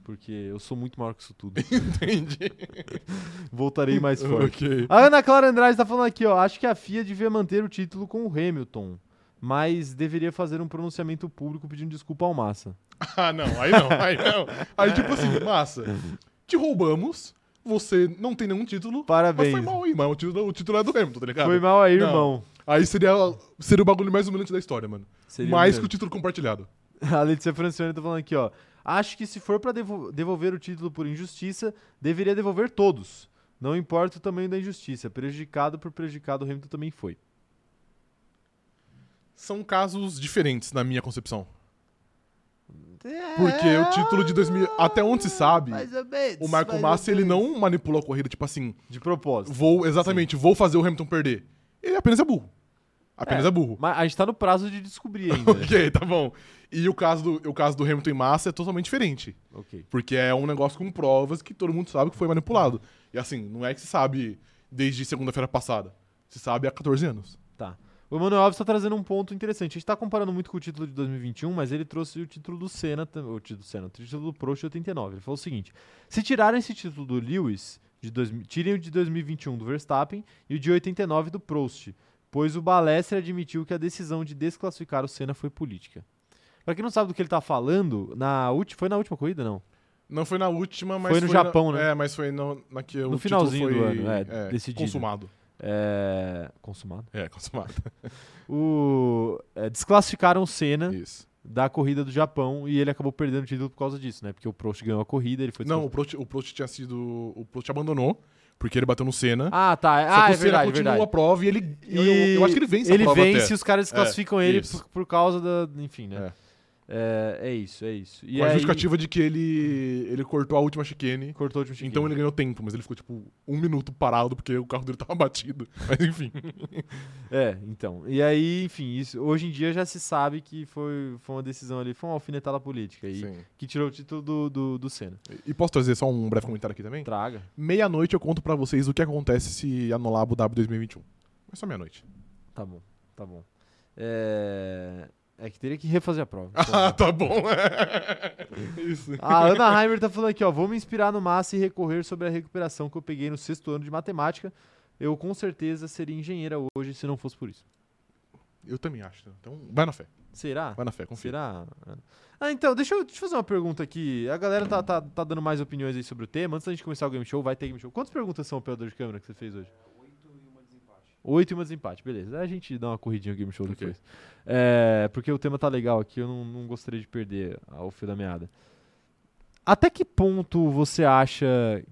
Speaker 1: Porque eu sou muito maior que isso tudo.
Speaker 2: Entendi.
Speaker 1: Voltarei mais forte.
Speaker 2: ok.
Speaker 1: A Ana Clara Andrade tá falando aqui, ó. Acho que a FIA devia manter o título com o Hamilton, mas deveria fazer um pronunciamento público pedindo desculpa ao Massa.
Speaker 2: Ah, não, aí não, aí não. Aí tipo assim, massa, te roubamos, você não tem nenhum título, mas
Speaker 1: Parabéns.
Speaker 2: foi mal aí, mas o título, o título é do Hamilton, tá ligado?
Speaker 1: Foi mal aí,
Speaker 2: Não.
Speaker 1: irmão.
Speaker 2: Aí seria, seria o bagulho mais humilhante da história, mano.
Speaker 1: Seria
Speaker 2: mais
Speaker 1: mesmo.
Speaker 2: que o título compartilhado.
Speaker 1: A Letícia Francione tá falando aqui, ó. Acho que se for pra devo- devolver o título por injustiça, deveria devolver todos. Não importa o tamanho da injustiça. Prejudicado por prejudicado, o Hamilton também foi.
Speaker 2: São casos diferentes na minha concepção. Porque o título de 2000, até onde se sabe, o Michael Massa ele não manipulou a corrida, tipo assim,
Speaker 1: De propósito.
Speaker 2: vou exatamente, vou fazer o Hamilton perder. Ele apenas é burro. Apenas é burro.
Speaker 1: Mas a gente tá no prazo de descobrir ainda. né?
Speaker 2: Ok, tá bom. E o caso do, o caso do Hamilton e Massa é totalmente diferente.
Speaker 1: ok.
Speaker 2: Porque é um negócio com provas que todo mundo sabe que foi manipulado. E assim, não é que se sabe desde segunda-feira passada. Se sabe há 14 anos.
Speaker 1: Tá. O Emanuel Alves está trazendo um ponto interessante. A gente está comparando muito com o título de 2021, mas ele trouxe o título do Senna, tam- o título do Senna, o título do Prost de 89. Ele falou o seguinte: se tirarem esse título do Lewis, de dois, mi- tirem o de 2021 do Verstappen e o de 89 do Prost, pois o Balestre admitiu que a decisão de desclassificar o Senna foi política. Pra quem não sabe do que ele tá falando, na ulti, foi na última corrida, não?
Speaker 2: Não foi na última, mas
Speaker 1: Foi no
Speaker 2: na-
Speaker 1: Japão, né?
Speaker 2: É, mas foi no, na que o
Speaker 1: No
Speaker 2: título
Speaker 1: finalzinho do
Speaker 2: foi,
Speaker 1: ano, é, decidido.
Speaker 2: Consumado.
Speaker 1: É. Consumado.
Speaker 2: É, consumado.
Speaker 1: O, é, desclassificaram o Senna.
Speaker 2: Isso.
Speaker 1: da corrida do Japão e ele acabou perdendo o título por causa disso, né? Porque o Prost ganhou a corrida, ele foi
Speaker 2: Não, o
Speaker 1: desclassificado.
Speaker 2: Prost, o Prost tinha sido... O Prost abandonou, porque ele bateu no Senna.
Speaker 1: Ah, tá.
Speaker 2: só que
Speaker 1: ah,
Speaker 2: o
Speaker 1: é
Speaker 2: Senna
Speaker 1: verdade, é
Speaker 2: continua
Speaker 1: verdade.
Speaker 2: a prova e ele... Eu, eu- eu acho que ele vence
Speaker 1: ele
Speaker 2: a prova
Speaker 1: vence
Speaker 2: até.
Speaker 1: e os caras desclassificam
Speaker 2: É,
Speaker 1: ele
Speaker 2: isso.
Speaker 1: por, por causa da, enfim, né? É, é isso, é isso. E
Speaker 2: Com a
Speaker 1: aí,
Speaker 2: justificativa de que ele, ele cortou a última chicane
Speaker 1: cortou o último chiquinho.
Speaker 2: Então ele ganhou tempo, mas ele ficou, tipo, um minuto parado porque o carro dele tava batido. Mas enfim.
Speaker 1: É, então. E aí, enfim, isso, hoje em dia já se sabe que foi, foi uma decisão ali, foi uma alfinetada política aí,
Speaker 2: Sim.
Speaker 1: que tirou o título do, do, do Senna.
Speaker 2: E posso trazer só um breve comentário aqui também?
Speaker 1: Traga.
Speaker 2: Meia-noite eu conto pra vocês o que acontece se anular a Abu Dhabi 2021. Mas um. só meia-noite.
Speaker 1: Tá bom, tá bom. É, é que teria que refazer a prova. então-
Speaker 2: Ah, tá bom. Isso.
Speaker 1: A Ana Heimer tá falando aqui, ó. Vou me inspirar no Massa e recorrer sobre a recuperação que eu peguei no sexto ano de matemática. Eu com certeza seria engenheira hoje se não fosse por isso.
Speaker 2: Eu também acho. Então, vai na fé.
Speaker 1: Será?
Speaker 2: Vai na fé, confia.
Speaker 1: Será? Ah, então, deixa eu te fazer uma pergunta aqui. A galera tá, tá, tá dando mais opiniões aí sobre o tema. Antes da gente começar o game show, vai ter game show. Quantas perguntas são, operador de câmera, que você fez hoje? Oito e uma desempate, beleza. Aí A gente dá uma corridinha no game show
Speaker 2: Ok.
Speaker 1: depois. É, porque o tema tá legal aqui, eu não, não gostaria de perder a- o fio da meada. Até que ponto você acha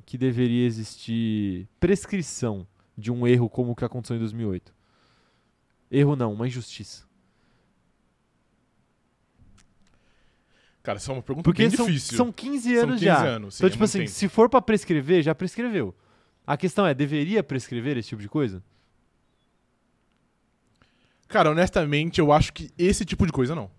Speaker 1: que deveria existir prescrição de um erro como o que aconteceu em 2008? Erro não, uma injustiça.
Speaker 2: Cara, isso é uma pergunta
Speaker 1: Porque
Speaker 2: bem
Speaker 1: são,
Speaker 2: difícil.
Speaker 1: são 15 anos já.
Speaker 2: anos. sim,
Speaker 1: então,
Speaker 2: é
Speaker 1: tipo
Speaker 2: muito
Speaker 1: assim,
Speaker 2: tempo.
Speaker 1: se for pra prescrever, já prescreveu. A questão é, deveria prescrever esse tipo de coisa?
Speaker 2: Cara, honestamente, eu acho que esse tipo de coisa não.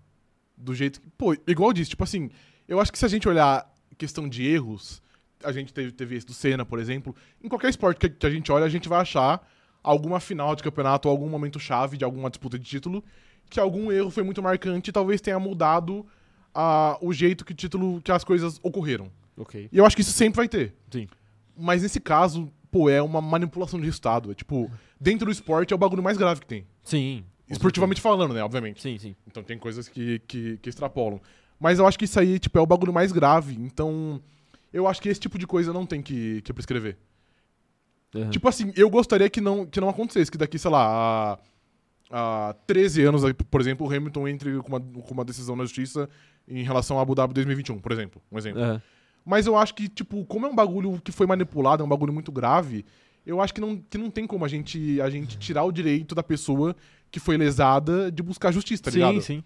Speaker 2: Do jeito que. Pô, igual eu disse, tipo assim, eu acho que se a gente olhar questão de erros, a gente teve, teve esse do Senna, por exemplo, em qualquer esporte que, que a gente olha, a gente vai achar alguma final de campeonato ou algum momento chave de alguma disputa de título que algum erro foi muito marcante e talvez tenha mudado ah, o jeito que o título, que as coisas ocorreram.
Speaker 1: Ok.
Speaker 2: E eu acho que isso sempre vai ter.
Speaker 1: Sim.
Speaker 2: Mas nesse caso, pô, é uma manipulação de resultado. É tipo, dentro do esporte é o bagulho mais grave que tem.
Speaker 1: Sim.
Speaker 2: Esportivamente falando, né? Obviamente.
Speaker 1: Sim, sim.
Speaker 2: Então tem coisas que, que, que extrapolam. Mas eu acho que isso aí, tipo, é o bagulho mais grave. Então, eu acho que esse tipo de coisa não tem que, que prescrever.
Speaker 1: Aham.
Speaker 2: Tipo assim, eu gostaria que não, que não acontecesse, que daqui, sei lá, a, a 13 anos, aí, por exemplo, o Hamilton entre com uma, com uma decisão na justiça em relação a Abu Dhabi 2021, por exemplo. Um exemplo.
Speaker 1: Aham.
Speaker 2: Mas eu acho que, tipo, como é um bagulho que foi manipulado, é um bagulho muito grave, eu acho que não, que não tem como a gente, a gente tirar o direito da pessoa que foi lesada de buscar justiça, tá ligado?
Speaker 3: sim, sim.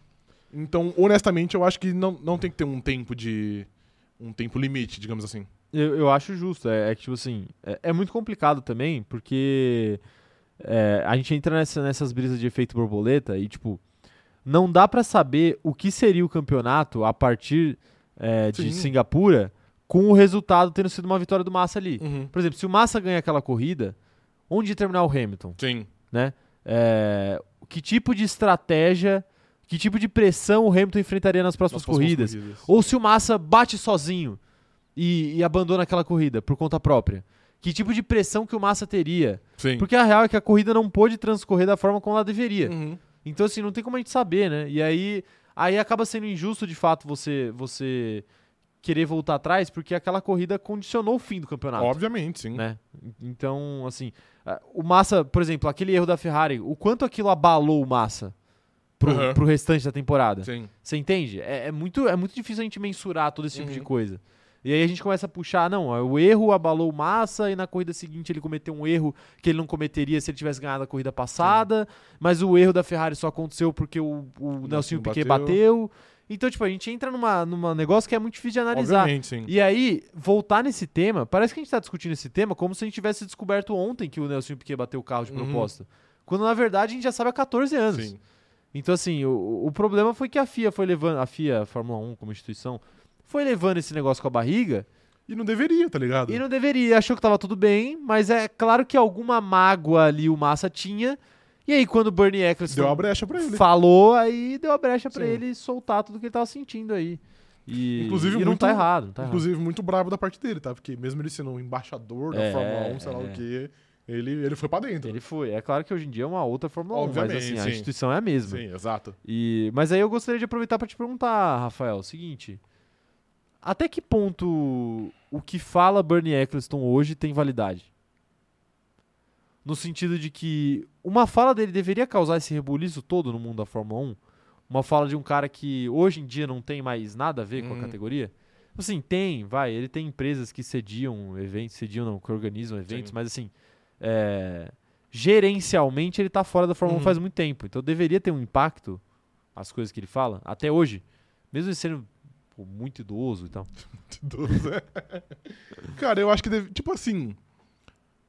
Speaker 2: Então, honestamente, eu acho que não, não tem que ter um tempo de. um tempo limite, digamos assim.
Speaker 1: Eu, eu acho justo. É, é que, tipo assim, é, é muito complicado também, porque é, a gente entra nessa- nessas brisas de efeito borboleta e, tipo, não dá pra saber o que seria o campeonato a partir é, de
Speaker 2: Sim.
Speaker 1: Singapura com o resultado tendo sido uma vitória do Massa ali.
Speaker 2: Uhum.
Speaker 1: Por exemplo, se o Massa ganha aquela corrida, onde ia terminar o Hamilton?
Speaker 2: Sim.
Speaker 1: É, que tipo de estratégia, que tipo de pressão o Hamilton enfrentaria nas próximas
Speaker 2: Nas próximas
Speaker 1: corridas? Ou se o Massa bate sozinho e, e abandona aquela corrida por conta própria? Que tipo de pressão que o Massa teria?
Speaker 2: Sim.
Speaker 1: Porque a real é que a corrida não pôde transcorrer da forma como ela deveria.
Speaker 2: Uhum.
Speaker 1: Então, assim, não tem como a gente saber, né? E aí, aí acaba sendo injusto, de fato, você, você querer voltar atrás, porque aquela corrida condicionou o fim do campeonato.
Speaker 2: Obviamente, sim.
Speaker 1: Né? Então, assim, ah, o Massa, por exemplo, aquele erro da Ferrari, o quanto aquilo abalou o Massa pro,
Speaker 2: Aham.
Speaker 1: pro restante da temporada?
Speaker 2: Sim.
Speaker 1: Você entende? É, é muito, é muito difícil a gente mensurar todo esse tipo de
Speaker 2: Uhum.
Speaker 1: coisa. E aí a gente começa a puxar, não, ó, o erro abalou o Massa e na corrida seguinte ele cometeu um erro que ele não cometeria se ele tivesse ganhado a corrida passada, mas o erro da Ferrari só aconteceu porque o, o Nelson
Speaker 2: Nelsinho
Speaker 1: Piquet bateu.
Speaker 2: bateu.
Speaker 1: Então, tipo, a gente entra numa, numa negócio que é muito difícil de analisar.
Speaker 2: Obviamente, sim.
Speaker 1: E aí, voltar nesse tema, parece que a gente tá discutindo esse tema como se a gente tivesse descoberto ontem que o Nelson Piquet bateu o carro de
Speaker 2: Uhum.
Speaker 1: propósito. Quando na verdade a gente já sabe há 14 anos.
Speaker 2: Sim.
Speaker 1: Então, assim, o, o problema foi que a FIA foi levando. A FIA, a Fórmula 1 como instituição, foi levando esse negócio com a barriga
Speaker 2: E não deveria, tá ligado?
Speaker 1: e não deveria. Achou que tava tudo bem, mas é claro que alguma mágoa ali o Massa tinha. E aí, quando o Bernie
Speaker 2: Deu uma
Speaker 1: Eccleston
Speaker 2: brecha pra ele.
Speaker 1: falou, aí deu a brecha pra
Speaker 2: Sim.
Speaker 1: ele soltar tudo que ele tava sentindo aí. E,
Speaker 2: Inclusive,
Speaker 1: e não
Speaker 2: muito-
Speaker 1: tá errado, não tá errado.
Speaker 2: Inclusive, muito brabo da parte dele, tá? Porque mesmo ele sendo um embaixador da
Speaker 1: É,
Speaker 2: Fórmula 1, sei lá
Speaker 1: é.
Speaker 2: o quê, ele, ele foi pra dentro.
Speaker 1: Ele foi. É claro que hoje em dia é uma outra Fórmula 1, mas
Speaker 2: Obviamente,
Speaker 1: assim, a
Speaker 2: sim.
Speaker 1: instituição é a mesma.
Speaker 2: Sim, exato.
Speaker 1: E, mas aí eu gostaria de aproveitar para te perguntar, Rafael, o seguinte. Até que ponto o que fala Bernie Eccleston hoje tem validade? No sentido de que uma fala dele deveria causar esse rebuliço todo no mundo da Fórmula 1? Uma fala de um cara que hoje em dia não tem mais nada a ver com a
Speaker 2: Uhum.
Speaker 1: categoria? Assim, tem, vai. Ele tem empresas que sediam eventos, sediam não, que organizam eventos,
Speaker 2: Sim.
Speaker 1: mas assim, é, gerencialmente ele tá fora da Fórmula 1
Speaker 2: Uhum.
Speaker 1: faz muito tempo. Então deveria ter um impacto as coisas que ele fala, até hoje. Mesmo ele sendo pô, muito idoso e tal.
Speaker 2: Doze. Cara, eu acho que deve, tipo assim,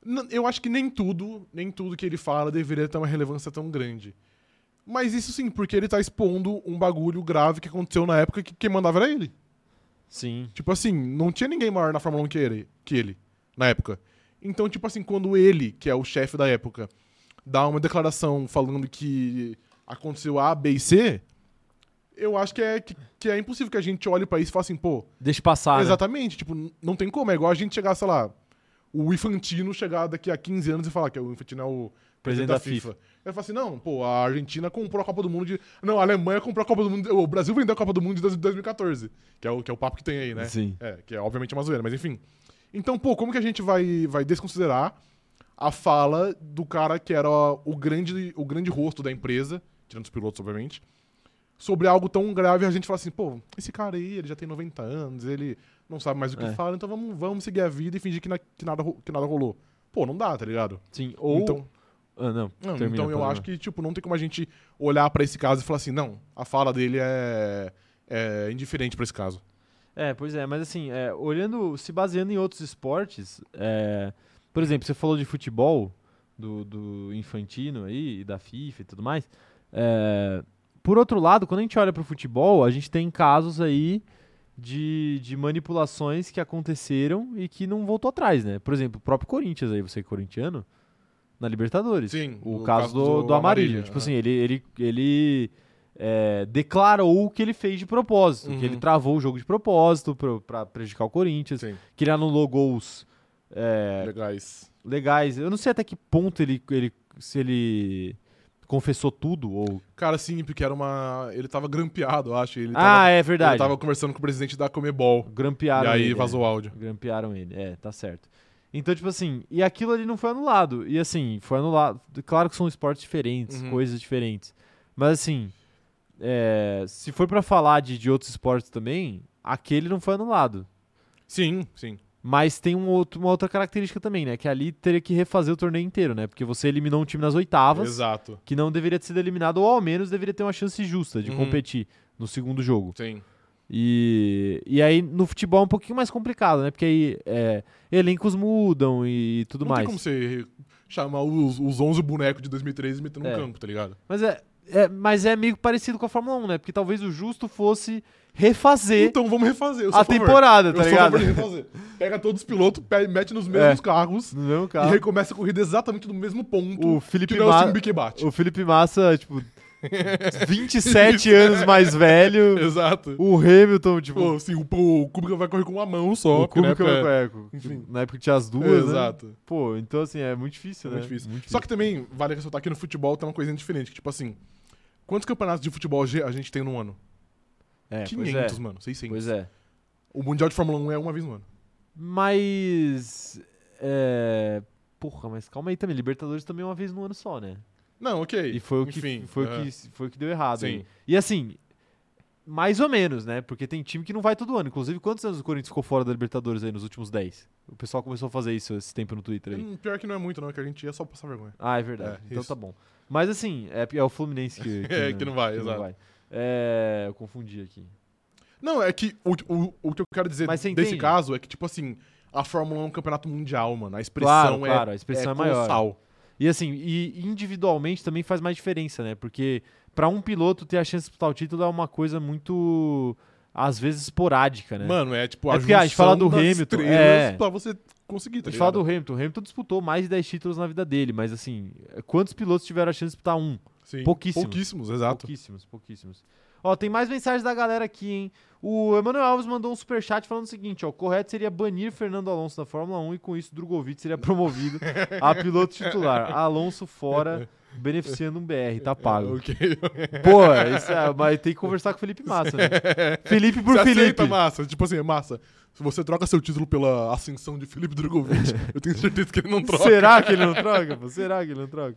Speaker 2: n- eu acho que nem tudo, nem tudo que ele fala deveria ter uma relevância tão grande. Mas isso sim, porque ele tá expondo um bagulho grave que aconteceu na época que quem mandava era ele.
Speaker 1: Sim.
Speaker 2: Tipo assim, não tinha ninguém maior na Fórmula 1 que ele, que ele na época. Então, tipo assim, quando ele, que é o chefe da época, dá uma declaração falando que aconteceu A, B e C, eu acho que é, que, que é impossível que a gente olhe pra isso e fale assim, pô,
Speaker 1: Deixa passar. né?
Speaker 2: Exatamente, tipo, n- não tem como. É igual a gente chegar, sei lá, o Infantino chegar daqui a 15 anos e falar que o Infantino é o
Speaker 1: Presidente
Speaker 2: presidente
Speaker 1: da
Speaker 2: da FIFA. Eu falo assim, não, pô, a Argentina comprou a Copa do Mundo de... Não, a Alemanha comprou a Copa do Mundo... O Brasil vendeu a Copa do Mundo de dois- 2014, que é o, que é o papo que tem aí, né?
Speaker 1: Sim.
Speaker 2: É, que é obviamente uma zoeira, mas enfim. Então, pô, como que a gente vai, vai desconsiderar a fala do cara que era o grande, o grande rosto da empresa, tirando os pilotos, obviamente, sobre algo tão grave, a gente fala assim, pô, esse cara aí, ele já tem 90 anos, ele não sabe mais o que
Speaker 1: É.
Speaker 2: fala, então vamos, vamos seguir a vida e fingir que, na- que nada, ro- que nada rolou. Pô, não dá, tá ligado?
Speaker 1: Sim. Ou.
Speaker 2: Então,
Speaker 1: Ah, não.
Speaker 2: não,
Speaker 1: termina,
Speaker 2: então eu
Speaker 1: pode
Speaker 2: acho que, tipo, não tem como a gente olhar pra esse caso e falar assim, não, a fala dele é, é indiferente pra esse caso.
Speaker 1: É, pois é, mas assim, é, olhando, se baseando em outros esportes, é, por exemplo, você falou de futebol, do, do Infantino aí, e da FIFA e tudo mais. é, por outro lado, quando a gente olha para o futebol, a gente tem casos aí de, de manipulações que aconteceram e que não voltou atrás, né? Por exemplo, o próprio Corinthians aí, você que é corintiano, na Libertadores.
Speaker 2: Sim,
Speaker 1: O
Speaker 2: no
Speaker 1: caso do, do Amarilho. Tipo
Speaker 2: né?
Speaker 1: assim, ele, ele, ele é, declarou o que ele fez de propósito.
Speaker 2: Uhum.
Speaker 1: Que ele travou o jogo de propósito pro- pra prejudicar o Corinthians.
Speaker 2: Sim.
Speaker 1: Que ele anulou gols é,
Speaker 2: Legais.
Speaker 1: legais. Eu não sei até que ponto ele, ele se ele confessou tudo ou...
Speaker 2: Cara, sim, porque era uma. Ele tava grampeado, eu acho. Ele
Speaker 1: ah,
Speaker 2: tava,
Speaker 1: é verdade.
Speaker 2: Ele tava conversando com o presidente da Comebol.
Speaker 1: Grampearam
Speaker 2: e aí
Speaker 1: ele, é.
Speaker 2: vazou o áudio.
Speaker 1: Grampearam ele, é, tá certo. Então, tipo assim, e aquilo ali não foi anulado. E assim, foi anulado. Claro que são esportes diferentes,
Speaker 2: Uhum.
Speaker 1: coisas diferentes. Mas assim, é, se for pra falar de, de outros esportes também, aquele não foi anulado.
Speaker 2: Sim, sim.
Speaker 1: Mas tem um outro- uma outra característica também, né? Que ali teria que refazer o torneio inteiro, né? Porque você eliminou um time nas oitavas,
Speaker 2: Exato.
Speaker 1: que não deveria ter sido eliminado, ou ao menos deveria ter uma chance justa de
Speaker 2: Uhum.
Speaker 1: competir no segundo jogo.
Speaker 2: Sim.
Speaker 1: E, e aí no futebol é um pouquinho mais complicado, né? Porque aí é, elencos mudam e tudo
Speaker 2: não
Speaker 1: mais.
Speaker 2: tem como você chamar os, os 11 bonecos de 2013 e meter num
Speaker 1: É.
Speaker 2: campo, tá ligado?
Speaker 1: Mas, é, é- mas é meio parecido com a Fórmula 1, né? Porque talvez o justo fosse refazer
Speaker 2: Então vamos refazer. Eu sou
Speaker 1: a
Speaker 2: favor.
Speaker 1: temporada,
Speaker 2: Eu
Speaker 1: tá
Speaker 2: sou
Speaker 1: ligado? É.
Speaker 2: a favor de refazer. Pega todos os pilotos, pe- mete nos mesmos carros
Speaker 1: No mesmo
Speaker 2: e
Speaker 1: caso.
Speaker 2: recomeça a corrida exatamente do mesmo ponto.
Speaker 1: um O Felipe,
Speaker 2: Tirar o
Speaker 1: Ma-
Speaker 2: time que bate.
Speaker 1: o Felipe Massa, tipo, 27 anos mais velho.
Speaker 2: Exato.
Speaker 1: O Hamilton, tipo,
Speaker 2: Pô, assim, o, o Kubica vai correr com uma mão só.
Speaker 1: o
Speaker 2: porque na
Speaker 1: Kubica
Speaker 2: época-
Speaker 1: é o Cueco.
Speaker 2: Enfim.
Speaker 1: Na época tinha as duas,
Speaker 2: É,
Speaker 1: né?
Speaker 2: Exato.
Speaker 1: Pô, então assim, é muito difícil,
Speaker 2: É
Speaker 1: né?
Speaker 2: muito difícil. Só que também vale ressaltar que no futebol tem uma coisinha diferente. que, Tipo assim, quantos campeonatos de futebol ge- a gente tem no ano?
Speaker 1: é,
Speaker 2: 500,
Speaker 1: pois é.
Speaker 2: mano. 600.
Speaker 1: Pois é.
Speaker 2: O Mundial de Fórmula 1 é uma vez no ano.
Speaker 1: Mas. É. Porra, mas calma aí também. Libertadores também é uma vez no ano só, né?
Speaker 2: Não, ok.
Speaker 1: E foi o que,
Speaker 2: Enfim,
Speaker 1: foi
Speaker 2: é.
Speaker 1: o que, foi o que deu errado.
Speaker 2: Sim.
Speaker 1: aí. E assim, mais ou menos, né? Porque tem time que não vai todo ano. Inclusive, quantos anos o Corinthians ficou fora da Libertadores aí nos últimos 10? O pessoal começou a fazer isso esse tempo no Twitter aí.
Speaker 2: Hum, Pior que não é muito, não, é que a gente ia só passar vergonha.
Speaker 1: Ah, é verdade.
Speaker 2: É,
Speaker 1: então
Speaker 2: isso.
Speaker 1: tá bom. Mas assim, é, é o Fluminense que, que,
Speaker 2: É, que não vai, exato.
Speaker 1: É, eu confundi aqui.
Speaker 2: Não, é que o, o, o que eu quero dizer
Speaker 1: Mas você
Speaker 2: desse
Speaker 1: entende?
Speaker 2: caso é que, tipo assim, a Fórmula 1 é um campeonato mundial, mano. A expressão
Speaker 1: Claro,
Speaker 2: é.
Speaker 1: claro, a expressão é maior.
Speaker 2: colossal.
Speaker 1: E assim, e individualmente também faz mais diferença, né? Porque pra um piloto ter a chance de disputar o título é uma coisa muito, às vezes, esporádica, né?
Speaker 2: Mano, é tipo
Speaker 1: É porque a gente fala do
Speaker 2: das
Speaker 1: Hamilton,
Speaker 2: estrelas
Speaker 1: é.
Speaker 2: pra você conseguir, tá
Speaker 1: a gente fala
Speaker 2: ligado?
Speaker 1: do Hamilton. O Hamilton disputou mais de 10 títulos na vida dele, mas assim, quantos pilotos tiveram a chance de disputar um?
Speaker 2: Sim,
Speaker 1: pouquíssimos.
Speaker 2: Pouquíssimos, exato.
Speaker 1: Pouquíssimos, pouquíssimos. Ó, tem mais mensagens da galera aqui, hein? O Emanuel Alves mandou um superchat falando o seguinte, ó. O correto seria banir Fernando Alonso da Fórmula 1 e com isso Drogovic seria promovido a piloto titular. Alonso fora, beneficiando um BR, tá pago.
Speaker 2: Ok.
Speaker 1: Pô, isso é- mas tem que conversar com o Felipe Massa, né? Felipe por
Speaker 2: você
Speaker 1: Felipe.
Speaker 2: aceita, massa. Tipo assim, é massa. Se você troca seu título pela ascensão de Felipe Drogovic, eu tenho certeza que ele não troca.
Speaker 1: Será que ele não troca? pô? Será que ele não troca?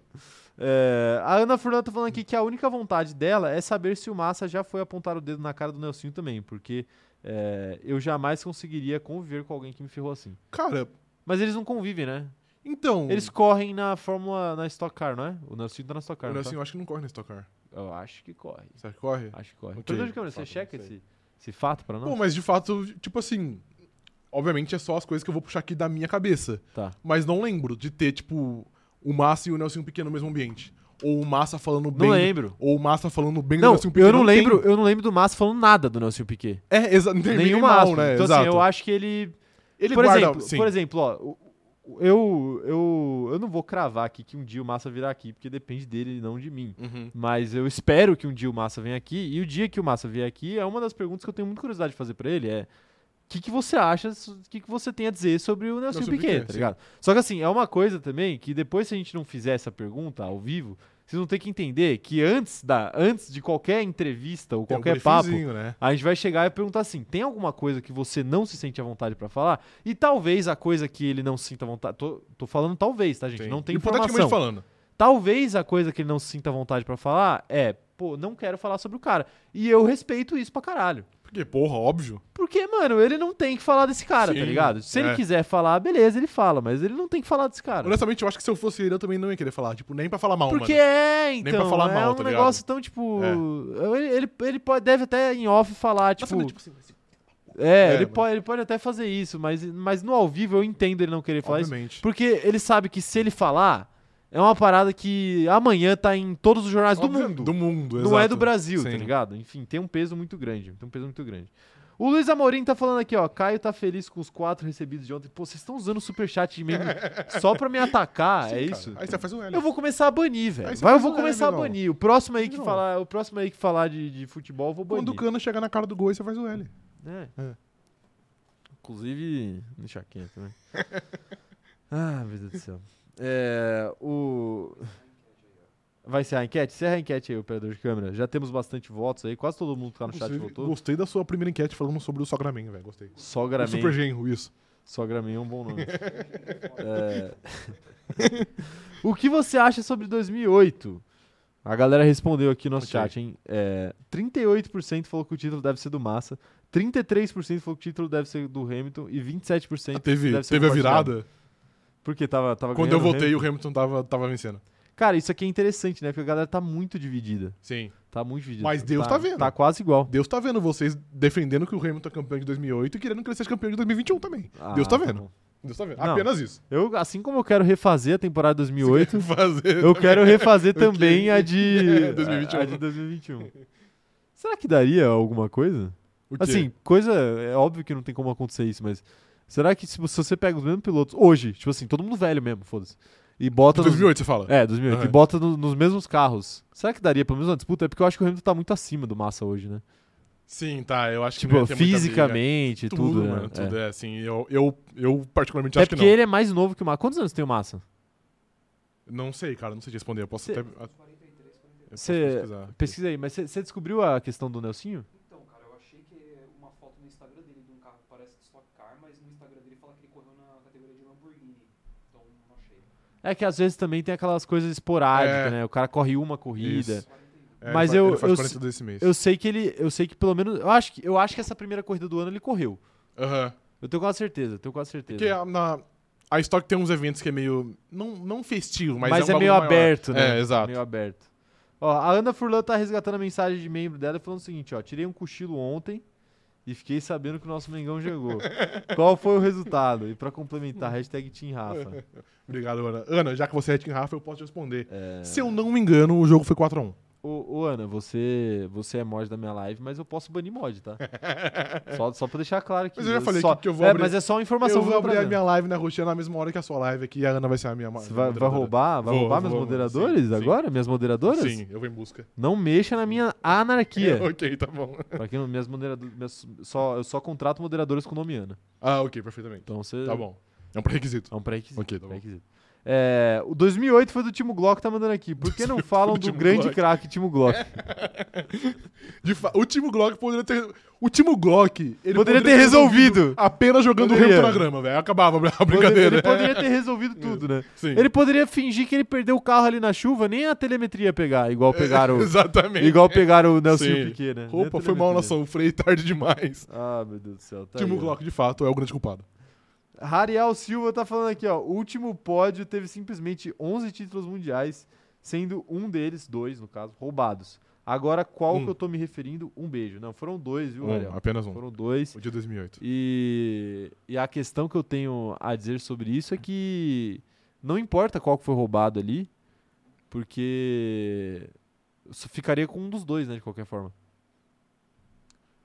Speaker 1: É, a Ana Fernanda tá falando aqui que a única vontade dela é saber se o Massa já foi apontar o dedo na cara do Nelsinho também, porque é, eu jamais conseguiria conviver com alguém que me ferrou assim.
Speaker 2: Cara,
Speaker 1: Mas eles não convivem, né?
Speaker 2: então.
Speaker 1: Eles correm na Fórmula, na Stock Car, não é? O Nelsinho tá na Stock Car,
Speaker 2: o
Speaker 1: não tá? Ah,
Speaker 2: Nelson, assim, eu acho que não corre na Stock Car.
Speaker 1: Eu acho que corre.
Speaker 2: Será que corre?
Speaker 1: Acho que corre.
Speaker 2: Ok,
Speaker 1: Produtor de câmera,
Speaker 2: fato,
Speaker 1: você
Speaker 2: não
Speaker 1: checa
Speaker 2: sei.
Speaker 1: esse, esse fato pra nós?
Speaker 2: Bom, mas de fato, tipo assim. Obviamente é só as coisas que eu vou puxar aqui da minha cabeça.
Speaker 1: Tá.
Speaker 2: Mas não lembro de ter, tipo, o Massa e o Nelson Piquet no mesmo ambiente. Ou o Massa falando
Speaker 1: Não
Speaker 2: bem.
Speaker 1: lembro.
Speaker 2: Ou o Massa falando bem assim,
Speaker 1: Não,
Speaker 2: do Nelson Piquet.
Speaker 1: eu não, lembro,
Speaker 2: tem-
Speaker 1: eu não lembro do Massa falando nada do Nelson Piquet.
Speaker 2: É, exa... não tem
Speaker 1: Nenhuma
Speaker 2: mal,
Speaker 1: aspa.
Speaker 2: né?
Speaker 1: Então,
Speaker 2: Exato.
Speaker 1: assim, eu acho que ele.
Speaker 2: Ele
Speaker 1: por,
Speaker 2: guarda.
Speaker 1: exemplo,
Speaker 2: sim.
Speaker 1: por exemplo, ó, o- o- eu, eu, eu não vou cravar aqui que um dia o Massa virá aqui, porque depende dele e não de mim.
Speaker 2: Uhum.
Speaker 1: Mas eu espero que um dia o Massa venha aqui. E o dia que o Massa vier aqui, é uma das perguntas que eu tenho muita curiosidade de fazer pra ele. É o que, que você acha, o que, que você tem a dizer sobre o Nelson
Speaker 2: Nelson
Speaker 1: Piquet,
Speaker 2: Piquet,
Speaker 1: tá
Speaker 2: sim.
Speaker 1: ligado? Só que assim, é uma coisa também que depois se a gente não fizer essa pergunta ao vivo, vocês vão ter que entender que antes, da, antes de qualquer entrevista ou
Speaker 2: Tem um
Speaker 1: qualquer papo,
Speaker 2: briefingzinho, Né?
Speaker 1: a gente vai chegar e perguntar assim: tem alguma coisa que você não se sente à vontade pra falar? E talvez a coisa que ele não sinta vontade. Tô, tô falando talvez, tá, gente? Não tem
Speaker 2: Hipoteticamente
Speaker 1: informação.
Speaker 2: falando.
Speaker 1: Talvez a coisa que ele não se sinta à vontade pra falar é, pô, não quero falar sobre o cara. E eu respeito isso pra caralho.
Speaker 2: Porque, porra, óbvio.
Speaker 1: Porque, mano, ele não tem que falar desse cara,
Speaker 2: Sim,
Speaker 1: tá ligado? Se ele
Speaker 2: é.
Speaker 1: quiser falar, beleza, ele fala, mas ele não tem que falar desse cara.
Speaker 2: Honestamente, eu acho que se eu fosse ele, eu também não ia querer falar. Tipo, nem pra falar mal,
Speaker 1: Porque
Speaker 2: mano.
Speaker 1: é,
Speaker 2: pra
Speaker 1: então.
Speaker 2: falar
Speaker 1: é
Speaker 2: mal,
Speaker 1: um
Speaker 2: tá ligado? É.
Speaker 1: negócio tão, tipo. Ele, ele, ele pode, deve até em off falar, tipo.
Speaker 2: Nossa, mas, tipo assim, assim,
Speaker 1: É,
Speaker 2: É,
Speaker 1: ele,
Speaker 2: mas-
Speaker 1: pode, ele pode até fazer isso, mas, mas no ao vivo eu entendo ele não querer falar isso.
Speaker 2: obviamente.
Speaker 1: Porque ele sabe que se ele falar, é uma parada que amanhã tá em todos os jornais do
Speaker 2: Obvia-
Speaker 1: mundo.
Speaker 2: Do mundo,
Speaker 1: não
Speaker 2: exato.
Speaker 1: é do Brasil, tá
Speaker 2: Sim.
Speaker 1: ligado? Enfim, tem um peso muito grande. Tem um peso muito grande. O Luiz Amorim tá falando aqui, ó. Caio tá feliz com os quatro recebidos de ontem. Pô, vocês estão usando o superchat de meme só pra me atacar,
Speaker 2: Sim,
Speaker 1: é
Speaker 2: cara.
Speaker 1: isso?
Speaker 2: Aí você faz um L.
Speaker 1: Eu vou começar a banir, velho.
Speaker 2: Aí você
Speaker 1: Vai, eu
Speaker 2: faz
Speaker 1: vou
Speaker 2: um L,
Speaker 1: começar a
Speaker 2: Miguel.
Speaker 1: banir. O próximo aí que
Speaker 2: Miguel.
Speaker 1: falar, o próximo aí que falar de, de futebol, eu vou banir.
Speaker 2: Quando o cano chegar na cara do gol, aí você faz um L.
Speaker 1: É.
Speaker 2: É.
Speaker 1: Inclusive, deixar quieto, né? ah, meu Deus do céu. É, o... Vai ser a enquete? Encerra a enquete aí, operador de câmera. Já temos bastante votos aí. Quase todo mundo que tá no chat
Speaker 2: Inclusive,
Speaker 1: votou.
Speaker 2: Gostei da sua primeira enquete falando sobre o Sogramen, velho. Gostei.
Speaker 1: Sogra
Speaker 2: o Super
Speaker 1: Man.
Speaker 2: Genro, isso.
Speaker 1: Sogra Man é um bom nome. É. o que você acha sobre 2008? A galera respondeu aqui no nosso
Speaker 2: Ok.
Speaker 1: chat, hein? É, 38% falou que o título deve ser do Massa, 33% falou que o título deve ser do Hamilton e 27%
Speaker 2: Ah, Teve,
Speaker 1: deve ser né?
Speaker 2: teve a
Speaker 1: compartilhado.
Speaker 2: virada.
Speaker 1: Porque tava, tava
Speaker 2: Quando
Speaker 1: ganhando
Speaker 2: eu
Speaker 1: o
Speaker 2: voltei,
Speaker 1: Hamilton.
Speaker 2: o Hamilton tava, tava vencendo.
Speaker 1: Cara, isso aqui é interessante, né? Porque a galera tá muito dividida.
Speaker 2: Sim.
Speaker 1: Tá muito dividida.
Speaker 2: Mas Deus tá vendo.
Speaker 1: Tá quase igual.
Speaker 2: Deus tá vendo vocês defendendo que o Hamilton é campeão de 2008 e querendo que ele seja campeão de 2021 também. Deus tá vendo.
Speaker 1: bom.
Speaker 2: Deus tá vendo.
Speaker 1: Ah. Não.
Speaker 2: Apenas isso.
Speaker 1: eu, assim como eu quero refazer a temporada 2008,
Speaker 2: Fazer
Speaker 1: eu
Speaker 2: também.
Speaker 1: quero refazer
Speaker 2: Ok.
Speaker 1: também a de,
Speaker 2: É, 2021.
Speaker 1: a- a de 2021. Será que daria alguma coisa?
Speaker 2: O quê?
Speaker 1: Assim, coisa. É óbvio que não tem como acontecer isso, mas. Será que se você se você pega os mesmos pilotos hoje, tipo assim, todo mundo velho mesmo, foda-se, e bota.
Speaker 2: De
Speaker 1: nos-
Speaker 2: 2008, você fala.
Speaker 1: É, 2008.
Speaker 2: Aham.
Speaker 1: E bota no- nos mesmos carros. Será que daria pelo menos uma disputa? É porque eu acho que o Hamilton tá muito acima do Massa hoje, né?
Speaker 2: Sim, tá. Eu acho que
Speaker 1: Tipo,
Speaker 2: não ia ter muita briga.
Speaker 1: fisicamente, tudo, né?
Speaker 2: mano.
Speaker 1: é.
Speaker 2: Tudo, é. assim, eu, eu, eu particularmente
Speaker 1: É
Speaker 2: acho que
Speaker 1: porque
Speaker 2: não.
Speaker 1: ele é mais novo que o Massa. Quantos anos tem o Massa?
Speaker 2: Não sei, cara, não sei te responder. Eu posso
Speaker 1: Cê-
Speaker 2: até. eu posso
Speaker 1: Cê-
Speaker 2: pesquisar.
Speaker 1: Pesquisa aí, mas você descobriu a questão do Nelsinho?
Speaker 3: Então, cara, eu achei que uma foto no Instagram dele de um carro que parece de Stock Car, mas no Instagram dele fala que ele correu na categoria de Lamborghini. Então, não achei.
Speaker 1: É que às vezes também tem aquelas coisas esporádicas,
Speaker 2: É.
Speaker 1: né? O cara corre uma corrida.
Speaker 2: Isso. É,
Speaker 1: Mas
Speaker 2: ele fa-
Speaker 1: eu-
Speaker 2: Ele faz
Speaker 1: eu
Speaker 2: 42 esse mês.
Speaker 1: Eu sei que ele, eu sei que pelo menos, eu acho que, eu acho que essa primeira corrida do ano ele correu.
Speaker 2: Aham.
Speaker 1: Eu tenho quase certeza, eu tenho quase certeza.
Speaker 2: Porque a, na, a Stock tem uns eventos que é meio. Não, não festivo, mas,
Speaker 1: mas,
Speaker 2: é,
Speaker 1: é,
Speaker 2: um
Speaker 1: meio
Speaker 2: bagulho maior.
Speaker 1: aberto, né?
Speaker 2: É, exato.
Speaker 1: Meio aberto. Ó, a Ana Furlan tá resgatando a mensagem de membro dela e falando o seguinte, ó, tirei um cochilo ontem e fiquei sabendo que o nosso Mengão jogou. Qual foi o resultado? E pra complementar, hashtag Team Rafa.
Speaker 2: Obrigado, Ana. Ana, já que você é Tim Rafa, eu posso te responder.
Speaker 1: É,
Speaker 2: Se eu não me engano, o jogo foi 4x1.
Speaker 1: Ô, ô, Ana, você, você é mod da minha live, mas eu posso banir mod, tá? só, só pra deixar claro aqui.
Speaker 2: Mas eu já falei
Speaker 1: só,
Speaker 2: aqui que eu vou
Speaker 1: É,
Speaker 2: abrir-
Speaker 1: mas é só uma informação.
Speaker 2: Eu
Speaker 1: que
Speaker 2: vou
Speaker 1: tô
Speaker 2: abrir a
Speaker 1: trazendo.
Speaker 2: minha live na Roxinha na mesma hora que a sua live aqui e a Ana vai ser a minha ma-
Speaker 1: Você vai, vai
Speaker 2: moderadora.
Speaker 1: roubar, vai
Speaker 2: Vou,
Speaker 1: roubar
Speaker 2: vou,
Speaker 1: minhas
Speaker 2: vou,
Speaker 1: moderadoras
Speaker 2: sim, sim.
Speaker 1: agora? Minhas moderadoras?
Speaker 2: Sim, eu vou em busca.
Speaker 1: Não mexa na minha anarquia.
Speaker 2: ok, tá bom.
Speaker 1: pra quem não, minhas moderadoras. minhas- só, eu só contrato moderadoras com nome Ana.
Speaker 2: Ah, ok, perfeitamente.
Speaker 1: Então você.
Speaker 2: Tá bom. É um pré-requisito.
Speaker 1: É um pré-requisito.
Speaker 2: Ok, tá bom.
Speaker 1: pré-requisito. É, o 2008 foi do Timo Glock que tá mandando aqui. Por que não falam do
Speaker 2: Timo
Speaker 1: grande
Speaker 2: Glock. É,
Speaker 1: craque Timo Glock?
Speaker 2: De fa- o Timo Glock poderia ter. O Timo Glock. Ele
Speaker 1: Poderia ter resolvido.
Speaker 2: Apenas jogando o
Speaker 1: Poderia.
Speaker 2: Hamilton na grama, velho. Acabava a brincadeira. né?
Speaker 1: Ele poderia ter resolvido tudo, né?
Speaker 2: Sim.
Speaker 1: Ele poderia fingir que ele perdeu o carro ali na chuva, nem a telemetria pegar, igual pegaram,
Speaker 2: É, Exatamente.
Speaker 1: igual pegaram o Nelson
Speaker 2: Sim.
Speaker 1: Piquet, né? Nem a
Speaker 2: Opa, foi mal,
Speaker 1: telemetria.
Speaker 2: nação. Frei tarde demais.
Speaker 1: Ah, meu Deus do céu. Tá
Speaker 2: Timo
Speaker 1: aí, ó.
Speaker 2: Glock, de fato, é o grande culpado.
Speaker 1: Rariel Silva tá falando aqui, ó. O último pódio teve simplesmente 11 títulos mundiais, sendo um deles, dois no caso, roubados. Agora, qual
Speaker 2: Um.
Speaker 1: que eu tô me referindo? Um beijo. Não, foram dois, viu,
Speaker 2: Um,
Speaker 1: Rariel?
Speaker 2: apenas um.
Speaker 1: Foram dois.
Speaker 2: O dia 2008.
Speaker 1: E, e a questão que eu tenho a dizer sobre isso é que não importa qual que foi roubado ali, porque só ficaria com um dos dois, né, de qualquer forma.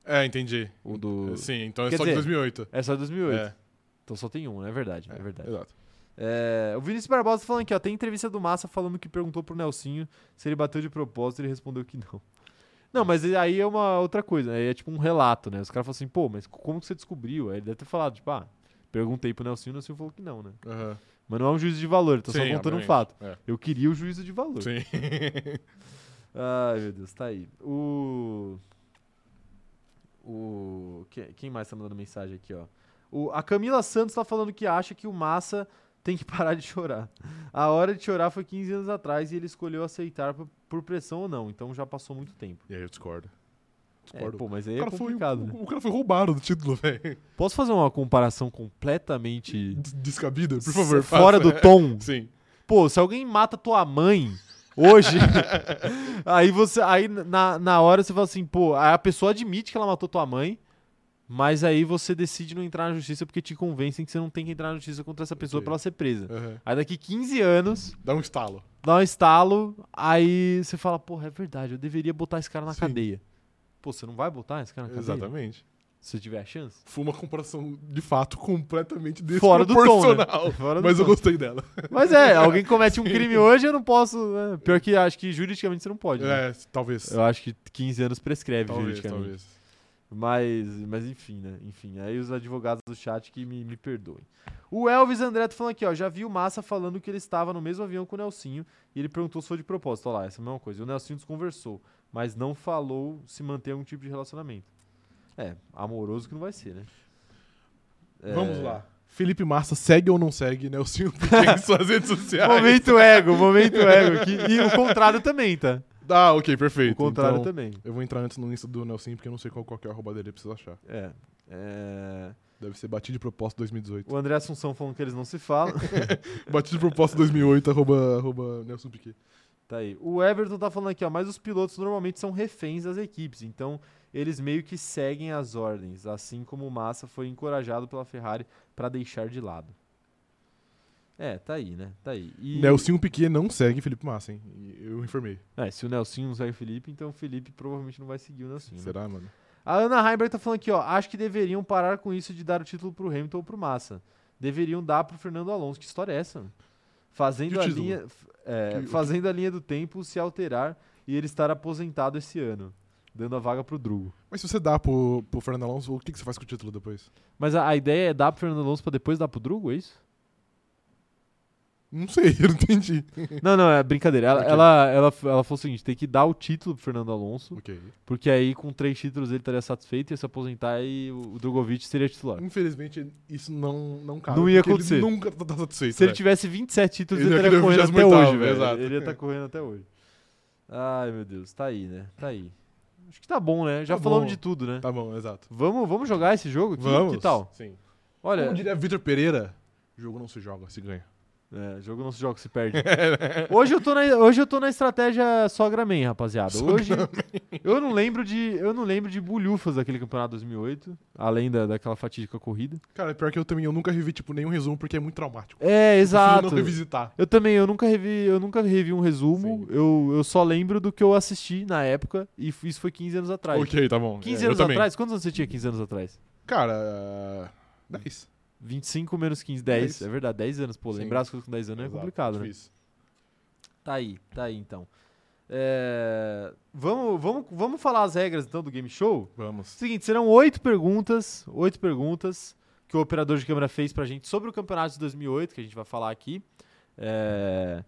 Speaker 2: É, entendi.
Speaker 1: O do...
Speaker 2: Sim, então é
Speaker 1: Quer
Speaker 2: só
Speaker 1: dizer,
Speaker 2: de 2008.
Speaker 1: É só 2008.
Speaker 2: É,
Speaker 1: Então só tem um, né? é verdade, é,
Speaker 2: é,
Speaker 1: verdade.
Speaker 2: Exato.
Speaker 1: É, o Vinícius Barbosa falando aqui, ó. Tem entrevista do Massa falando que perguntou pro Nelsinho se ele bateu de propósito e ele respondeu que não. Não, mas aí é uma outra coisa, né? É tipo um relato, né? Os caras falam assim, pô, mas como que você descobriu? Aí ele deve ter falado, tipo, ah, perguntei pro Nelsinho e o Nelsinho falou que não, né?
Speaker 2: Aham.
Speaker 1: Mas não é um juízo de valor, tô só
Speaker 2: Sim,
Speaker 1: contando um
Speaker 2: obviamente.
Speaker 1: fato.
Speaker 2: É.
Speaker 1: Eu queria o juízo de valor.
Speaker 2: Sim.
Speaker 1: Ai, meu Deus, tá aí. O. O. que- Quem mais tá mandando mensagem aqui, ó? O... A Camila Santos tá falando que acha que o Massa tem que parar de chorar. A hora de chorar foi 15 anos atrás e ele escolheu aceitar por, por pressão ou não, então já passou muito tempo.
Speaker 2: E aí eu discordo.
Speaker 1: É,
Speaker 2: Discordo.
Speaker 1: pô, mas aí
Speaker 2: o,
Speaker 1: é
Speaker 2: cara
Speaker 1: complicado,
Speaker 2: foi, um
Speaker 1: né?
Speaker 2: o, o cara foi roubado do título, velho.
Speaker 1: Posso fazer uma comparação completamente
Speaker 2: Des- Descabida, por favor.
Speaker 1: fora
Speaker 2: faça.
Speaker 1: do tom?
Speaker 2: Sim.
Speaker 1: Pô, se alguém mata tua mãe hoje, aí você. Aí na, na hora você fala assim, pô, aí a pessoa admite que ela matou tua mãe, mas aí você decide não entrar na justiça porque te convencem que você não tem que entrar na justiça contra essa pessoa
Speaker 2: Ok.
Speaker 1: pra ela ser presa.
Speaker 2: Aham.
Speaker 1: Aí daqui 15 anos,
Speaker 2: Dá um estalo.
Speaker 1: dá um estalo, aí você fala, porra, é verdade, eu deveria botar esse cara na
Speaker 2: Sim.
Speaker 1: cadeia. Pô, você não vai botar esse cara na cadeia?
Speaker 2: Exatamente.
Speaker 1: Se você tiver a chance?
Speaker 2: Foi uma comparação, de fato, completamente
Speaker 1: Fora do tom, né?
Speaker 2: desproporcional.
Speaker 1: Fora do
Speaker 2: Mas eu
Speaker 1: tom.
Speaker 2: gostei dela.
Speaker 1: Mas é, alguém comete um crime hoje, eu não posso. né? Pior que acho que juridicamente você não pode. né?
Speaker 2: É, talvez.
Speaker 1: Eu acho que 15 anos prescreve
Speaker 2: Talvez,
Speaker 1: juridicamente.
Speaker 2: talvez.
Speaker 1: Mas, mas enfim, né? Enfim, aí os advogados do chat que me, me perdoem. O Elvis Andreto falando aqui, ó. Já vi o Massa falando que ele estava no mesmo avião que o Nelsinho e ele perguntou se foi de propósito. Olha lá, essa é a mesma coisa. E o Nelsinho desconversou, mas não falou se manter algum tipo de relacionamento. É, amoroso que não vai ser, né? É,
Speaker 2: Vamos lá. Felipe Massa segue ou não segue né? Nelsinho Piquet em suas redes sociais?
Speaker 1: Momento ego, momento ego aqui. E o contrário também, tá?
Speaker 2: Ah, ok, perfeito.
Speaker 1: O contrário
Speaker 2: Então,
Speaker 1: também.
Speaker 2: Eu vou entrar antes no Insta do Nelson, porque eu não sei qual, qual que é o arroba dele, eu preciso achar.
Speaker 1: É. É,
Speaker 2: Deve ser Bati de Propósito 2018.
Speaker 1: O André Assunção falando que eles não se falam.
Speaker 2: Bati de Propósito 2008, arroba, arroba Nelson Piquet.
Speaker 1: Tá aí. O Everton tá falando aqui, ó, mas os pilotos normalmente são reféns das equipes, então eles meio que seguem as ordens, assim como o Massa foi encorajado pela Ferrari pra deixar de lado. É, tá aí, né? Tá aí. E,
Speaker 2: Nelson Piquet não segue Felipe Massa, hein? E Eu informei.
Speaker 1: é, se o Nelsinho não segue o Felipe, então o Felipe provavelmente não vai seguir o Nelsinho. né?
Speaker 2: Será, mano?
Speaker 1: A Ana Heimberg tá falando aqui, ó. Acho que deveriam parar com isso de dar o título pro Hamilton ou pro Massa. Deveriam dar pro Fernando Alonso. Que história é essa? mano?
Speaker 2: E
Speaker 1: Fazendo
Speaker 2: o
Speaker 1: a
Speaker 2: título?
Speaker 1: linha. f- é,
Speaker 2: Que-
Speaker 1: fazendo a linha do tempo se alterar e ele estar aposentado esse ano. Dando a vaga pro Drugo.
Speaker 2: Mas se você dá pro, pro Fernando Alonso, o que, que você faz com o título depois?
Speaker 1: Mas a, a ideia é dar pro Fernando Alonso pra depois dar pro Drugo, é isso?
Speaker 2: Não sei, eu não entendi.
Speaker 1: Não, não, é brincadeira. Ela,
Speaker 2: Ok.
Speaker 1: ela, ela, f- ela falou o seguinte: tem que dar o título pro Fernando Alonso,
Speaker 2: ok.
Speaker 1: porque aí com três títulos ele estaria satisfeito, ia se aposentar e o, o Drogovic seria titular.
Speaker 2: Infelizmente, isso não, não cabe.
Speaker 1: Não ia
Speaker 2: porque
Speaker 1: acontecer.
Speaker 2: Ele nunca tá tá satisfeito.
Speaker 1: Se ele
Speaker 2: né?
Speaker 1: tivesse 27 títulos,
Speaker 2: Ele
Speaker 1: ele
Speaker 2: ia
Speaker 1: estaria
Speaker 2: querer
Speaker 1: correndo
Speaker 2: o
Speaker 1: até
Speaker 2: 28º,
Speaker 1: hoje, velho.
Speaker 2: exato.
Speaker 1: Ele ia estar correndo até hoje. Ai, meu Deus, tá aí, né? Tá aí. Acho que tá bom, né? Já
Speaker 2: Tá
Speaker 1: falamos
Speaker 2: bom.
Speaker 1: de tudo, né?
Speaker 2: Tá bom, exato.
Speaker 1: Vamos, vamos jogar esse jogo? Que,
Speaker 2: Vamos.
Speaker 1: Que tal?
Speaker 2: Sim.
Speaker 1: Olha,
Speaker 2: Como diria Vitor Pereira, jogo não se joga, se ganha.
Speaker 1: é, jogo não se joga, se perde.
Speaker 2: É, né?
Speaker 1: hoje, eu tô na, hoje eu tô na estratégia Sogra Man, rapaziada.
Speaker 2: Sogra
Speaker 1: hoje eu não lembro de eu não lembro de bulhufas daquele campeonato 2008, além da, daquela fatídica corrida.
Speaker 2: Cara, pior que eu também, eu nunca revi, tipo, nenhum resumo, porque é muito traumático.
Speaker 1: É,
Speaker 2: Prefiro
Speaker 1: exato.
Speaker 2: não revisitar.
Speaker 1: Eu também, eu nunca revi, eu nunca revi um resumo.
Speaker 2: Sim.
Speaker 1: Eu, eu só lembro do que eu assisti na época, e f- isso foi 15 anos atrás.
Speaker 2: Ok, tá bom.
Speaker 1: 15
Speaker 2: É, eu
Speaker 1: anos
Speaker 2: também.
Speaker 1: atrás? Quantos anos você tinha 15 anos atrás?
Speaker 2: Cara, é, 10.
Speaker 1: 25 menos 15, 10.
Speaker 2: Dez.
Speaker 1: É, verdade, 10 anos, pô.
Speaker 2: Sim.
Speaker 1: Lembrar as coisas com 10 anos é complicado, né?
Speaker 2: Difícil.
Speaker 1: Tá aí, tá aí então. É, Vamos, vamos, vamos falar as regras então do game show?
Speaker 2: Vamos.
Speaker 1: Seguinte, serão oito perguntas, oito perguntas que o operador de câmera fez pra gente sobre o campeonato de 2008, que a gente vai falar aqui. É,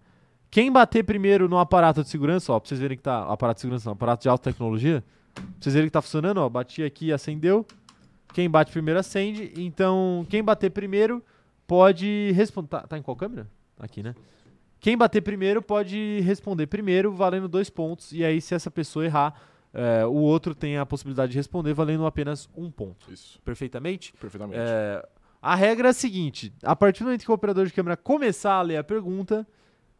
Speaker 1: Quem bater primeiro no aparato de segurança, ó, pra vocês verem que tá... Aparato de segurança não, aparato de alta tecnologia. Pra vocês verem que tá funcionando, ó, bati aqui e acendeu. Quem bate primeiro acende. Então, quem bater primeiro pode responder... Tá, tá em qual câmera? Aqui, né? Quem bater primeiro pode responder primeiro, valendo dois pontos. E aí, se essa pessoa errar, é, o outro tem a possibilidade de responder valendo apenas um ponto.
Speaker 2: Isso,
Speaker 1: Perfeitamente?
Speaker 2: perfeitamente.
Speaker 1: É, a regra é a seguinte: a partir do momento que o operador de câmera começar a ler a pergunta,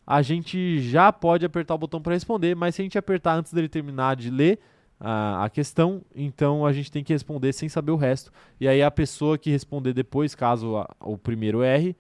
Speaker 1: a gente já pode apertar o botão para responder, mas se a gente apertar antes dele terminar de ler a, a questão, então a gente tem que responder sem saber o resto. E aí a pessoa que responder depois, caso a- o primeiro erre,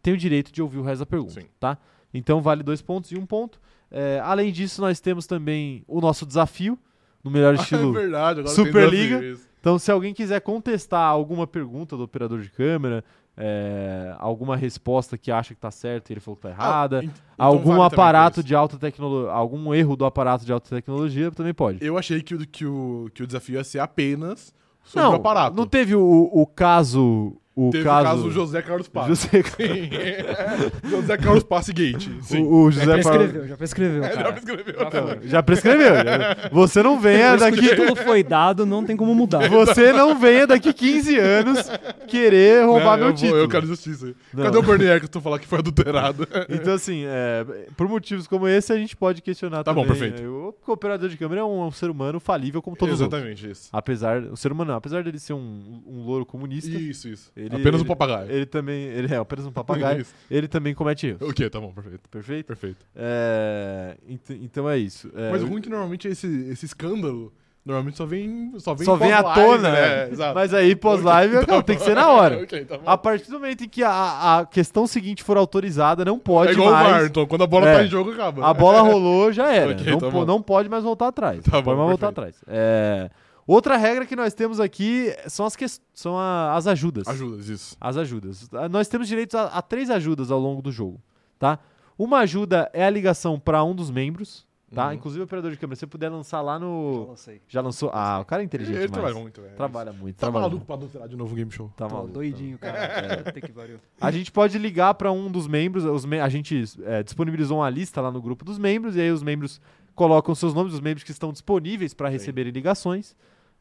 Speaker 1: tem o direito de ouvir o resto da pergunta,
Speaker 2: Sim.
Speaker 1: tá? Então vale dois pontos e um ponto. É, além disso, nós temos também o nosso desafio, no melhor estilo
Speaker 2: é verdade, agora
Speaker 1: Superliga.
Speaker 2: tem desafio, isso.
Speaker 1: então, se alguém quiser contestar alguma pergunta do operador de câmera, é, alguma resposta que acha que tá certa e ele falou que tá errada,
Speaker 2: Ah, ent- então
Speaker 1: algum
Speaker 2: vale também
Speaker 1: aparato
Speaker 2: pra isso.
Speaker 1: de alta tecnologia, algum erro do aparato de alta tecnologia, também pode.
Speaker 2: Eu achei que o, que, o, que o desafio ia ser apenas sobre
Speaker 1: não,
Speaker 2: o aparato.
Speaker 1: não teve o, o caso, o
Speaker 2: Teve
Speaker 1: caso,
Speaker 2: o caso José Carlos Paz.
Speaker 1: José-
Speaker 2: Sim. é. José Carlos Passe Gate. Sim.
Speaker 1: o, o José
Speaker 4: Já
Speaker 1: Paulo-
Speaker 4: prescreveu, Tá já prescreveu.
Speaker 2: É,
Speaker 4: Cara.
Speaker 2: não escreveu.
Speaker 4: Acabou.
Speaker 1: já prescreveu. já- Você não venha
Speaker 4: Depois que o
Speaker 1: daqui
Speaker 4: título É, foi dado, não tem como mudar.
Speaker 1: você não venha daqui 15 anos querer roubar meu
Speaker 2: Não, Né, eu vou-
Speaker 1: título.
Speaker 2: Eu quero justiça.
Speaker 1: Não.
Speaker 2: Cadê o Bernie Eccleston falar que foi adulterado?
Speaker 1: Então, assim, é, por motivos como esse, a gente pode questionar
Speaker 2: Tá bom,
Speaker 1: também.
Speaker 2: perfeito.
Speaker 1: né? O operador de câmera é um, é um ser humano falível como todos os outros.
Speaker 2: Exatamente isso.
Speaker 1: Apesar, o ser humano não, apesar dele ser um, um louro comunista,
Speaker 2: Isso, isso.
Speaker 1: Ele-
Speaker 2: Apenas
Speaker 1: ele-
Speaker 2: um papagaio.
Speaker 1: ele também, ele é apenas um papagaio,
Speaker 2: Isso.
Speaker 1: ele também comete erros,
Speaker 2: Ok, tá bom, perfeito.
Speaker 1: perfeito?
Speaker 2: Perfeito.
Speaker 1: É, ent- então é isso. É,
Speaker 2: Mas o
Speaker 1: eu-
Speaker 2: ruim é que normalmente esse, esse escândalo normalmente só vem. Só é vem,
Speaker 1: só vem à
Speaker 2: pós-live,
Speaker 1: tona,
Speaker 2: né?
Speaker 1: né?
Speaker 2: Exato.
Speaker 1: mas aí pós-live
Speaker 2: Tá
Speaker 1: acaba, tem
Speaker 2: bom.
Speaker 1: que ser na hora.
Speaker 2: ok, tá bom.
Speaker 1: A partir do momento em que a, a questão seguinte for autorizada, não pode
Speaker 2: é igual o
Speaker 1: mais.
Speaker 2: VAR, então quando a bola
Speaker 1: É.
Speaker 2: tá em jogo, acaba.
Speaker 1: A bola rolou, já era.
Speaker 2: Ok,
Speaker 1: não,
Speaker 2: tá
Speaker 1: po-
Speaker 2: bom.
Speaker 1: não pode mais voltar atrás.
Speaker 2: Tá
Speaker 1: não
Speaker 2: bom,
Speaker 1: pode mais voltar
Speaker 2: perfeito.
Speaker 1: atrás. É, Outra regra que nós temos aqui são as, ques- são a- as ajudas.
Speaker 2: Ajudas, isso.
Speaker 1: As ajudas. Ah, Nós temos direito a, a três ajudas ao longo do jogo, tá? Uma ajuda é a ligação para um dos membros, tá?
Speaker 2: Uhum.
Speaker 1: Inclusive, o operador de câmera, se você puder lançar lá
Speaker 4: Já
Speaker 1: no...
Speaker 4: lancei.
Speaker 1: Já lançou? Ah, o cara é inteligente
Speaker 2: Ele
Speaker 1: demais.
Speaker 2: trabalha muito, velho.
Speaker 1: Trabalha muito,
Speaker 2: Tá
Speaker 1: trabalha
Speaker 2: maluco
Speaker 1: muito.
Speaker 2: pra adulterar de novo o game show.
Speaker 1: Tá
Speaker 4: Tô
Speaker 1: maluco, tá
Speaker 4: doidinho, cara. Puta que pariu.
Speaker 1: A gente pode ligar para um dos membros, os me- a gente é, disponibilizou uma lista lá no grupo dos membros, e aí os membros colocam seus nomes, os membros que estão disponíveis para receberem ligações.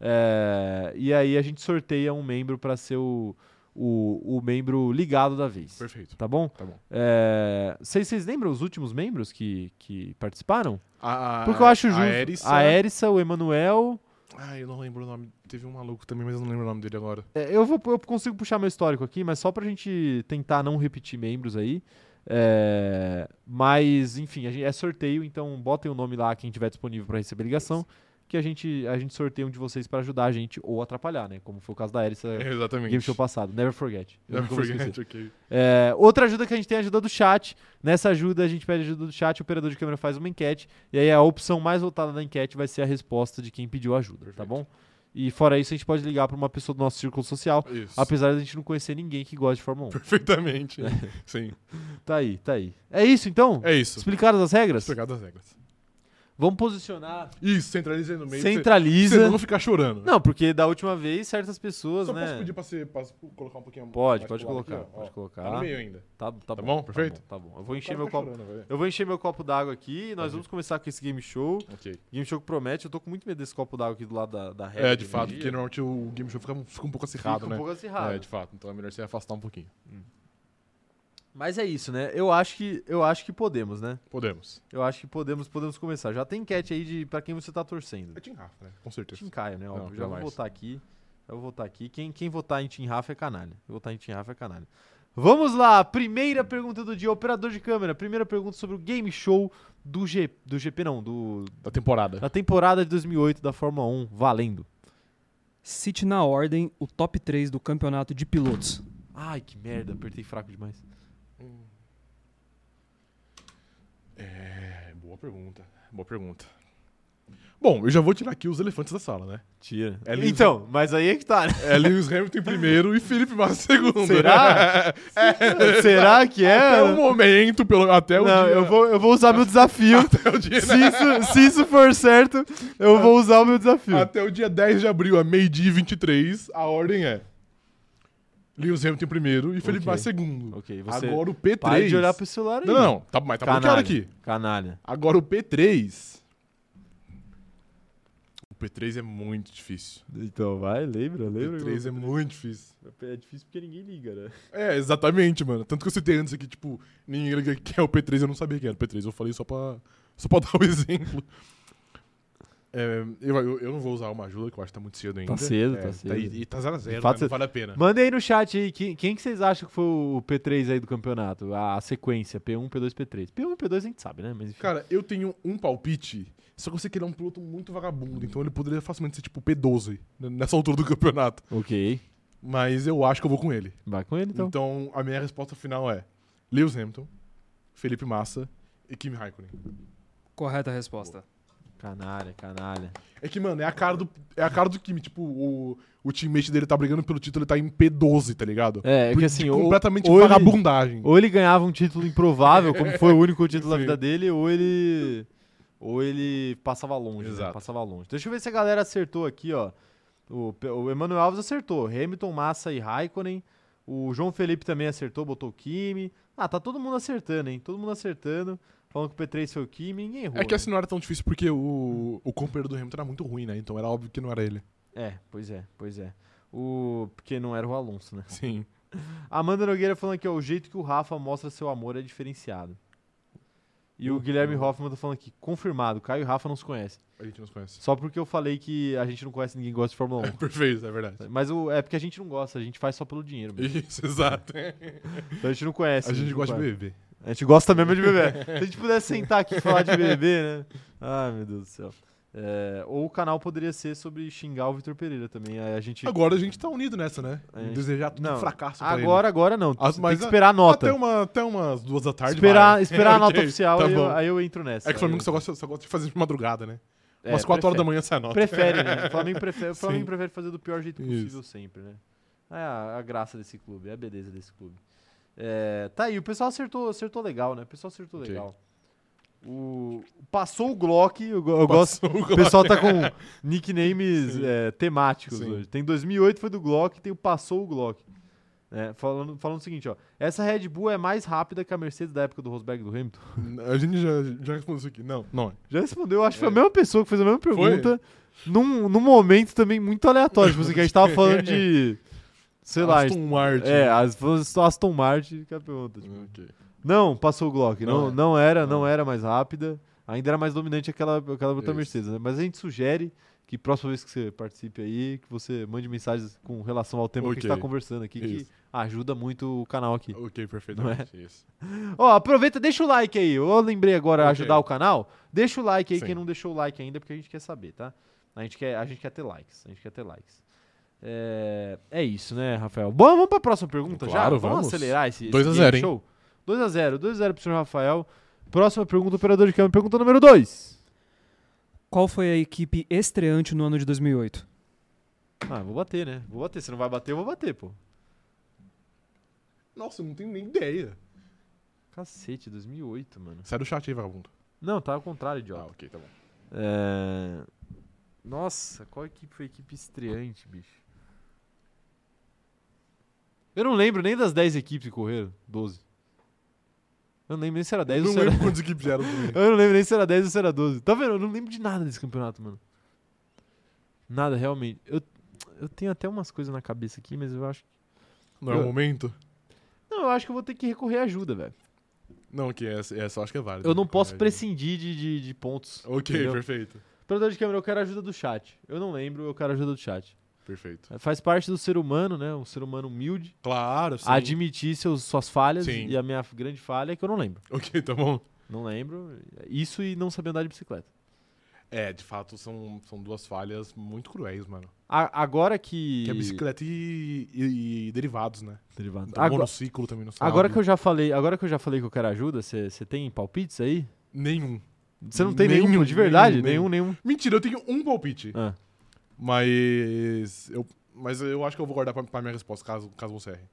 Speaker 1: é, e aí a gente sorteia um membro para ser o, o, o membro ligado da vez.
Speaker 2: Perfeito.
Speaker 1: Tá bom?
Speaker 2: Tá bom.
Speaker 1: É, Vocês vocês lembram os últimos membros que, que participaram?
Speaker 2: A, a-
Speaker 1: Porque eu acho justo.
Speaker 2: A Erissa.
Speaker 1: A Erissa, o Emanuel.
Speaker 2: Ai, eu não lembro o nome. Teve um maluco também, mas eu não lembro o nome dele agora.
Speaker 1: É, eu, vou, eu consigo puxar meu histórico aqui, mas só pra gente tentar não repetir membros aí. É, mas, enfim, a gente- é sorteio, então botem o nome lá quem tiver disponível pra receber ligação. Que a gente, a gente sorteia um de vocês pra ajudar a gente ou atrapalhar, né? Como foi o caso da Erissa no
Speaker 2: É, exatamente.
Speaker 1: Game Show passado. Never forget. Eu
Speaker 2: Never
Speaker 1: nunca vou esquecer.
Speaker 2: forget, ok.
Speaker 1: É, outra ajuda que a gente tem é a ajuda do chat. Nessa ajuda, a gente pede ajuda do chat, o operador de câmera faz uma enquete, e aí a opção mais votada da enquete vai ser a resposta de quem pediu ajuda, tá
Speaker 2: Perfeito.
Speaker 1: bom? E fora isso, a gente pode ligar pra uma pessoa do nosso círculo social,
Speaker 2: Isso.
Speaker 1: apesar de a gente não conhecer ninguém que gosta de Fórmula
Speaker 2: Perfeitamente. Sim.
Speaker 1: 1. Tá aí, tá aí. É isso então?
Speaker 2: É isso.
Speaker 1: Explicadas as regras?
Speaker 2: Explicado as regras.
Speaker 1: Vamos posicionar,
Speaker 2: Isso, centraliza aí no meio. Você
Speaker 1: centraliza.
Speaker 2: não ficar chorando.
Speaker 1: Não, porque da última vez certas pessoas,
Speaker 2: Só
Speaker 1: né?
Speaker 2: posso pedir pra você posso colocar um pouquinho
Speaker 1: Pode,
Speaker 2: mais
Speaker 1: pode
Speaker 2: pro lado
Speaker 1: colocar,
Speaker 2: ó.
Speaker 1: pode colocar.
Speaker 2: Tá no meio ainda.
Speaker 1: Tá, tá,
Speaker 2: Tá
Speaker 1: bom,
Speaker 2: bom?
Speaker 1: tá
Speaker 2: Perfeito?
Speaker 1: Tá bom, Eu vou
Speaker 2: O
Speaker 1: encher
Speaker 2: cara
Speaker 1: meu
Speaker 2: tá
Speaker 1: copo.
Speaker 2: chorando, velho.
Speaker 1: Eu vou encher meu copo d'água aqui e nós
Speaker 2: Pode.
Speaker 1: vamos começar com esse game show.
Speaker 2: Ok.
Speaker 1: Game Show que promete, eu tô com muito medo desse copo d'água aqui do lado da, da régua.
Speaker 2: É, de fato, porque
Speaker 1: energia.
Speaker 2: normalmente o game show fica, um- fica um pouco
Speaker 1: Fica
Speaker 2: acirrado,
Speaker 1: um
Speaker 2: né?
Speaker 1: pouco acirrado.
Speaker 2: É, de fato. Então é melhor você afastar um pouquinho.
Speaker 1: Mas é isso, né? Eu acho que eu acho que podemos, né?
Speaker 2: Podemos.
Speaker 1: Eu acho que podemos, podemos começar. Já tem enquete aí de pra quem você tá torcendo.
Speaker 2: É Team Rafa, né? Com certeza.
Speaker 1: Tim Caio, né? Óbvio.
Speaker 2: Não,
Speaker 1: já vou
Speaker 2: jamais.
Speaker 1: votar aqui. Já vou votar aqui. Quem, quem votar em Tim Rafa é canalha. Votar em Tim Rafa é canalha. Vamos lá, primeira pergunta do dia, operador de câmera. Primeira pergunta sobre o game show do G, do GP não, do
Speaker 2: Da temporada.
Speaker 1: da temporada de 2008 da Fórmula 1, valendo.
Speaker 4: Cite na ordem o top 3 do campeonato de pilotos.
Speaker 1: Ai, que merda, apertei fraco demais.
Speaker 2: É, boa pergunta. Boa pergunta. Bom, eu já vou tirar aqui os elefantes da sala, né?
Speaker 1: Tira.
Speaker 2: É livre.
Speaker 1: então, mas aí é que tá, né?
Speaker 2: É Lewis Hamilton em primeiro e Felipe Massa em segundo.
Speaker 1: Será? Será que é?
Speaker 2: Até o momento, pelo, até o
Speaker 1: Não,
Speaker 2: dia.
Speaker 1: eu vou, eu vou usar meu desafio.
Speaker 2: Até o dia, né?
Speaker 1: Se isso, se isso for certo, eu vou usar o meu desafio.
Speaker 2: até o dia 10 de abril, a meio-dia e 23, a ordem é Lewis Hamilton em primeiro e Felipe
Speaker 1: Ok.
Speaker 2: Massa em segundo.
Speaker 1: Ok,
Speaker 2: Agora o P3...
Speaker 1: Para de olhar pro celular aí.
Speaker 2: Não, não, tá, mas tá bloqueado
Speaker 1: Canalha,
Speaker 2: aqui.
Speaker 1: Canalha.
Speaker 2: Agora o P3... O P3 é muito difícil.
Speaker 1: Então vai, lembra,
Speaker 2: O
Speaker 1: lembra.
Speaker 2: P3 é muito difícil.
Speaker 1: É difícil porque ninguém liga, né?
Speaker 2: É, exatamente, mano. Tanto que eu citei antes aqui, tipo, ninguém liga que é o P3, eu não sabia que era o P3. Eu falei só pra, só pra dar o exemplo. É, eu, eu, eu não vou usar uma ajuda, que eu acho que tá muito cedo ainda.
Speaker 1: cedo,
Speaker 2: É,
Speaker 1: tá cedo.
Speaker 2: E, e tá 0x0,
Speaker 1: De fato,
Speaker 2: não vale a pena.
Speaker 1: Mandem aí no chat aí, quem, quem que vocês acham que foi o P3 aí do campeonato? A, a sequência, P1, P2, P3. P1 e P2 a gente sabe, né? Mas enfim.
Speaker 2: Cara, eu tenho um palpite, só que eu sei que ele é um piloto muito vagabundo, então ele poderia facilmente ser tipo P12 n- nessa altura do campeonato.
Speaker 1: Ok.
Speaker 2: Mas eu acho que eu vou com ele.
Speaker 1: Vai com ele então.
Speaker 2: Então, a minha resposta final é Lewis Hamilton, Felipe Massa e Kimi Raikkonen.
Speaker 4: Correta resposta.
Speaker 2: então.
Speaker 1: Canalha, canalha.
Speaker 2: É que, mano, é a cara do, é a cara do Kimi. Tipo, o, o teammate dele tá brigando pelo título, ele tá em P12, tá ligado?
Speaker 1: É, é que
Speaker 2: Por-
Speaker 1: assim,
Speaker 2: de
Speaker 1: ou-
Speaker 2: completamente
Speaker 1: ou ele-
Speaker 2: vagabundagem.
Speaker 1: Ou ele ganhava um título improvável, como foi o único título da
Speaker 2: Sim.
Speaker 1: vida dele, ou ele. Ou ele passava longe, né?
Speaker 2: Exato.
Speaker 1: Passava longe. Deixa eu ver se a galera acertou aqui, ó. O, Pe- o Emmanuel Alves acertou. Hamilton, Massa e Raikkonen. O João Felipe também acertou, botou o Kimi. Ah, tá todo mundo acertando, hein? Todo mundo acertando. Falando que o P3 foi o Kimi, ninguém errou.
Speaker 2: É que
Speaker 1: né?
Speaker 2: assim não era tão difícil porque o, o companheiro do Hamilton era muito ruim, né? Então era óbvio que não era ele.
Speaker 1: É, pois é, pois é. O... Porque não era o Alonso, né?
Speaker 2: Sim.
Speaker 1: Amanda Nogueira falando aqui, ó, o jeito que o Rafa mostra seu amor é diferenciado. E o
Speaker 2: Uhum.
Speaker 1: Guilherme Hoffman tá falando aqui, confirmado, Caio e Rafa não se conhecem.
Speaker 2: A gente nos conhece.
Speaker 1: Só porque eu falei que a gente não conhece ninguém que gosta de Fórmula
Speaker 2: Perfeito, é verdade.
Speaker 1: 1. Mas o- é porque a gente não gosta, a gente faz só pelo dinheiro. mesmo.
Speaker 2: Isso, exato.
Speaker 1: Então a gente não conhece.
Speaker 2: A gente
Speaker 1: não
Speaker 2: gosta de
Speaker 1: conhece.
Speaker 2: beber.
Speaker 1: A gente gosta mesmo de beber. Se a gente pudesse sentar aqui e falar de beber, né? Ai, meu Deus do céu. É, ou o canal poderia ser sobre xingar o Vitor Pereira também. aí a gente.
Speaker 2: Agora a gente tá unido nessa, né?
Speaker 1: A gente-
Speaker 2: Desejar tudo
Speaker 1: É. Não,
Speaker 2: fracasso pra ele.
Speaker 1: Agora, agora não.
Speaker 2: Ah,
Speaker 1: Tem
Speaker 2: mas
Speaker 1: que
Speaker 2: a-
Speaker 1: esperar a nota.
Speaker 2: Até, uma, até umas duas da tarde.
Speaker 1: Esperar,
Speaker 2: vai.
Speaker 1: esperar a nota
Speaker 2: Ok,
Speaker 1: oficial,
Speaker 2: tá
Speaker 1: aí, eu,
Speaker 2: bom.
Speaker 1: aí eu entro nessa.
Speaker 2: É que o
Speaker 1: aí
Speaker 2: Flamengo
Speaker 1: eu-
Speaker 2: só gosta, só gosta de fazer de madrugada, né?
Speaker 1: É,
Speaker 2: umas quatro horas
Speaker 1: prefere.
Speaker 2: da manhã sai a nota.
Speaker 1: Prefere, né? O Flamengo prefere, o
Speaker 2: Sim.
Speaker 1: Flamengo prefere fazer do pior jeito
Speaker 2: Isso.
Speaker 1: possível sempre, né? É a, a graça desse clube, é a beleza desse clube. É, tá aí, o pessoal acertou, acertou legal, né? O pessoal acertou
Speaker 2: Ok.
Speaker 1: legal. O, passou o Glock, eu, go- eu gosto.
Speaker 2: Passou
Speaker 1: O pessoal tá com nicknames
Speaker 2: Sim.
Speaker 1: é, temáticos
Speaker 2: Sim.
Speaker 1: hoje. Tem 2008 foi do Glock, tem o Passou o Glock. É, falando, falando o seguinte, ó. Essa Red Bull é mais rápida que a Mercedes da época do Rosberg e do Hamilton.
Speaker 2: A gente já, já respondeu isso aqui. Não, não.
Speaker 1: Já respondeu, acho que foi a
Speaker 2: É.
Speaker 1: mesma pessoa que fez a mesma pergunta. Num, num momento também muito aleatório. Tipo assim, que a gente tava falando de. sei lá.
Speaker 2: Aston Martin.
Speaker 1: É, as fãs do Aston Martin que é a pergunta. tipo.
Speaker 2: Ok.
Speaker 1: Não, passou o Glock. Não,
Speaker 2: Não
Speaker 1: não,
Speaker 2: é.
Speaker 1: era,
Speaker 2: Não.
Speaker 1: não era mais rápida. Ainda era mais dominante aquela, aquela outra
Speaker 2: Isso.
Speaker 1: Mercedes, né? Mas a gente sugere que próxima vez que você participe aí, que você mande mensagens com relação ao tema que a gente
Speaker 2: Ok.
Speaker 1: tá conversando aqui,
Speaker 2: Isso.
Speaker 1: que ajuda muito o canal aqui.
Speaker 2: Ok,
Speaker 1: é?
Speaker 2: perfeitamente. Isso.
Speaker 1: Ó, aproveita, deixa o like aí. Eu lembrei agora
Speaker 2: Ok.
Speaker 1: ajudar o canal. Deixa o like aí,
Speaker 2: Sim.
Speaker 1: quem não deixou o like ainda, porque a gente quer saber, tá? A gente quer, a gente quer ter likes. A gente quer ter likes. É, é isso, né, Rafael? Bom, vamos pra próxima pergunta já?
Speaker 2: Claro, vamos.
Speaker 1: acelerar esse, esse
Speaker 2: 2 a
Speaker 1: game
Speaker 2: 0, hein?
Speaker 1: show? 2x0, 2x0 pro senhor Rafael. Próxima pergunta, operador de câmera. Pergunta número 2.
Speaker 4: Qual foi a equipe estreante no ano de 2008?
Speaker 1: Ah, eu vou bater, né? Vou bater. Se não vai bater, eu vou bater, pô.
Speaker 2: Nossa, eu não tenho nem ideia.
Speaker 1: Cacete, 2008, mano.
Speaker 2: Sai do chat aí, vagabundo.
Speaker 1: Não, tá ao contrário, idiota.
Speaker 2: Ah, ok, tá bom.
Speaker 1: É... Nossa, qual equipe foi a equipe estreante, bicho? Eu não lembro nem das 10 equipes que correram. 12. Eu não lembro nem se era 10 ou
Speaker 2: não
Speaker 1: se era...
Speaker 2: lembro quantas equipes eram também.
Speaker 1: Eu não lembro nem se era 10 ou se era 12. Tá vendo? Eu não lembro de nada desse campeonato, mano. Nada, realmente. Eu, eu tenho até umas coisas na cabeça aqui, mas eu acho...
Speaker 2: Não é o
Speaker 1: Eu-
Speaker 2: momento?
Speaker 1: Não, eu acho que eu vou ter que recorrer à ajuda, velho.
Speaker 2: Não, ok, essa, essa eu acho que é válida.
Speaker 1: Eu não posso
Speaker 2: É,
Speaker 1: prescindir de, de, de pontos.
Speaker 2: Ok,
Speaker 1: entendeu?
Speaker 2: perfeito.
Speaker 1: Operador de câmera, eu quero a ajuda do chat. Eu não lembro, eu quero a ajuda do chat.
Speaker 2: Perfeito.
Speaker 1: Faz parte do ser humano, né? Um ser humano humilde.
Speaker 2: Claro, sim.
Speaker 1: Admitir seus, suas falhas.
Speaker 2: Sim.
Speaker 1: E a minha grande falha é que eu não lembro.
Speaker 2: Ok, tá bom.
Speaker 1: Não lembro. Isso e não saber andar de bicicleta.
Speaker 2: É, de fato, são, são duas falhas muito cruéis, mano.
Speaker 1: A- agora que.
Speaker 2: Que é bicicleta e, e- e derivados, né?
Speaker 1: Derivado.
Speaker 2: Agora,
Speaker 1: Agora,
Speaker 2: Monociclo também não sabe.
Speaker 1: agora que eu já falei, agora que eu já falei que eu quero ajuda, você tem palpites aí?
Speaker 2: Nenhum.
Speaker 1: Você não tem
Speaker 2: Nenhum,
Speaker 1: nenhum, de verdade?
Speaker 2: nenhum,
Speaker 1: Nenhum, nenhum.
Speaker 2: Mentira, eu tenho um palpite.
Speaker 1: Ah.
Speaker 2: Mas. Eu, mas eu acho que eu vou guardar pra, pra minha resposta, caso, caso você
Speaker 1: Tá
Speaker 2: erre.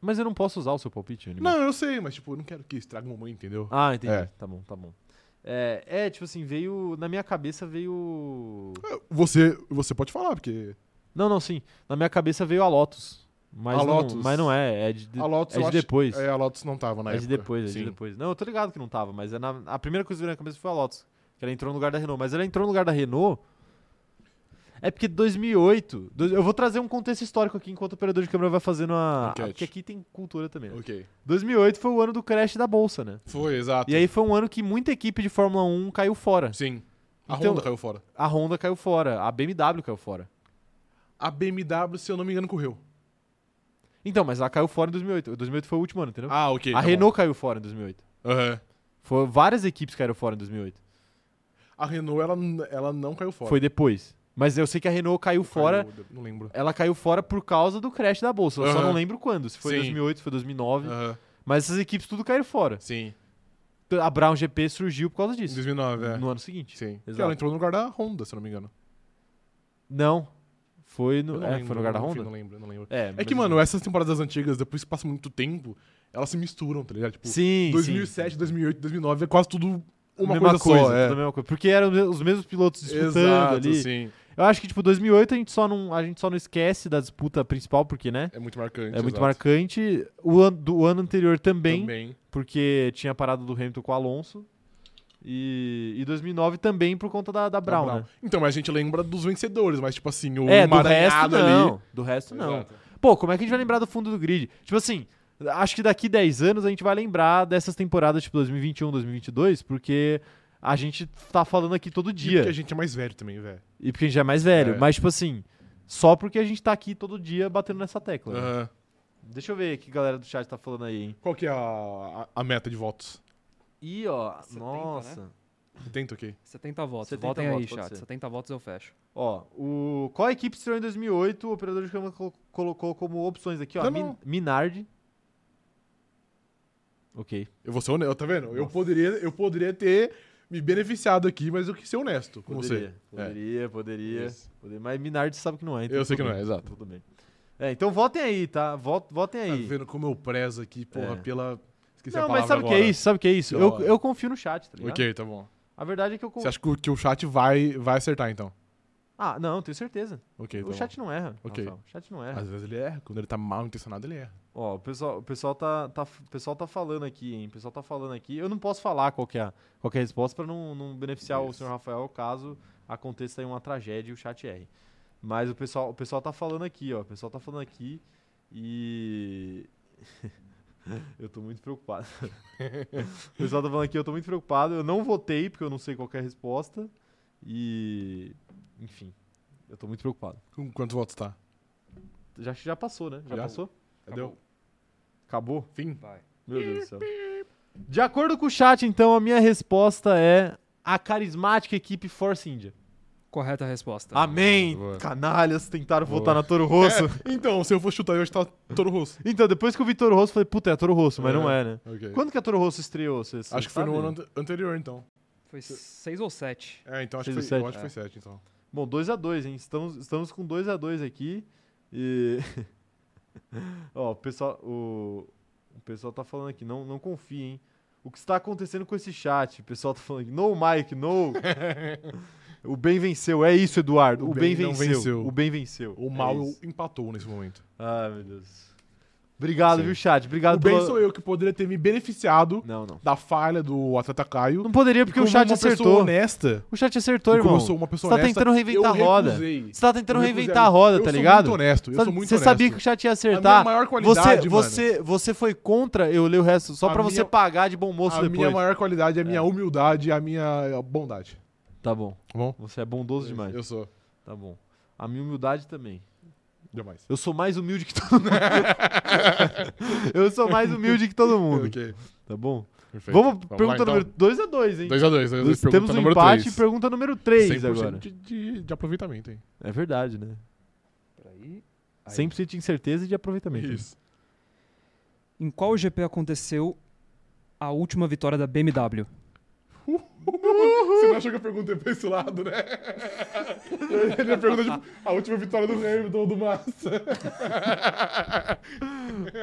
Speaker 1: Mas eu não posso usar o seu palpite, animal.
Speaker 2: Não, eu sei, mas tipo, eu não quero que estrague o momento, entendeu?
Speaker 1: Ah, entendi.
Speaker 2: É.
Speaker 1: Tá bom, tá bom. É, é, tipo assim, veio. Na minha cabeça veio.
Speaker 2: Você, você pode falar, porque.
Speaker 1: Não, não, sim. Na minha cabeça veio a Lotus. Mas,
Speaker 2: A
Speaker 1: não,
Speaker 2: Lotus.
Speaker 1: mas não é. É de, de-
Speaker 2: a Lotus
Speaker 1: é
Speaker 2: eu
Speaker 1: de
Speaker 2: acho-
Speaker 1: depois.
Speaker 2: É, a Lotus não tava na
Speaker 1: é
Speaker 2: época.
Speaker 1: de depois, é de
Speaker 2: Sim.
Speaker 1: depois. Não, eu tô ligado que não tava, mas é na, a primeira coisa que veio na cabeça foi a Lotus. Que ela entrou no lugar da Renault. Mas ela entrou no lugar da Renault. É porque 2008. dois- eu vou trazer um contexto histórico aqui enquanto o operador de câmera vai fazendo a. a
Speaker 2: Enquete.
Speaker 1: porque aqui tem cultura também. né?
Speaker 2: Ok.
Speaker 1: 2008 foi o ano do crash da bolsa, né?
Speaker 2: Foi, exato.
Speaker 1: E aí foi um ano que muita equipe de Fórmula 1 caiu fora.
Speaker 2: Sim. A
Speaker 1: Então-
Speaker 2: Honda caiu fora.
Speaker 1: A Honda caiu fora, a BMW caiu fora.
Speaker 2: A BMW, se eu não me engano, correu.
Speaker 1: Então, mas ela caiu fora em 2008. 2008 foi o último ano, entendeu?
Speaker 2: Ah, ok.
Speaker 1: a
Speaker 2: tá
Speaker 1: Renault caiu fora em 2008.
Speaker 2: bom. Aham.
Speaker 1: Foi, várias equipes caíram fora em 2008.
Speaker 2: A Renault, ela, n- ela não caiu fora.
Speaker 1: Foi depois. Mas eu sei que a Renault caiu fora.
Speaker 2: Caiu, não lembro.
Speaker 1: Ela caiu fora por causa do crash da bolsa. Eu só
Speaker 2: Aham.
Speaker 1: não lembro quando. Se foi
Speaker 2: Sim.
Speaker 1: 2008, se foi 2009.
Speaker 2: Aham.
Speaker 1: Mas essas equipes tudo caíram fora.
Speaker 2: Sim.
Speaker 1: A Brown GP surgiu por causa
Speaker 2: Em
Speaker 1: disso.
Speaker 2: 2009, é.
Speaker 1: No ano seguinte.
Speaker 2: Sim. Que
Speaker 1: Exato.
Speaker 2: Ela entrou no lugar da Honda, se eu não me engano.
Speaker 1: Não. Foi
Speaker 2: Eu
Speaker 1: no,
Speaker 2: não
Speaker 1: é,
Speaker 2: lembro,
Speaker 1: foi no lugar da
Speaker 2: enfim,
Speaker 1: Honda?
Speaker 2: Não lembro, não lembro.
Speaker 1: É,
Speaker 2: É que,
Speaker 1: mas-
Speaker 2: mano, essas temporadas antigas, depois que passa muito tempo, elas se misturam, tá ligado? Tipo,
Speaker 1: assim. Sim,
Speaker 2: 2007,
Speaker 1: sim.
Speaker 2: 2008, 2009 é quase tudo uma
Speaker 1: mesma
Speaker 2: coisa, só. É.
Speaker 1: tudo a mesma coisa. Porque eram os mesmos pilotos disputando
Speaker 2: Exato,
Speaker 1: ali.
Speaker 2: sim.
Speaker 1: Eu acho que, tipo, 2008 a gente, só não, a gente só não esquece da disputa principal, porque, né?
Speaker 2: É muito marcante.
Speaker 1: É muito
Speaker 2: exato.
Speaker 1: marcante. O ano, do ano anterior também,
Speaker 2: Também.
Speaker 1: porque tinha a parada do Hamilton com o Alonso. E, e 2009 também por conta da, da
Speaker 2: Da
Speaker 1: Brown,
Speaker 2: Brown.
Speaker 1: né?
Speaker 2: Então, mas a gente lembra dos vencedores, mas tipo assim, o
Speaker 1: É, do resto
Speaker 2: emaranhado ali.
Speaker 1: não. Do resto não.
Speaker 2: Exato.
Speaker 1: Pô, como é que a gente vai lembrar do fundo do grid? Tipo assim, acho que daqui 10 anos a gente vai lembrar dessas temporadas, tipo 2021, 2022, porque a gente tá falando aqui todo
Speaker 2: E
Speaker 1: dia.
Speaker 2: porque a gente é mais velho também, velho.
Speaker 1: já é mais velho.
Speaker 2: É.
Speaker 1: Mas, tipo assim, só porque a gente tá aqui todo dia batendo nessa tecla. né?
Speaker 2: Aham.
Speaker 1: Deixa eu ver o que a galera do chat tá falando aí, hein?
Speaker 2: Qual que é a, a, a meta de votos?
Speaker 1: Ih, ó,
Speaker 4: 70,
Speaker 1: nossa.
Speaker 2: Tenta ok.
Speaker 4: 70 votos.
Speaker 1: 70
Speaker 4: Votem
Speaker 1: votos,
Speaker 4: aí,
Speaker 1: pode
Speaker 4: chat.
Speaker 1: ser.
Speaker 4: 70 votos eu fecho.
Speaker 1: Ó, o... qual equipe estreou em 2008? O operador de câmera colo- colocou como opções aqui, ó.
Speaker 2: Não,
Speaker 1: Min-
Speaker 2: não.
Speaker 1: Minardi. Ok.
Speaker 2: Eu vou ser honesto, tá vendo? Eu
Speaker 1: Nossa.
Speaker 2: poderia, eu poderia ter me beneficiado aqui, mas eu quis ser honesto com
Speaker 1: Poderia,
Speaker 2: você. É.
Speaker 1: poderia, poderia,
Speaker 2: Isso.
Speaker 1: poderia. Mas Minardi sabe que não é. então
Speaker 2: Eu sei que
Speaker 1: tudo
Speaker 2: não é,
Speaker 1: bem,
Speaker 2: exato.
Speaker 1: Tudo bem. É, então votem aí, tá? Vo- Votem
Speaker 2: Tá
Speaker 1: aí.
Speaker 2: vendo como eu prezo aqui, porra,
Speaker 1: É.
Speaker 2: pela. Esqueci a
Speaker 1: não,
Speaker 2: palavra
Speaker 1: mas sabe o que
Speaker 2: agora.
Speaker 1: é isso? Sabe o que é isso?
Speaker 2: Pela
Speaker 1: Eu,
Speaker 2: hora.
Speaker 1: eu confio no chat, tá ligado?
Speaker 2: Ok, tá bom.
Speaker 1: A verdade é que eu
Speaker 2: Você
Speaker 1: confio.
Speaker 2: acha que o, que o chat vai, vai acertar, então?
Speaker 1: Ah, não, tenho certeza.
Speaker 2: Ok, tá
Speaker 1: o chat é. não erra.
Speaker 2: Ok. Ah,
Speaker 1: Rafael, O chat não
Speaker 2: bom.
Speaker 1: erra.
Speaker 2: Às vezes ele erra. Quando ele tá mal intencionado, ele erra.
Speaker 1: Ó, o pessoal, o pessoal tá, tá, o pessoal tá falando aqui, hein? O pessoal tá falando aqui. Eu não posso falar qual que é, a- qual que é a resposta pra não, não beneficiar o
Speaker 2: Isso.
Speaker 1: senhor Rafael caso aconteça aí uma tragédia e o chat R. Mas o pessoal, o pessoal tá falando aqui, ó. O pessoal tá falando aqui E. eu tô muito preocupado. o pessoal tá falando aqui, eu tô muito preocupado. Eu não votei, porque eu não sei qual que é a resposta. E. Enfim, eu tô muito preocupado.
Speaker 2: Com quantos votos tá?
Speaker 1: Já, já passou, né? Já,
Speaker 2: Já.
Speaker 1: passou?
Speaker 2: Cadê? o-
Speaker 1: Acabou?
Speaker 2: Fim?
Speaker 5: Vai.
Speaker 1: Meu Deus do céu. De acordo com o chat, então, a minha resposta é a carismática equipe Force India.
Speaker 4: Correta a resposta.
Speaker 1: Ah. Amém!
Speaker 2: Tá Boa.
Speaker 1: Canalhas tentaram
Speaker 2: Boa.
Speaker 1: votar na Toro Rosso.
Speaker 2: Então, se eu for chutar, eu ia chutar Toro Rosso.
Speaker 1: Então, depois que eu vi Toro Rosso, eu falei, puta, é Toro Rosso, mas
Speaker 2: É.
Speaker 1: não é, né?
Speaker 2: Ok.
Speaker 1: Quando que a Toro Rosso estreou? Você, você
Speaker 2: Acho que foi no
Speaker 1: sabe?
Speaker 2: ano ante- anterior, então.
Speaker 4: Foi seis ou sete.
Speaker 2: É, então acho que
Speaker 1: Seis
Speaker 2: foi,
Speaker 1: ou
Speaker 2: eu
Speaker 1: sete?
Speaker 2: acho que foi 7, então.
Speaker 1: Bom, 2x2, hein? Estamos, estamos com 2x2 aqui. E. Ó, o pessoal. O, o pessoal tá falando aqui, não, não confie, hein? O que está acontecendo com esse chat? O pessoal tá falando aqui, no Mike, no. o bem venceu, é isso, Eduardo. O,
Speaker 2: O
Speaker 1: bem,
Speaker 2: bem não
Speaker 1: venceu.
Speaker 2: venceu.
Speaker 1: O bem venceu.
Speaker 2: O
Speaker 1: É
Speaker 2: mal
Speaker 1: isso.
Speaker 2: empatou nesse momento.
Speaker 1: Ah, meu Deus. Obrigado,
Speaker 2: Sim.
Speaker 1: viu, chat? Obrigado
Speaker 2: o bem
Speaker 1: pela-
Speaker 2: sou eu que poderia ter me beneficiado
Speaker 1: Não, não.
Speaker 2: da falha do atleta Caio.
Speaker 1: Não poderia porque
Speaker 2: E
Speaker 1: o
Speaker 2: como
Speaker 1: chat
Speaker 2: uma
Speaker 1: acertou. né?
Speaker 2: pessoa honesta.
Speaker 1: O chat
Speaker 2: e
Speaker 1: acertou, irmão.
Speaker 2: Como eu sou uma pessoa
Speaker 1: Você tá
Speaker 2: honesta,
Speaker 1: tentando reinventar
Speaker 2: eu
Speaker 1: a roda.
Speaker 2: recusei.
Speaker 1: Você tá tentando
Speaker 2: Eu recusei.
Speaker 1: reinventar a roda, tá ligado?
Speaker 2: Eu sou muito honesto. Eu
Speaker 1: Você-
Speaker 2: sou muito
Speaker 1: você
Speaker 2: honesto.
Speaker 1: sabia que o chat ia
Speaker 2: A minha
Speaker 1: acertar.
Speaker 2: maior
Speaker 1: Você,
Speaker 2: qualidade, mano,
Speaker 1: você, você foi contra, eu leio o resto só
Speaker 2: A
Speaker 1: pra você
Speaker 2: minha-
Speaker 1: pagar de bom moço
Speaker 2: a
Speaker 1: depois.
Speaker 2: minha maior qualidade é a minha humildade e a minha bondade.
Speaker 1: Tá bom.
Speaker 2: Tá bom?
Speaker 1: Você é bondoso demais.
Speaker 2: Eu sou.
Speaker 1: Tá bom. A minha humildade também.
Speaker 2: Jamais.
Speaker 1: Eu sou mais humilde que todo mundo. eu sou mais humilde que todo mundo.
Speaker 2: Ok.
Speaker 1: Tá bom?
Speaker 2: Perfeito.
Speaker 1: Vamos,
Speaker 2: lá,
Speaker 1: pergunta
Speaker 2: então.
Speaker 1: número 2 a 2 hein?
Speaker 2: 2x2.
Speaker 1: Nós Temos um empate e pergunta número 3 agora.
Speaker 2: De, de, de aproveitamento, hein?
Speaker 1: É verdade, né?
Speaker 5: Peraí. Aí.
Speaker 1: 100% de incerteza e de aproveitamento. né?
Speaker 2: Isso.
Speaker 4: Em qual GP aconteceu a última vitória da BMW?
Speaker 1: Uhum.
Speaker 2: Você não achou que eu perguntei pra esse lado, né? Ele pergunta, tipo, a última vitória do Hamilton do Massa.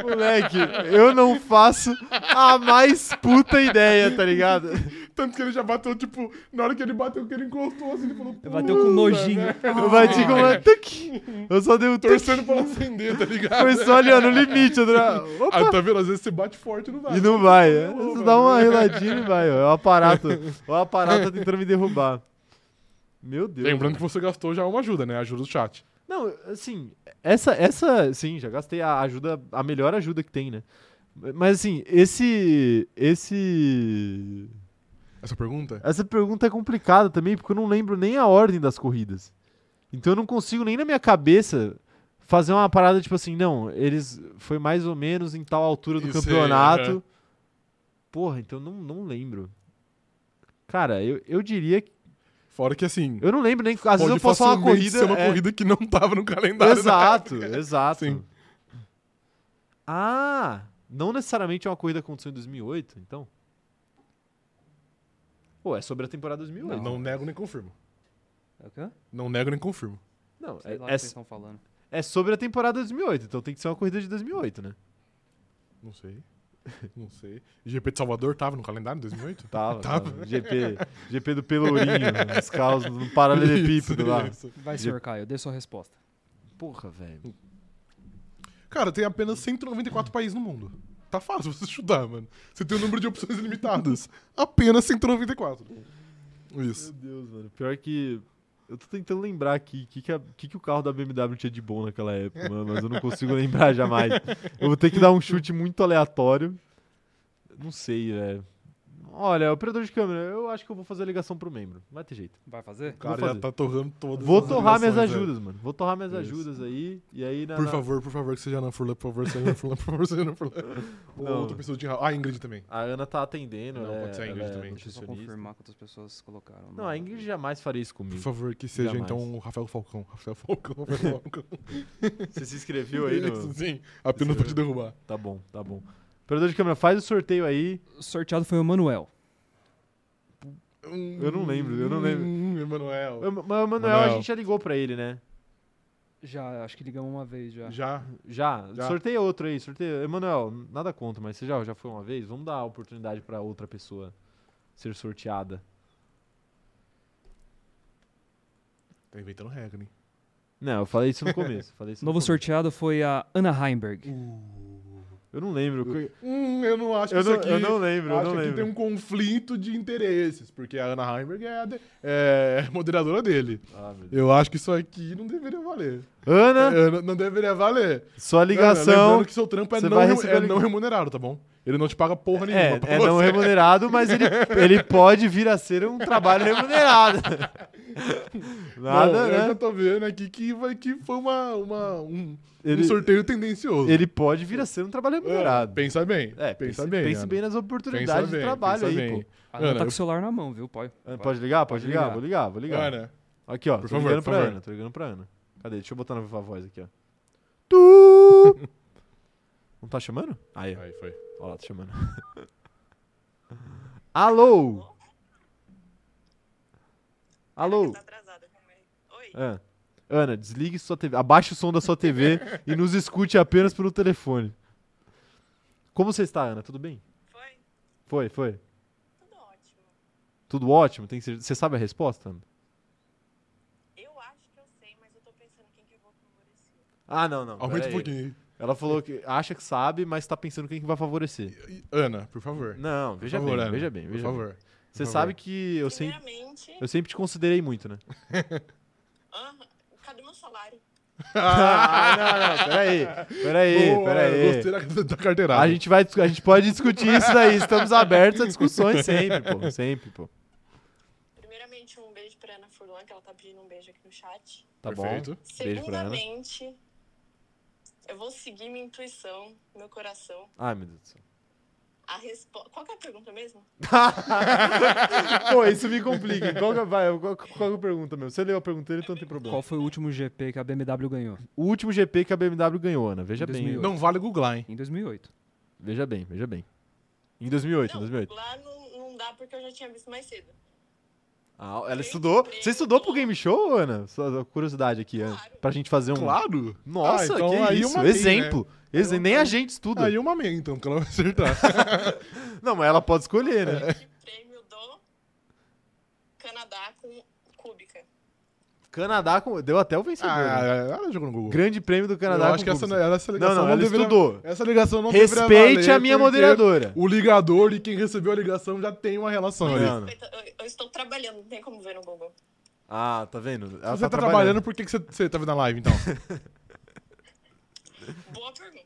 Speaker 1: Moleque, eu não faço a mais puta ideia, tá ligado?
Speaker 2: Tanto que ele já bateu, tipo, na hora que ele bateu, que ele encostou assim, ele falou.
Speaker 4: Bateu com
Speaker 2: "Puta,
Speaker 4: nojinho.
Speaker 2: né?"
Speaker 1: Eu bati com uma tuc, Eu só dei um tuc,
Speaker 2: Torcendo pra não acender, tá ligado?
Speaker 1: foi só ali, ó, no limite. eu dra-
Speaker 2: Ah, tá vendo? Às vezes você bate forte e não vai.
Speaker 1: E não vai. é. Você dá uma reladinha e vai, ó. É o aparato. O aparato tá tentando me derrubar. Meu Deus.
Speaker 2: Lembrando que você gastou já uma ajuda, né? A ajuda do chat.
Speaker 1: Não, assim, essa, essa, sim, já gastei a ajuda, a melhor ajuda que tem, né? Mas assim, esse, esse,
Speaker 2: Essa pergunta?
Speaker 1: essa pergunta é complicada também, porque eu não lembro nem a ordem das corridas. Então eu não consigo nem na minha cabeça fazer uma parada tipo assim, não, eles foi mais ou menos em tal altura do
Speaker 2: Isso aí,
Speaker 1: campeonato.
Speaker 2: aham.
Speaker 1: Porra, então não, não lembro. Cara, eu, eu diria que.
Speaker 2: Fora que assim.
Speaker 1: Eu não lembro nem. Às vezes
Speaker 2: pode
Speaker 1: eu posso falar uma
Speaker 2: facilmente
Speaker 1: corrida.
Speaker 2: ser uma
Speaker 1: é,
Speaker 2: corrida que não tava no calendário. né?
Speaker 1: Exato, exato.
Speaker 2: Sim.
Speaker 1: Ah, não necessariamente é uma corrida que aconteceu em 2008, então? Pô, é sobre a temporada 2008.
Speaker 2: Não. nego nem confirmo.
Speaker 4: É o quê?
Speaker 2: Não nego nem confirmo.
Speaker 1: Não,
Speaker 4: Sei
Speaker 1: é,
Speaker 4: lá o
Speaker 1: é,
Speaker 4: que vocês estão falando.
Speaker 1: é sobre a temporada 2008, então tem que ser uma corrida de 2008, né?
Speaker 2: Não sei. Não sei. GP de Salvador tava no calendário em 2008?
Speaker 1: Tava, tava. GP, GP do Pelourinho, né? os carros no paralelepípedo lá.
Speaker 2: Isso.
Speaker 4: Vai, senhor Caio, dê sua resposta.
Speaker 1: Porra, velho.
Speaker 2: Cara, tem apenas 194 países no mundo. Tá fácil você estudar, mano. Você tem um número de opções ilimitadas. Apenas 194.
Speaker 1: Meu
Speaker 2: Isso.
Speaker 1: Deus, mano. Pior que... Eu tô tentando lembrar aqui o que, que, a- que, que o carro da BMW tinha de bom naquela época, mano, mas eu não consigo lembrar jamais. Eu vou ter que dar um chute muito aleatório. Não sei, velho. Olha, operador de câmera, eu acho que eu vou fazer a ligação pro membro. Não vai ter jeito.
Speaker 4: Vai fazer?
Speaker 2: O cara
Speaker 1: fazer.
Speaker 2: já tá torrando todas
Speaker 1: Vou
Speaker 2: as
Speaker 1: torrar minhas
Speaker 2: ligações, é.
Speaker 1: ajudas, mano. Vou torrar minhas
Speaker 2: Isso.
Speaker 1: ajudas aí. E aí
Speaker 2: né?
Speaker 1: na.
Speaker 2: Por
Speaker 1: na-
Speaker 2: favor, por favor, que seja na Furlan, por favor, seja na Furlan, por favor, seja na Furlan. Ou
Speaker 1: Não.
Speaker 2: outra pessoa de ra- Ah, a Ingrid também.
Speaker 1: A Ana tá atendendo.
Speaker 2: Não,
Speaker 1: ela é-
Speaker 2: pode ser a Ingrid
Speaker 1: ela é
Speaker 2: também.
Speaker 4: Deixa eu só
Speaker 1: nutricionista.
Speaker 4: confirmar quantas pessoas colocaram.
Speaker 1: Não, é a Ingrid jamais faria isso
Speaker 2: Por
Speaker 1: comigo.
Speaker 2: favor, que seja
Speaker 1: Jamais.
Speaker 2: então o Rafael Falcão. Rafael Falcão, Rafael Falcão.
Speaker 1: Você se inscreveu aí no...
Speaker 2: Isso, Sim, apenas pra te derrubar.
Speaker 1: Tá bom, tá bom. Operador de câmera, faz o sorteio aí.
Speaker 4: O sorteado foi o Manuel.
Speaker 1: Eu não lembro, eu não lembro.
Speaker 2: Hum, Emanuel.
Speaker 1: Eu- Mas o Manuel, a
Speaker 2: Manuel.
Speaker 1: gente já ligou pra ele, né?
Speaker 4: Já, acho que ligamos uma vez já.
Speaker 2: Já.
Speaker 1: Já.
Speaker 2: Já.
Speaker 1: Sorteia outro aí, sorteia. Emanuel, nada contra, mas você já, já foi uma vez? Vamos dar a oportunidade pra outra pessoa ser sorteada.
Speaker 2: Tá inventando regra, hein?
Speaker 1: Não, eu falei isso no começo. falei isso no
Speaker 4: Novo
Speaker 1: começo.
Speaker 4: sorteado foi a Ana Heimberg.
Speaker 1: Eu não lembro.
Speaker 2: Hum, não, eu não acho que
Speaker 1: Eu
Speaker 2: isso
Speaker 1: não,
Speaker 2: aqui...
Speaker 1: eu não lembro, eu
Speaker 2: acho
Speaker 1: não
Speaker 2: que tem
Speaker 1: lembro.
Speaker 2: um conflito de interesses, porque a Ana Heimberg é, a de- é moderadora dele.
Speaker 1: Ah, meu Deus.
Speaker 2: Eu acho que isso aqui não deveria valer.
Speaker 1: Ana,
Speaker 2: É, não- não deveria valer.
Speaker 1: sua
Speaker 2: Não,
Speaker 1: ligação
Speaker 2: lembrando que seu trampo é,
Speaker 1: você
Speaker 2: não,
Speaker 1: vai
Speaker 2: remu-
Speaker 1: receber
Speaker 2: é
Speaker 1: liga-
Speaker 2: não remunerado, tá bom? Ele não te paga porra nenhuma. pra
Speaker 1: é, é não
Speaker 2: você.
Speaker 1: remunerado, mas ele, ele pode vir a ser um trabalho remunerado.
Speaker 2: Bom,
Speaker 1: Nada,
Speaker 2: Eu já
Speaker 1: né?
Speaker 2: tô vendo aqui que, vai- que foi uma, uma- um, um
Speaker 1: Ele,
Speaker 2: sorteio tendencioso. É,
Speaker 1: ele pode vir a ser um trabalho remunerado.
Speaker 2: Pensa bem.
Speaker 1: É,
Speaker 2: pensa
Speaker 1: pense-
Speaker 2: bem.
Speaker 1: Pense
Speaker 2: Ana.
Speaker 1: bem nas oportunidades de
Speaker 2: bem,
Speaker 1: trabalho
Speaker 2: pensa
Speaker 1: aí,
Speaker 2: bem.
Speaker 1: pô.
Speaker 4: A Ana
Speaker 2: Ana,
Speaker 4: tá
Speaker 2: eu-
Speaker 4: com o celular na mão, viu, pai?
Speaker 1: Ana, Pode ligar? Pode
Speaker 4: Pode
Speaker 1: ligar?
Speaker 4: ligar.
Speaker 1: Vou ligar, vou ligar.
Speaker 2: Ana,
Speaker 1: Aqui, ó.
Speaker 2: Por
Speaker 1: tô
Speaker 2: favor,
Speaker 1: ligando
Speaker 2: por
Speaker 1: pra
Speaker 2: favor.
Speaker 1: Ana, tô ligando pra Ana. Cadê? Deixa eu botar na viva voz aqui, ó. Tu! Não tá chamando? Aí, ó.
Speaker 2: Aí foi.
Speaker 1: Ó lá, tá chamando. Alô? Alô?
Speaker 6: Tá atrasada também. Oi.
Speaker 1: Ah. Ana, desligue sua TV. Abaixe o som da sua TV e nos escute apenas pelo telefone. Como você está, Ana? Tudo bem?
Speaker 6: Foi?
Speaker 1: Foi, foi.
Speaker 6: Tudo ótimo.
Speaker 1: Tudo ótimo? Tem que ser... Você sabe a resposta, Ana?
Speaker 6: Eu acho que eu sei, mas eu tô pensando quem que eu vou favorecer.
Speaker 1: Ah, não, não.
Speaker 2: Aumenta
Speaker 1: peraí.
Speaker 2: um pouquinho.
Speaker 1: Ela falou que acha que sabe, mas tá pensando quem que vai favorecer.
Speaker 2: E- e- Ana, por favor.
Speaker 1: Não,
Speaker 2: Por
Speaker 1: veja
Speaker 2: favor,
Speaker 1: bem,
Speaker 2: Ana.
Speaker 1: veja bem, veja
Speaker 2: Por
Speaker 1: bem.
Speaker 2: favor.
Speaker 1: Você
Speaker 2: favor.
Speaker 1: sabe que eu, sem-
Speaker 6: Primeiramente,
Speaker 1: eu sempre te considerei muito, né?
Speaker 6: aham, cadê meu salário?
Speaker 1: ah, não, não, peraí. Peraí,
Speaker 2: Boa, eu Gostei
Speaker 1: peraí.
Speaker 2: da, da carteirada.
Speaker 1: A gente, vai, discu- a gente pode discutir isso daí. Estamos abertos a discussões sempre, pô. Sempre, pô.
Speaker 6: Primeiramente, um beijo pra Ana Furlan, que ela tá pedindo um beijo aqui no chat.
Speaker 1: Tá
Speaker 2: Perfeito.
Speaker 1: bom? Beijo pra Ana.
Speaker 6: Segundamente, eu vou seguir minha intuição, meu coração.
Speaker 1: Ai, meu Deus do céu.
Speaker 6: A resposta. Qual que é a pergunta mesmo?
Speaker 1: Pô, isso me complica. Qual que, vai, qual, qual que é a pergunta mesmo? Você leu a pergunta dele, então não tem
Speaker 4: Qual
Speaker 1: problema.
Speaker 4: foi o último GP que a BMW ganhou?
Speaker 1: O último GP que a BMW ganhou, Ana. Veja
Speaker 4: Em
Speaker 1: bem.
Speaker 4: 2008.
Speaker 2: Não vale googlar, hein?
Speaker 4: Em 2008.
Speaker 1: Veja bem, veja bem. Em 2008, em
Speaker 6: não,
Speaker 1: 2008.
Speaker 6: lá não, não dá porque eu já tinha visto mais cedo.
Speaker 1: Ah, ela estudou. Você estudou pro game show, Ana? Só só curiosidade aqui, Ana.
Speaker 6: Claro.
Speaker 1: Pra gente fazer um.
Speaker 2: Claro.
Speaker 1: Nossa,
Speaker 2: Ah, então
Speaker 1: que
Speaker 2: aí
Speaker 1: isso.
Speaker 2: uma lei,
Speaker 1: exemplo. Exe- Nem a gente estuda.
Speaker 2: Aí uma meia, então, porque ela vai acertar.
Speaker 1: Não, mas ela pode escolher, né?
Speaker 6: De prêmio do Canadá com Cúbica.
Speaker 1: Canadá com- deu até o vencedor. né?
Speaker 2: ah, ela jogou no Google.
Speaker 1: Grande prêmio do Canadá.
Speaker 2: Eu acho
Speaker 1: com
Speaker 2: que essa,
Speaker 1: público.
Speaker 2: essa ligação
Speaker 1: não, ela
Speaker 2: deveria-
Speaker 1: estudou.
Speaker 2: Essa ligação não deveria
Speaker 1: é- Respeite
Speaker 2: valer,
Speaker 1: a minha
Speaker 2: porque
Speaker 1: moderadora.
Speaker 2: O ligador e quem recebeu a ligação já tem uma relação
Speaker 1: Não,
Speaker 2: ali.
Speaker 1: não.
Speaker 6: Respeita- Eu, eu estou trabalhando, não tem como ver no Google.
Speaker 1: Ah, tá vendo? Ela
Speaker 2: Se você tá trabalhando, por que, que você, você tá vendo a live, então?
Speaker 6: Boa pergunta.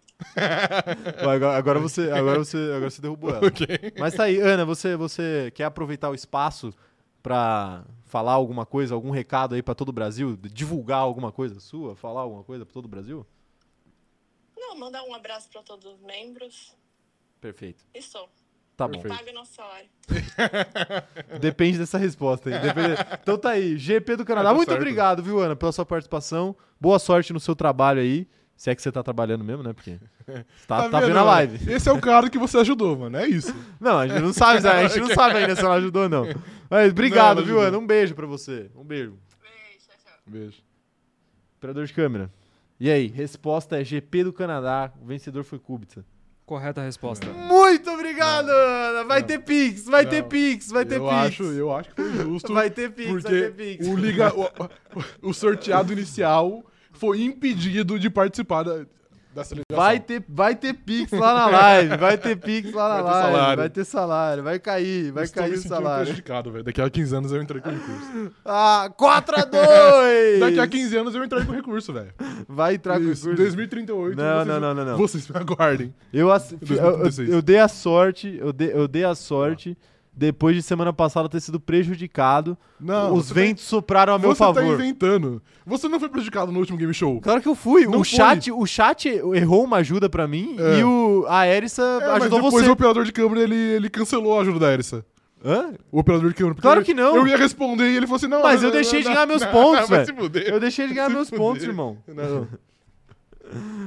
Speaker 1: Ó, Agora, agora você, agora você, agora você derrubou ela.
Speaker 2: ok.
Speaker 1: Mas tá aí, Ana, você, você quer aproveitar o espaço pra falar alguma coisa, algum recado aí pra todo o Brasil, divulgar alguma coisa sua, falar alguma coisa pra todo o Brasil?
Speaker 6: Não, mandar um abraço para todos os membros.
Speaker 1: Perfeito.
Speaker 6: E só.
Speaker 1: Tá bom.
Speaker 2: Perfeito.
Speaker 6: Paga nosso salário.
Speaker 1: Depende dessa resposta aí. depende- Então tá aí, GP do Canadá.
Speaker 2: Ah, tá
Speaker 1: Muito
Speaker 2: certo.
Speaker 1: obrigado, viu, Ana, pela sua participação. Boa sorte no seu trabalho aí. Se é que você tá trabalhando mesmo, né? Porque você tá, tá vendo a
Speaker 2: mano?
Speaker 1: live.
Speaker 2: Esse é o cara que você ajudou, mano. É isso.
Speaker 1: Não, a gente não sabe, a gente não sabe ainda se ela ajudou ou não. Mas obrigado,
Speaker 2: Não, ela
Speaker 1: viu,
Speaker 2: ajudou.
Speaker 1: Ana? Um beijo pra você. Um beijo.
Speaker 6: Beijo, tchau, tchau.
Speaker 2: Beijo.
Speaker 1: Operador de câmera. E aí, resposta é GP do Canadá. O vencedor foi Kubica.
Speaker 4: Correta a resposta.
Speaker 1: Muito obrigado, Ana. Vai
Speaker 2: Não.
Speaker 1: ter Pix, vai
Speaker 2: Não.
Speaker 1: ter Pix, vai ter
Speaker 2: eu
Speaker 1: Pix.
Speaker 2: acho, eu acho que foi justo.
Speaker 1: Vai ter Pix, vai
Speaker 2: porque
Speaker 1: ter Pix.
Speaker 2: o, liga, o, o sorteado inicial foi impedido de participar da, dessa ligação.
Speaker 1: Vai ter, vai ter Pix lá na live, vai ter Pix lá na
Speaker 2: Vai ter
Speaker 1: live,
Speaker 2: salário.
Speaker 1: vai ter salário, vai cair, vai
Speaker 2: Estou
Speaker 1: cair
Speaker 2: me
Speaker 1: o
Speaker 2: sentindo
Speaker 1: salário.
Speaker 2: prejudicado, velho. Daqui a 15 anos eu entrei com recurso.
Speaker 1: Ah, 4 a 2
Speaker 2: Daqui a 15 anos eu entrei com recurso, velho.
Speaker 1: Vai entrar com o
Speaker 2: Isso,
Speaker 1: curso.
Speaker 2: 2038.
Speaker 1: Não,
Speaker 2: vocês,
Speaker 1: não, não, não, não.
Speaker 2: Vocês me aguardem.
Speaker 1: Eu, ass- eu, eu-
Speaker 2: 2016.
Speaker 1: eu dei a sorte, eu, de- eu dei a sorte
Speaker 2: Ah.
Speaker 1: depois de semana passada ter sido prejudicado.
Speaker 2: Não,
Speaker 1: os
Speaker 2: você tá-
Speaker 1: ventos sopraram a meu
Speaker 2: você tá
Speaker 1: favor.
Speaker 2: inventando. Você não foi prejudicado no último game show.
Speaker 1: Claro que eu fui.
Speaker 2: Não
Speaker 1: o,
Speaker 2: foi.
Speaker 1: Chat, o chat errou uma ajuda pra mim
Speaker 2: É.
Speaker 1: e o, a Erissa
Speaker 2: É, mas
Speaker 1: ajudou
Speaker 2: depois
Speaker 1: você.
Speaker 2: o operador de câmera, ele, ele cancelou a ajuda da Erissa.
Speaker 1: Hã?
Speaker 2: O operador de câmera. porque
Speaker 1: Claro
Speaker 2: eu-
Speaker 1: que não.
Speaker 2: Eu ia responder e ele falou assim, não...
Speaker 1: Mas
Speaker 2: não,
Speaker 1: eu
Speaker 2: não,
Speaker 1: deixei de
Speaker 2: não,
Speaker 1: ganhar meus
Speaker 2: não,
Speaker 1: pontos,
Speaker 2: não, vai se
Speaker 1: velho.
Speaker 2: fuder.
Speaker 1: Eu deixei de ganhar
Speaker 2: Se
Speaker 1: meus
Speaker 2: fuder.
Speaker 1: pontos, irmão.
Speaker 2: Não.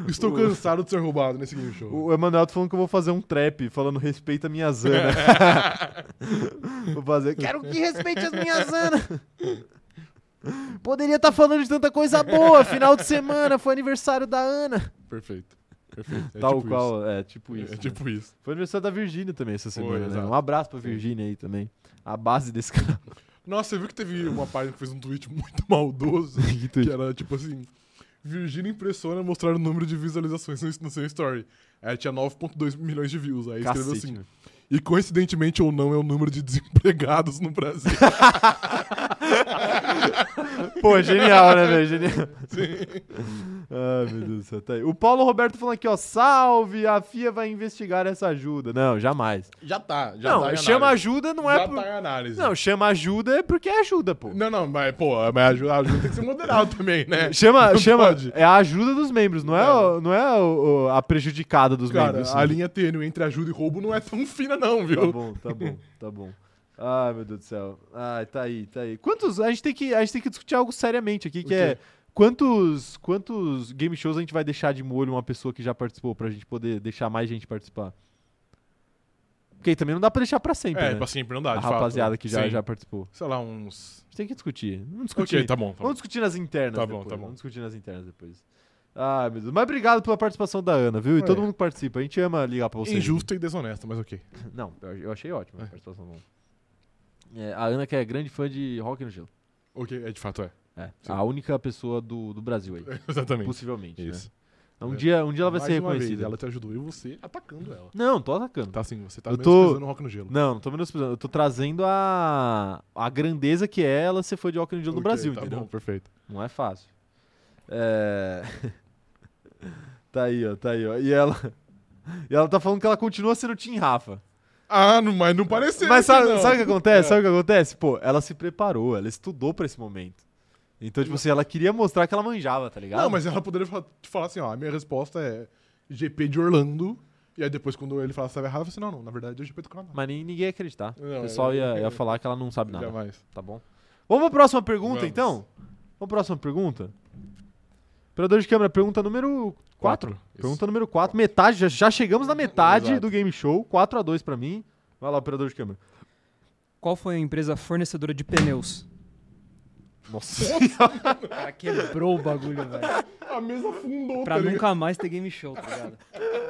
Speaker 2: Estou cansado de ser roubado nesse game show.
Speaker 1: O Emanuel tá falando que eu vou fazer um trap, falando respeita a minha zana.
Speaker 2: É.
Speaker 1: vou fazer. Quero que respeite as minhas zanas. Poderia estar falando de tanta coisa boa. Final de semana foi aniversário da Ana.
Speaker 2: Perfeito. Perfeito. É
Speaker 1: Tal
Speaker 2: tipo
Speaker 1: qual,
Speaker 2: isso.
Speaker 1: é tipo isso.
Speaker 2: É
Speaker 1: né?
Speaker 2: tipo isso.
Speaker 1: Foi aniversário da Virgínia também essa
Speaker 2: Foi,
Speaker 1: semana. né?
Speaker 2: exato.
Speaker 1: Um abraço pra Virgínia aí também. A base desse canal.
Speaker 2: Nossa, você viu que teve uma página que fez um tweet muito maldoso?
Speaker 1: Que tu-
Speaker 2: Que era tipo assim. Virgínia Impressora mostrar o número de visualizações no- no seu story. Aí tinha 9,2 milhões de views. Aí escreveu
Speaker 1: Cacete, né?
Speaker 2: assim.
Speaker 1: meu.
Speaker 2: E coincidentemente ou não, é o número de desempregados no Brasil.
Speaker 1: Pô, genial, né, velho? Genial. Ai, meu Deus do céu. tá aí. O Paulo Roberto falando aqui, ó. Salve, a FIA vai investigar essa ajuda. Não, jamais.
Speaker 2: já tá, já
Speaker 1: não,
Speaker 2: tá. em
Speaker 1: chama
Speaker 2: análise.
Speaker 1: ajuda não é
Speaker 2: Já
Speaker 1: por...
Speaker 2: tá em análise.
Speaker 1: Não, chama ajuda é porque é ajuda, pô.
Speaker 2: Não, não, mas, pô, mas ajuda, ajuda tem que ser moderado também, né?
Speaker 1: Chama,
Speaker 2: Não
Speaker 1: chama.
Speaker 2: pode.
Speaker 1: É a ajuda dos membros, não é,
Speaker 2: É.
Speaker 1: o- não é o- o- a prejudicada dos
Speaker 2: Cara,
Speaker 1: membros. assim.
Speaker 2: a linha tênue entre ajuda e roubo não é tão fina, não,
Speaker 1: Tá
Speaker 2: viu?
Speaker 1: bom, tá bom, tá bom. Ai, meu Deus do céu. Ai, tá aí, tá aí. Quantos. A gente tem que, a gente tem que discutir algo seriamente aqui, que é.
Speaker 2: quê?
Speaker 1: Quantos, quantos game shows a gente vai deixar de molho uma pessoa que já participou pra gente poder deixar mais gente participar? Porque aí também não dá pra deixar pra sempre,
Speaker 2: é,
Speaker 1: né?
Speaker 2: pra sempre não
Speaker 1: a
Speaker 2: dá, de fato. né?
Speaker 1: rapaziada que já,
Speaker 2: Sim.
Speaker 1: já participou.
Speaker 2: Sei lá, uns.
Speaker 1: A gente tem que discutir. Vamos discutir.
Speaker 2: Ok, tá bom. Tá bom.
Speaker 1: Vamos discutir nas internas
Speaker 2: Tá bom,
Speaker 1: depois.
Speaker 2: tá bom.
Speaker 1: Vamos discutir nas internas depois. Ai, meu Deus. Mas obrigado pela participação da Ana, viu? E
Speaker 2: É.
Speaker 1: todo mundo que participa. A gente ama ligar pra vocês.
Speaker 2: Injusto e desonesto, mas ok.
Speaker 1: Não, eu eu achei ótimo a participação da Ana. É, a Ana que é grande fã de Rock no Gelo.
Speaker 2: Ok, é de fato, é.
Speaker 1: É,
Speaker 2: Sim.
Speaker 1: a única pessoa do, do Brasil aí,
Speaker 2: Exatamente.
Speaker 1: possivelmente, né?
Speaker 2: Isso.
Speaker 1: Um,
Speaker 2: É.
Speaker 1: dia, um dia ela vai
Speaker 2: Mais
Speaker 1: ser
Speaker 2: uma vez,
Speaker 1: reconhecida.
Speaker 2: ela te ajudou e você atacando ela.
Speaker 1: Não, tô atacando.
Speaker 2: Tá assim, você tá
Speaker 1: Eu tô-
Speaker 2: menosprezando o rock no gelo.
Speaker 1: Não, não tô menosprezando. Eu tô trazendo a, a grandeza que é ela ser fã de Rock no Gelo no
Speaker 2: Ok,
Speaker 1: Brasil,
Speaker 2: tá
Speaker 1: entendeu?
Speaker 2: bom, perfeito.
Speaker 1: Não é fácil. É... tá aí, ó, tá aí, ó. E ela... E ela tá falando que ela continua sendo Team Rafa.
Speaker 2: Ah, não, mas não pareceu.
Speaker 1: Mas
Speaker 2: assim,
Speaker 1: sabe,
Speaker 2: não.
Speaker 1: sabe o que acontece?
Speaker 2: É.
Speaker 1: Sabe o que acontece? Pô, ela se preparou, ela estudou pra esse momento. Então, tipo assim, ela queria mostrar que ela manjava, tá ligado?
Speaker 2: Não, mas ela poderia fa- te falar assim, ó, a minha resposta é GP de Orlando. E aí depois, quando ele falar se tava errado, eu falo assim, não, não, na verdade é o GP do Canadá.
Speaker 1: Mas nem, ninguém ia acreditar.
Speaker 2: Não,
Speaker 1: o pessoal
Speaker 2: eu-
Speaker 1: ia, ia
Speaker 2: eu-
Speaker 1: falar que ela não sabe nada,
Speaker 2: Jamais.
Speaker 1: tá bom? Vamos pra próxima pergunta,
Speaker 2: Vamos.
Speaker 1: então? Vamos pra próxima pergunta? Operador de câmera, pergunta número 4.
Speaker 2: Quatro, isso.
Speaker 1: Pergunta número 4. Metade, já, já chegamos na metade
Speaker 2: Exato.
Speaker 1: do game show. 4 a 2 pra mim. Vai lá, operador de câmera.
Speaker 4: Qual foi a empresa fornecedora de pneus?
Speaker 1: Nossa.
Speaker 4: Cara, Ah, quebrou o bagulho, velho.
Speaker 2: A mesa fundou,
Speaker 1: tá
Speaker 4: Pra nunca mais ter game show, tá ligado?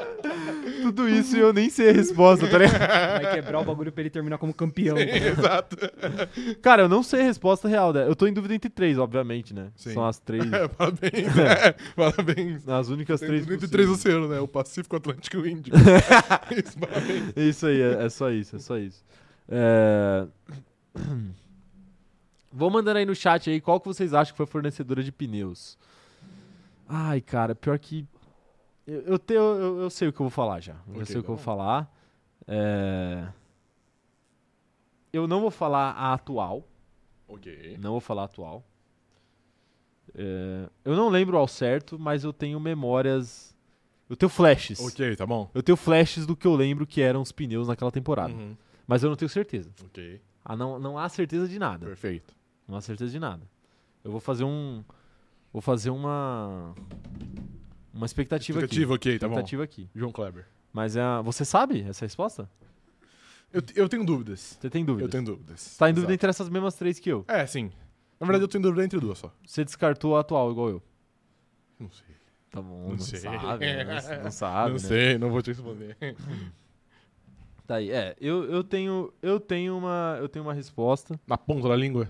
Speaker 1: Tudo isso e eu nem sei a resposta, tá ligado?
Speaker 4: Vai quebrar o bagulho pra ele terminar como campeão.
Speaker 2: Exato.
Speaker 1: Cara, eu não sei a resposta real, né? Eu tô em dúvida entre três, obviamente, né?
Speaker 2: Sim.
Speaker 1: São as três.
Speaker 2: É, parabéns, né? Parabéns.
Speaker 1: as únicas
Speaker 2: Tem
Speaker 1: três.
Speaker 2: entre
Speaker 1: possíveis.
Speaker 2: três oceanos, né? O Pacífico, Atlântico e o Índico. Isso, parabéns.
Speaker 1: É Isso aí, é, é só isso, é só isso. É... Vou mandando aí no chat aí qual que vocês acham que foi fornecedora de pneus. Ai, cara, pior que. Eu, eu, tenho- eu- eu sei o que eu vou falar já. Eu já
Speaker 2: Ok,
Speaker 1: sei o que eu
Speaker 2: tá
Speaker 1: vou falar. É, Eu não vou falar a atual.
Speaker 2: Ok.
Speaker 1: Não vou falar a atual. É, Eu não lembro ao certo, mas eu tenho memórias. Eu tenho flashes.
Speaker 2: Ok, tá bom.
Speaker 1: Eu tenho flashes do que eu lembro que eram os pneus naquela temporada.
Speaker 2: Uhum.
Speaker 1: Mas eu não tenho certeza.
Speaker 2: Ok,
Speaker 1: Ah, não, não há certeza de nada.
Speaker 2: perfeito.
Speaker 1: Não há certeza de nada. Eu vou fazer um. Vou fazer uma. Uma expectativa,
Speaker 2: Expectativa, ok,
Speaker 1: aqui.
Speaker 2: tá bom.
Speaker 1: expectativa aqui.
Speaker 2: João Kleber.
Speaker 1: Mas é a- você sabe essa resposta?
Speaker 2: Eu, te- eu tenho dúvidas.
Speaker 1: Você tem dúvida?
Speaker 2: Eu tenho dúvidas.
Speaker 1: Você tá em dúvida
Speaker 2: Exato.
Speaker 1: entre essas mesmas três que eu.
Speaker 2: É, sim. Na verdade, eu tenho dúvida entre duas só.
Speaker 1: Você descartou a atual, igual eu.
Speaker 2: Não sei.
Speaker 1: Tá bom, não,
Speaker 2: Não sei.
Speaker 1: sabe. Não, não sabe.
Speaker 2: não
Speaker 1: né?
Speaker 2: sei, não vou te responder.
Speaker 1: Tá aí. É, eu, eu, tenho, eu, tenho uma, eu tenho uma resposta.
Speaker 2: Na ponta da língua?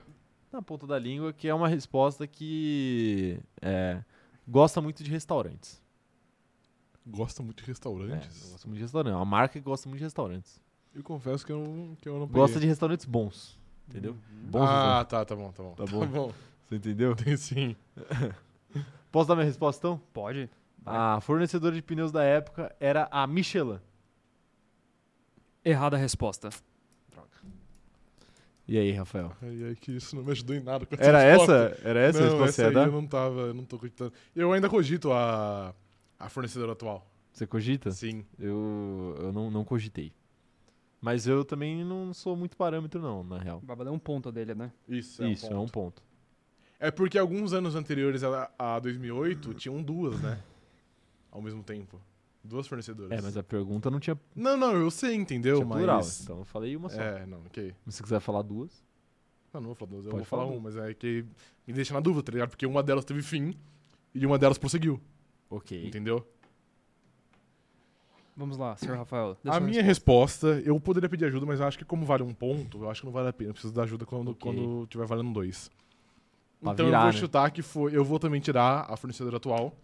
Speaker 1: na ponta da língua, que é uma resposta que é, gosta muito de restaurantes.
Speaker 2: Gosta muito de
Speaker 1: É,
Speaker 2: restaurantes.
Speaker 1: gosta muito de restaurantes. É uma marca que gosta muito de restaurantes.
Speaker 2: Eu confesso que eu não, que eu não
Speaker 1: Gosta de restaurantes bons. Entendeu? Bons
Speaker 2: Ah, tá, tá bom, tá bom.
Speaker 1: Tá bom. Você entendeu?
Speaker 2: Tem sim.
Speaker 1: Posso dar minha resposta então?
Speaker 4: Pode?
Speaker 1: A fornecedora de pneus da época era a Michelin.
Speaker 4: Errada a resposta.
Speaker 1: E aí, Rafael?
Speaker 2: Ai, ai, que isso não me ajudou em nada. com
Speaker 1: Era essa?
Speaker 2: resposta.
Speaker 1: Era essa a resposta é
Speaker 2: não, essa
Speaker 1: que
Speaker 2: aí
Speaker 1: você ia
Speaker 2: eu
Speaker 1: dar?
Speaker 2: não tava, eu não tô cogitando. Eu ainda cogito a, a fornecedora atual.
Speaker 1: Você cogita?
Speaker 2: Sim.
Speaker 1: Eu, eu não, não cogitei. Mas eu também não sou muito parâmetro, não, na real.
Speaker 4: O Babado é um ponto dele, né?
Speaker 2: Isso,
Speaker 1: Isso,
Speaker 2: é um
Speaker 1: é
Speaker 2: ponto.
Speaker 1: um ponto.
Speaker 2: É porque alguns anos anteriores a, a 2008 tinham duas, né? Ao mesmo tempo. Duas fornecedoras.
Speaker 1: É, mas a pergunta não tinha,
Speaker 2: Não, não, eu sei, entendeu?
Speaker 1: tinha
Speaker 2: mas...
Speaker 1: plural. Então eu falei uma só.
Speaker 2: É, não, ok.
Speaker 1: Mas Se quiser falar duas.
Speaker 2: Não, não vou falar duas, eu
Speaker 1: Pode
Speaker 2: vou falar
Speaker 1: falar
Speaker 2: uma, mas é que me deixa na dúvida, tá ligado? Porque uma delas teve fim e uma delas prosseguiu,
Speaker 1: Ok.
Speaker 2: entendeu?
Speaker 4: Vamos lá, senhor Rafael. dê
Speaker 2: A
Speaker 4: sua
Speaker 2: minha resposta, eu poderia pedir ajuda, mas eu acho que como vale um ponto, eu acho que não vale a pena. Eu preciso da ajuda quando,
Speaker 1: Ok.
Speaker 2: quando tiver valendo dois.
Speaker 1: Pra
Speaker 2: então
Speaker 1: virar,
Speaker 2: eu vou
Speaker 1: né?
Speaker 2: chutar que foi. Eu vou também tirar a fornecedora atual.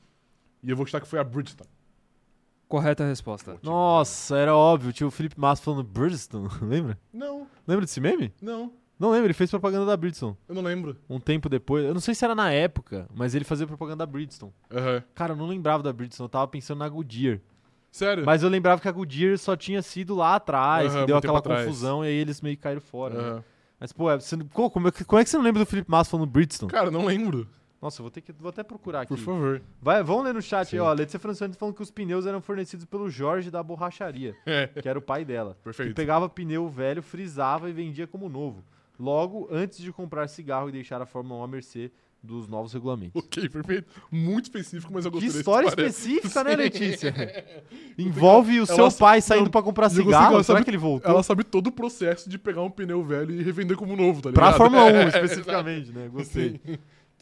Speaker 2: E eu vou chutar que foi a Bridgestone.
Speaker 4: Correta resposta.
Speaker 1: Nossa, era óbvio. Tinha o Felipe Massa falando Bridgestone, lembra?
Speaker 2: Não,
Speaker 1: Lembra desse meme?
Speaker 2: não.
Speaker 1: Não lembro, ele fez propaganda da Bridgestone.
Speaker 2: Eu não lembro.
Speaker 1: Um tempo depois, eu não sei se era na época, mas ele fazia propaganda da Bridgestone.
Speaker 2: Aham.
Speaker 1: Cara, eu não lembrava da Bridgestone, eu tava pensando na Goodyear.
Speaker 2: Sério?
Speaker 1: Mas eu lembrava que a Goodyear só tinha sido lá atrás,
Speaker 2: Aham,
Speaker 1: que deu
Speaker 2: muito tempo
Speaker 1: aquela
Speaker 2: atrás.
Speaker 1: confusão e aí eles meio que caíram fora. né?
Speaker 2: Aham.
Speaker 1: Mas, pô, é, você, não- co- como, é que- como é que você não lembra do Felipe Massa falando Bridgestone?
Speaker 2: Cara, eu não lembro.
Speaker 1: Nossa, eu vou ter que vou até procurar aqui.
Speaker 2: Por favor.
Speaker 1: Vai, vamos ler no chat
Speaker 2: Sim.
Speaker 1: aí, ó. Letícia Francione falando que os pneus eram fornecidos pelo Jorge da borracharia,
Speaker 2: É.
Speaker 1: que era o pai dela. Que
Speaker 2: Perfeito.
Speaker 1: pegava pneu velho, frisava e vendia como novo. Logo, antes de comprar cigarro e deixar a Fórmula 1 à mercê dos novos regulamentos.
Speaker 2: Ok, perfeito. Muito específico, mas eu
Speaker 1: Que
Speaker 2: gostei da
Speaker 1: história
Speaker 2: história.
Speaker 1: específica, né, Letícia? Envolve o seu
Speaker 2: Ela-
Speaker 1: pai saindo
Speaker 2: não,
Speaker 1: pra comprar
Speaker 2: digo assim,
Speaker 1: cigarro.
Speaker 2: ela
Speaker 1: Será
Speaker 2: sabe-
Speaker 1: que ele voltou?
Speaker 2: Ela sabe todo o processo de pegar um pneu velho e revender como novo, tá
Speaker 1: Pra
Speaker 2: ligado?
Speaker 1: Fórmula 1, especificamente, né? Gostei.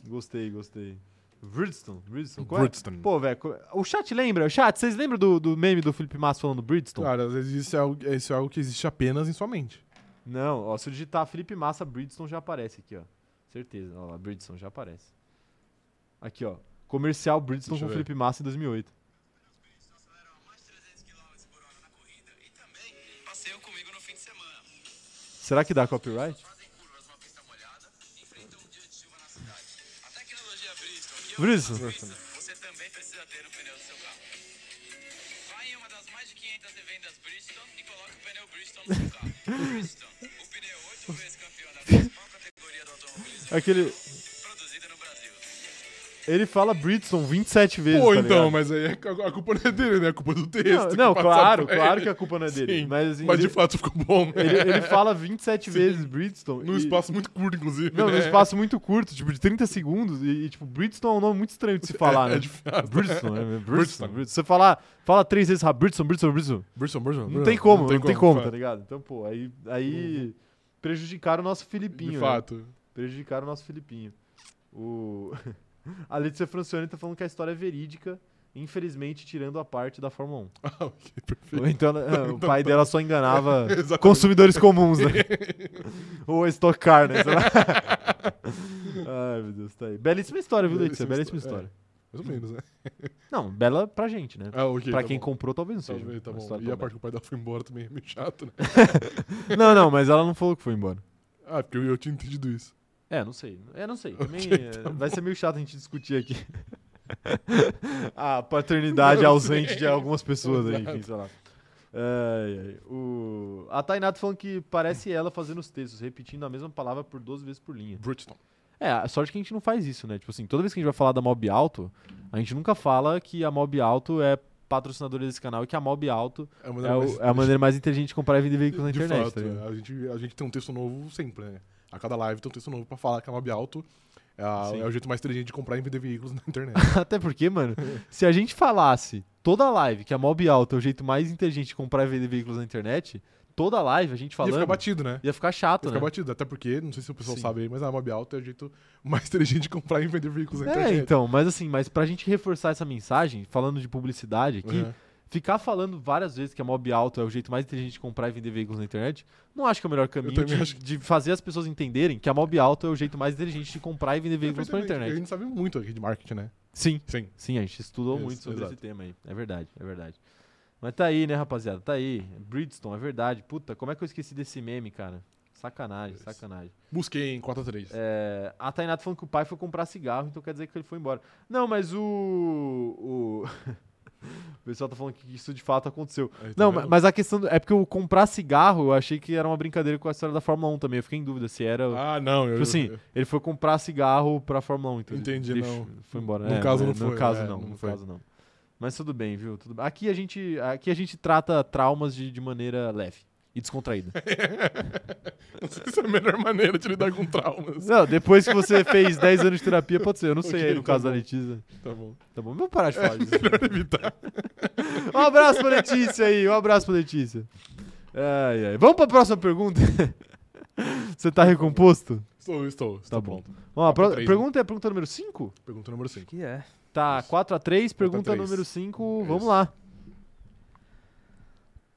Speaker 1: Gostei, gostei. Bridgestone, Bridgestone. Qual é?
Speaker 2: Bridgestone.
Speaker 1: Pô, velho, co- o chat lembra? O chat, vocês lembram do, do meme do Felipe Massa falando Bridgestone?
Speaker 2: Cara, às vezes isso é, algo, isso é algo que existe apenas em sua mente.
Speaker 1: Não, ó, se eu digitar Felipe Massa, Bridgestone já aparece aqui, ó. Certeza, ó lá, Bridgestone já aparece. Aqui, ó. Comercial Bridgestone
Speaker 2: Deixa eu
Speaker 1: com
Speaker 2: ver.
Speaker 1: Felipe Massa em 2008. Será que dá copyright?
Speaker 7: um
Speaker 1: Bridgestone.
Speaker 7: Você também precisa ter o pneu do seu carro. Vá em uma das mais de 500 revendas Bridgestone e coloque o pneu Bridgestone no seu carro. Bridgestone, o pneu oito vezes campeão da principal categoria do automobilismo
Speaker 1: Aquele.
Speaker 7: produzido no Brasil.
Speaker 1: É Ele fala Bridgestone 27 vezes.
Speaker 2: Pô,
Speaker 1: tá
Speaker 2: então,
Speaker 1: ligado?
Speaker 2: mas aí a a culpa não é dele, né? A culpa é do texto.
Speaker 1: Não,
Speaker 2: que
Speaker 1: não,
Speaker 2: passaram
Speaker 1: claro,
Speaker 2: pra
Speaker 1: claro
Speaker 2: ele.
Speaker 1: que a culpa não é dele.
Speaker 2: Sim,
Speaker 1: Mas, assim,
Speaker 2: Mas de
Speaker 1: ele,
Speaker 2: fato ficou bom, né?
Speaker 1: ele, ele fala 27 vezes Bridgestone.
Speaker 2: Num
Speaker 1: e-
Speaker 2: espaço muito curto, inclusive.
Speaker 1: Não, num
Speaker 2: né?
Speaker 1: espaço muito curto, tipo, de 30 segundos. E, e, tipo, Bridgestone é um nome muito estranho de se falar,
Speaker 2: É,
Speaker 1: né?
Speaker 2: é difícil.
Speaker 1: Bridgestone, é, Bridgestone,
Speaker 2: Bridgestone.
Speaker 1: Bridgestone. Você falar, fala três vezes rápido, Bridgestone, Bridgestone, Bridgestone.
Speaker 2: Bridgestone, Bridgestone,
Speaker 1: Não tem como, não tem, como, tá
Speaker 2: de fato. Uhum.
Speaker 1: ligado? Então, pô, aí, aí prejudicaram o nosso Filipinho,
Speaker 2: De
Speaker 1: né?
Speaker 2: fato.
Speaker 1: prejudicaram o nosso Filipinho. O... a Letícia Francione tá falando que a história é verídica, infelizmente tirando a parte da Fórmula
Speaker 2: Ah, ok,
Speaker 1: 1.
Speaker 2: perfeito.
Speaker 1: Ou então ela- ah, o pai dela só enganava
Speaker 2: Exatamente.
Speaker 1: consumidores comuns, né? Ou a Stock Car, né? Sei lá. Ai, meu Deus, tá aí. Belíssima história, viu, Letícia? Belíssima
Speaker 2: Belíssima
Speaker 1: história.
Speaker 2: Mais ou menos, né?
Speaker 1: Não, bela pra gente, né?
Speaker 2: Ah, ok.
Speaker 1: pra
Speaker 2: tá
Speaker 1: quem
Speaker 2: bom.
Speaker 1: comprou, talvez não seja.
Speaker 2: Talvez, tá
Speaker 1: uma
Speaker 2: bom.
Speaker 1: história
Speaker 2: E
Speaker 1: tão
Speaker 2: a parte que o pai dela foi embora também é meio chato, né?
Speaker 1: bela. Não, não, mas ela não falou que foi embora.
Speaker 2: Ah, porque eu, eu tinha entendido isso.
Speaker 1: É, não sei. É, não sei. Também é, vai ser meio chato a gente discutir aqui. a paternidade ausente de algumas pessoas aí, enfim, sei lá. Ai, ai. O... A Tainato falando que parece ela fazendo os textos, repetindo a mesma palavra por 12 vezes por linha.
Speaker 2: Bridgestone.
Speaker 1: É, a sorte é que a gente não faz isso, né? Tipo assim, toda vez que a gente vai falar da Mob Alto, a gente nunca fala que a Mob Alto é patrocinadora desse canal e que a Mob Alto
Speaker 2: É uma
Speaker 1: é, o- é a maneira mais inteligente de comprar e vender veículos na
Speaker 2: de
Speaker 1: internet.
Speaker 2: fato,
Speaker 1: tá ligado?
Speaker 2: é. a, gente, a gente tem um texto novo sempre, né? A cada live tem um texto novo pra falar que a Mob Alto é, a-
Speaker 1: Sim.
Speaker 2: é o jeito mais inteligente de comprar e vender veículos na internet.
Speaker 1: Até porque, mano, se a gente falasse toda live que a Mob Alta é o jeito mais inteligente de comprar e vender veículos na internet, toda live a gente
Speaker 2: Ia ficar
Speaker 1: falando ia
Speaker 2: batido, né?
Speaker 1: ficar, chato,
Speaker 2: Ia ficar
Speaker 1: né?
Speaker 2: batido, até porque, não sei se o pessoal
Speaker 1: Sim.
Speaker 2: sabe aí, mas a Mob Alto é o jeito mais inteligente de comprar e vender veículos na
Speaker 1: É,
Speaker 2: internet.
Speaker 1: então, mas assim, mas pra gente reforçar essa mensagem, falando de publicidade aqui,
Speaker 2: Uhum.
Speaker 1: ficar falando várias vezes que a Mob Alto é o jeito mais inteligente de comprar e vender veículos na internet, não acho que é o melhor caminho
Speaker 2: também
Speaker 1: de,
Speaker 2: acho
Speaker 1: de fazer as pessoas entenderem que a Mob Alto é o jeito mais inteligente de comprar e vender veículos pela
Speaker 2: Perfeitamente. A
Speaker 1: internet.
Speaker 2: gente sabe muito aqui de marketing, né?
Speaker 1: Sim.
Speaker 2: Sim.
Speaker 1: Sim, a gente estudou
Speaker 2: Isso,
Speaker 1: muito sobre
Speaker 2: exato.
Speaker 1: esse tema aí. É verdade, é verdade. Mas tá aí, né, rapaziada? Tá aí. Bridgestone, é verdade. Puta, como é que eu esqueci desse meme, cara? Sacanagem,
Speaker 2: Isso.
Speaker 1: sacanagem.
Speaker 2: Busquei em 4x3.
Speaker 1: É, a Tainato falando que o pai foi comprar cigarro, então quer dizer que ele foi embora. Não, mas o. O, o pessoal tá falando que isso de fato aconteceu.
Speaker 2: Aí, tá
Speaker 1: Não, ma-
Speaker 2: vendo?
Speaker 1: mas a questão. do- É porque o comprar cigarro eu achei que era uma brincadeira com a história da Fórmula 1 também. Eu fiquei em dúvida se era.
Speaker 2: Ah, não. Eu,
Speaker 1: tipo assim, ele foi comprar cigarro pra Fórmula 1, então ele
Speaker 2: Entendi,
Speaker 1: deixou-
Speaker 2: não.
Speaker 1: Foi embora.
Speaker 2: No
Speaker 1: É,
Speaker 2: caso
Speaker 1: mas
Speaker 2: não
Speaker 1: No
Speaker 2: foi,
Speaker 1: caso
Speaker 2: é,
Speaker 1: não,
Speaker 2: não
Speaker 1: no
Speaker 2: foi.
Speaker 1: caso não. Mas tudo bem, viu? Tudo bem. Aqui a gente, aqui a gente trata traumas de, de maneira leve e descontraída.
Speaker 2: não sei se é a melhor maneira de lidar com traumas.
Speaker 1: não, depois que você fez 10 anos de terapia, pode ser. Eu não sei
Speaker 2: Ok,
Speaker 1: aí no
Speaker 2: tá
Speaker 1: caso da
Speaker 2: bom.
Speaker 1: Letícia.
Speaker 2: Tá bom.
Speaker 1: Tá bom, vamos parar de falar disso.
Speaker 2: Melhor evitar.
Speaker 1: Um abraço pra Letícia aí, um abraço pra Letícia. Ai, ai. Vamos pra próxima pergunta? você tá recomposto?
Speaker 2: Estou, estou.
Speaker 1: Tá
Speaker 2: estou
Speaker 1: bom.
Speaker 2: pronto.
Speaker 1: Vamos lá,
Speaker 2: Quatro a
Speaker 1: pro-
Speaker 2: três, né?
Speaker 1: pergunta é a pergunta número 5?
Speaker 2: Pergunta número 5.
Speaker 4: Que é.
Speaker 1: Tá, 4x3, pergunta
Speaker 2: três.
Speaker 1: número 5,
Speaker 2: Isso.
Speaker 1: vamos lá.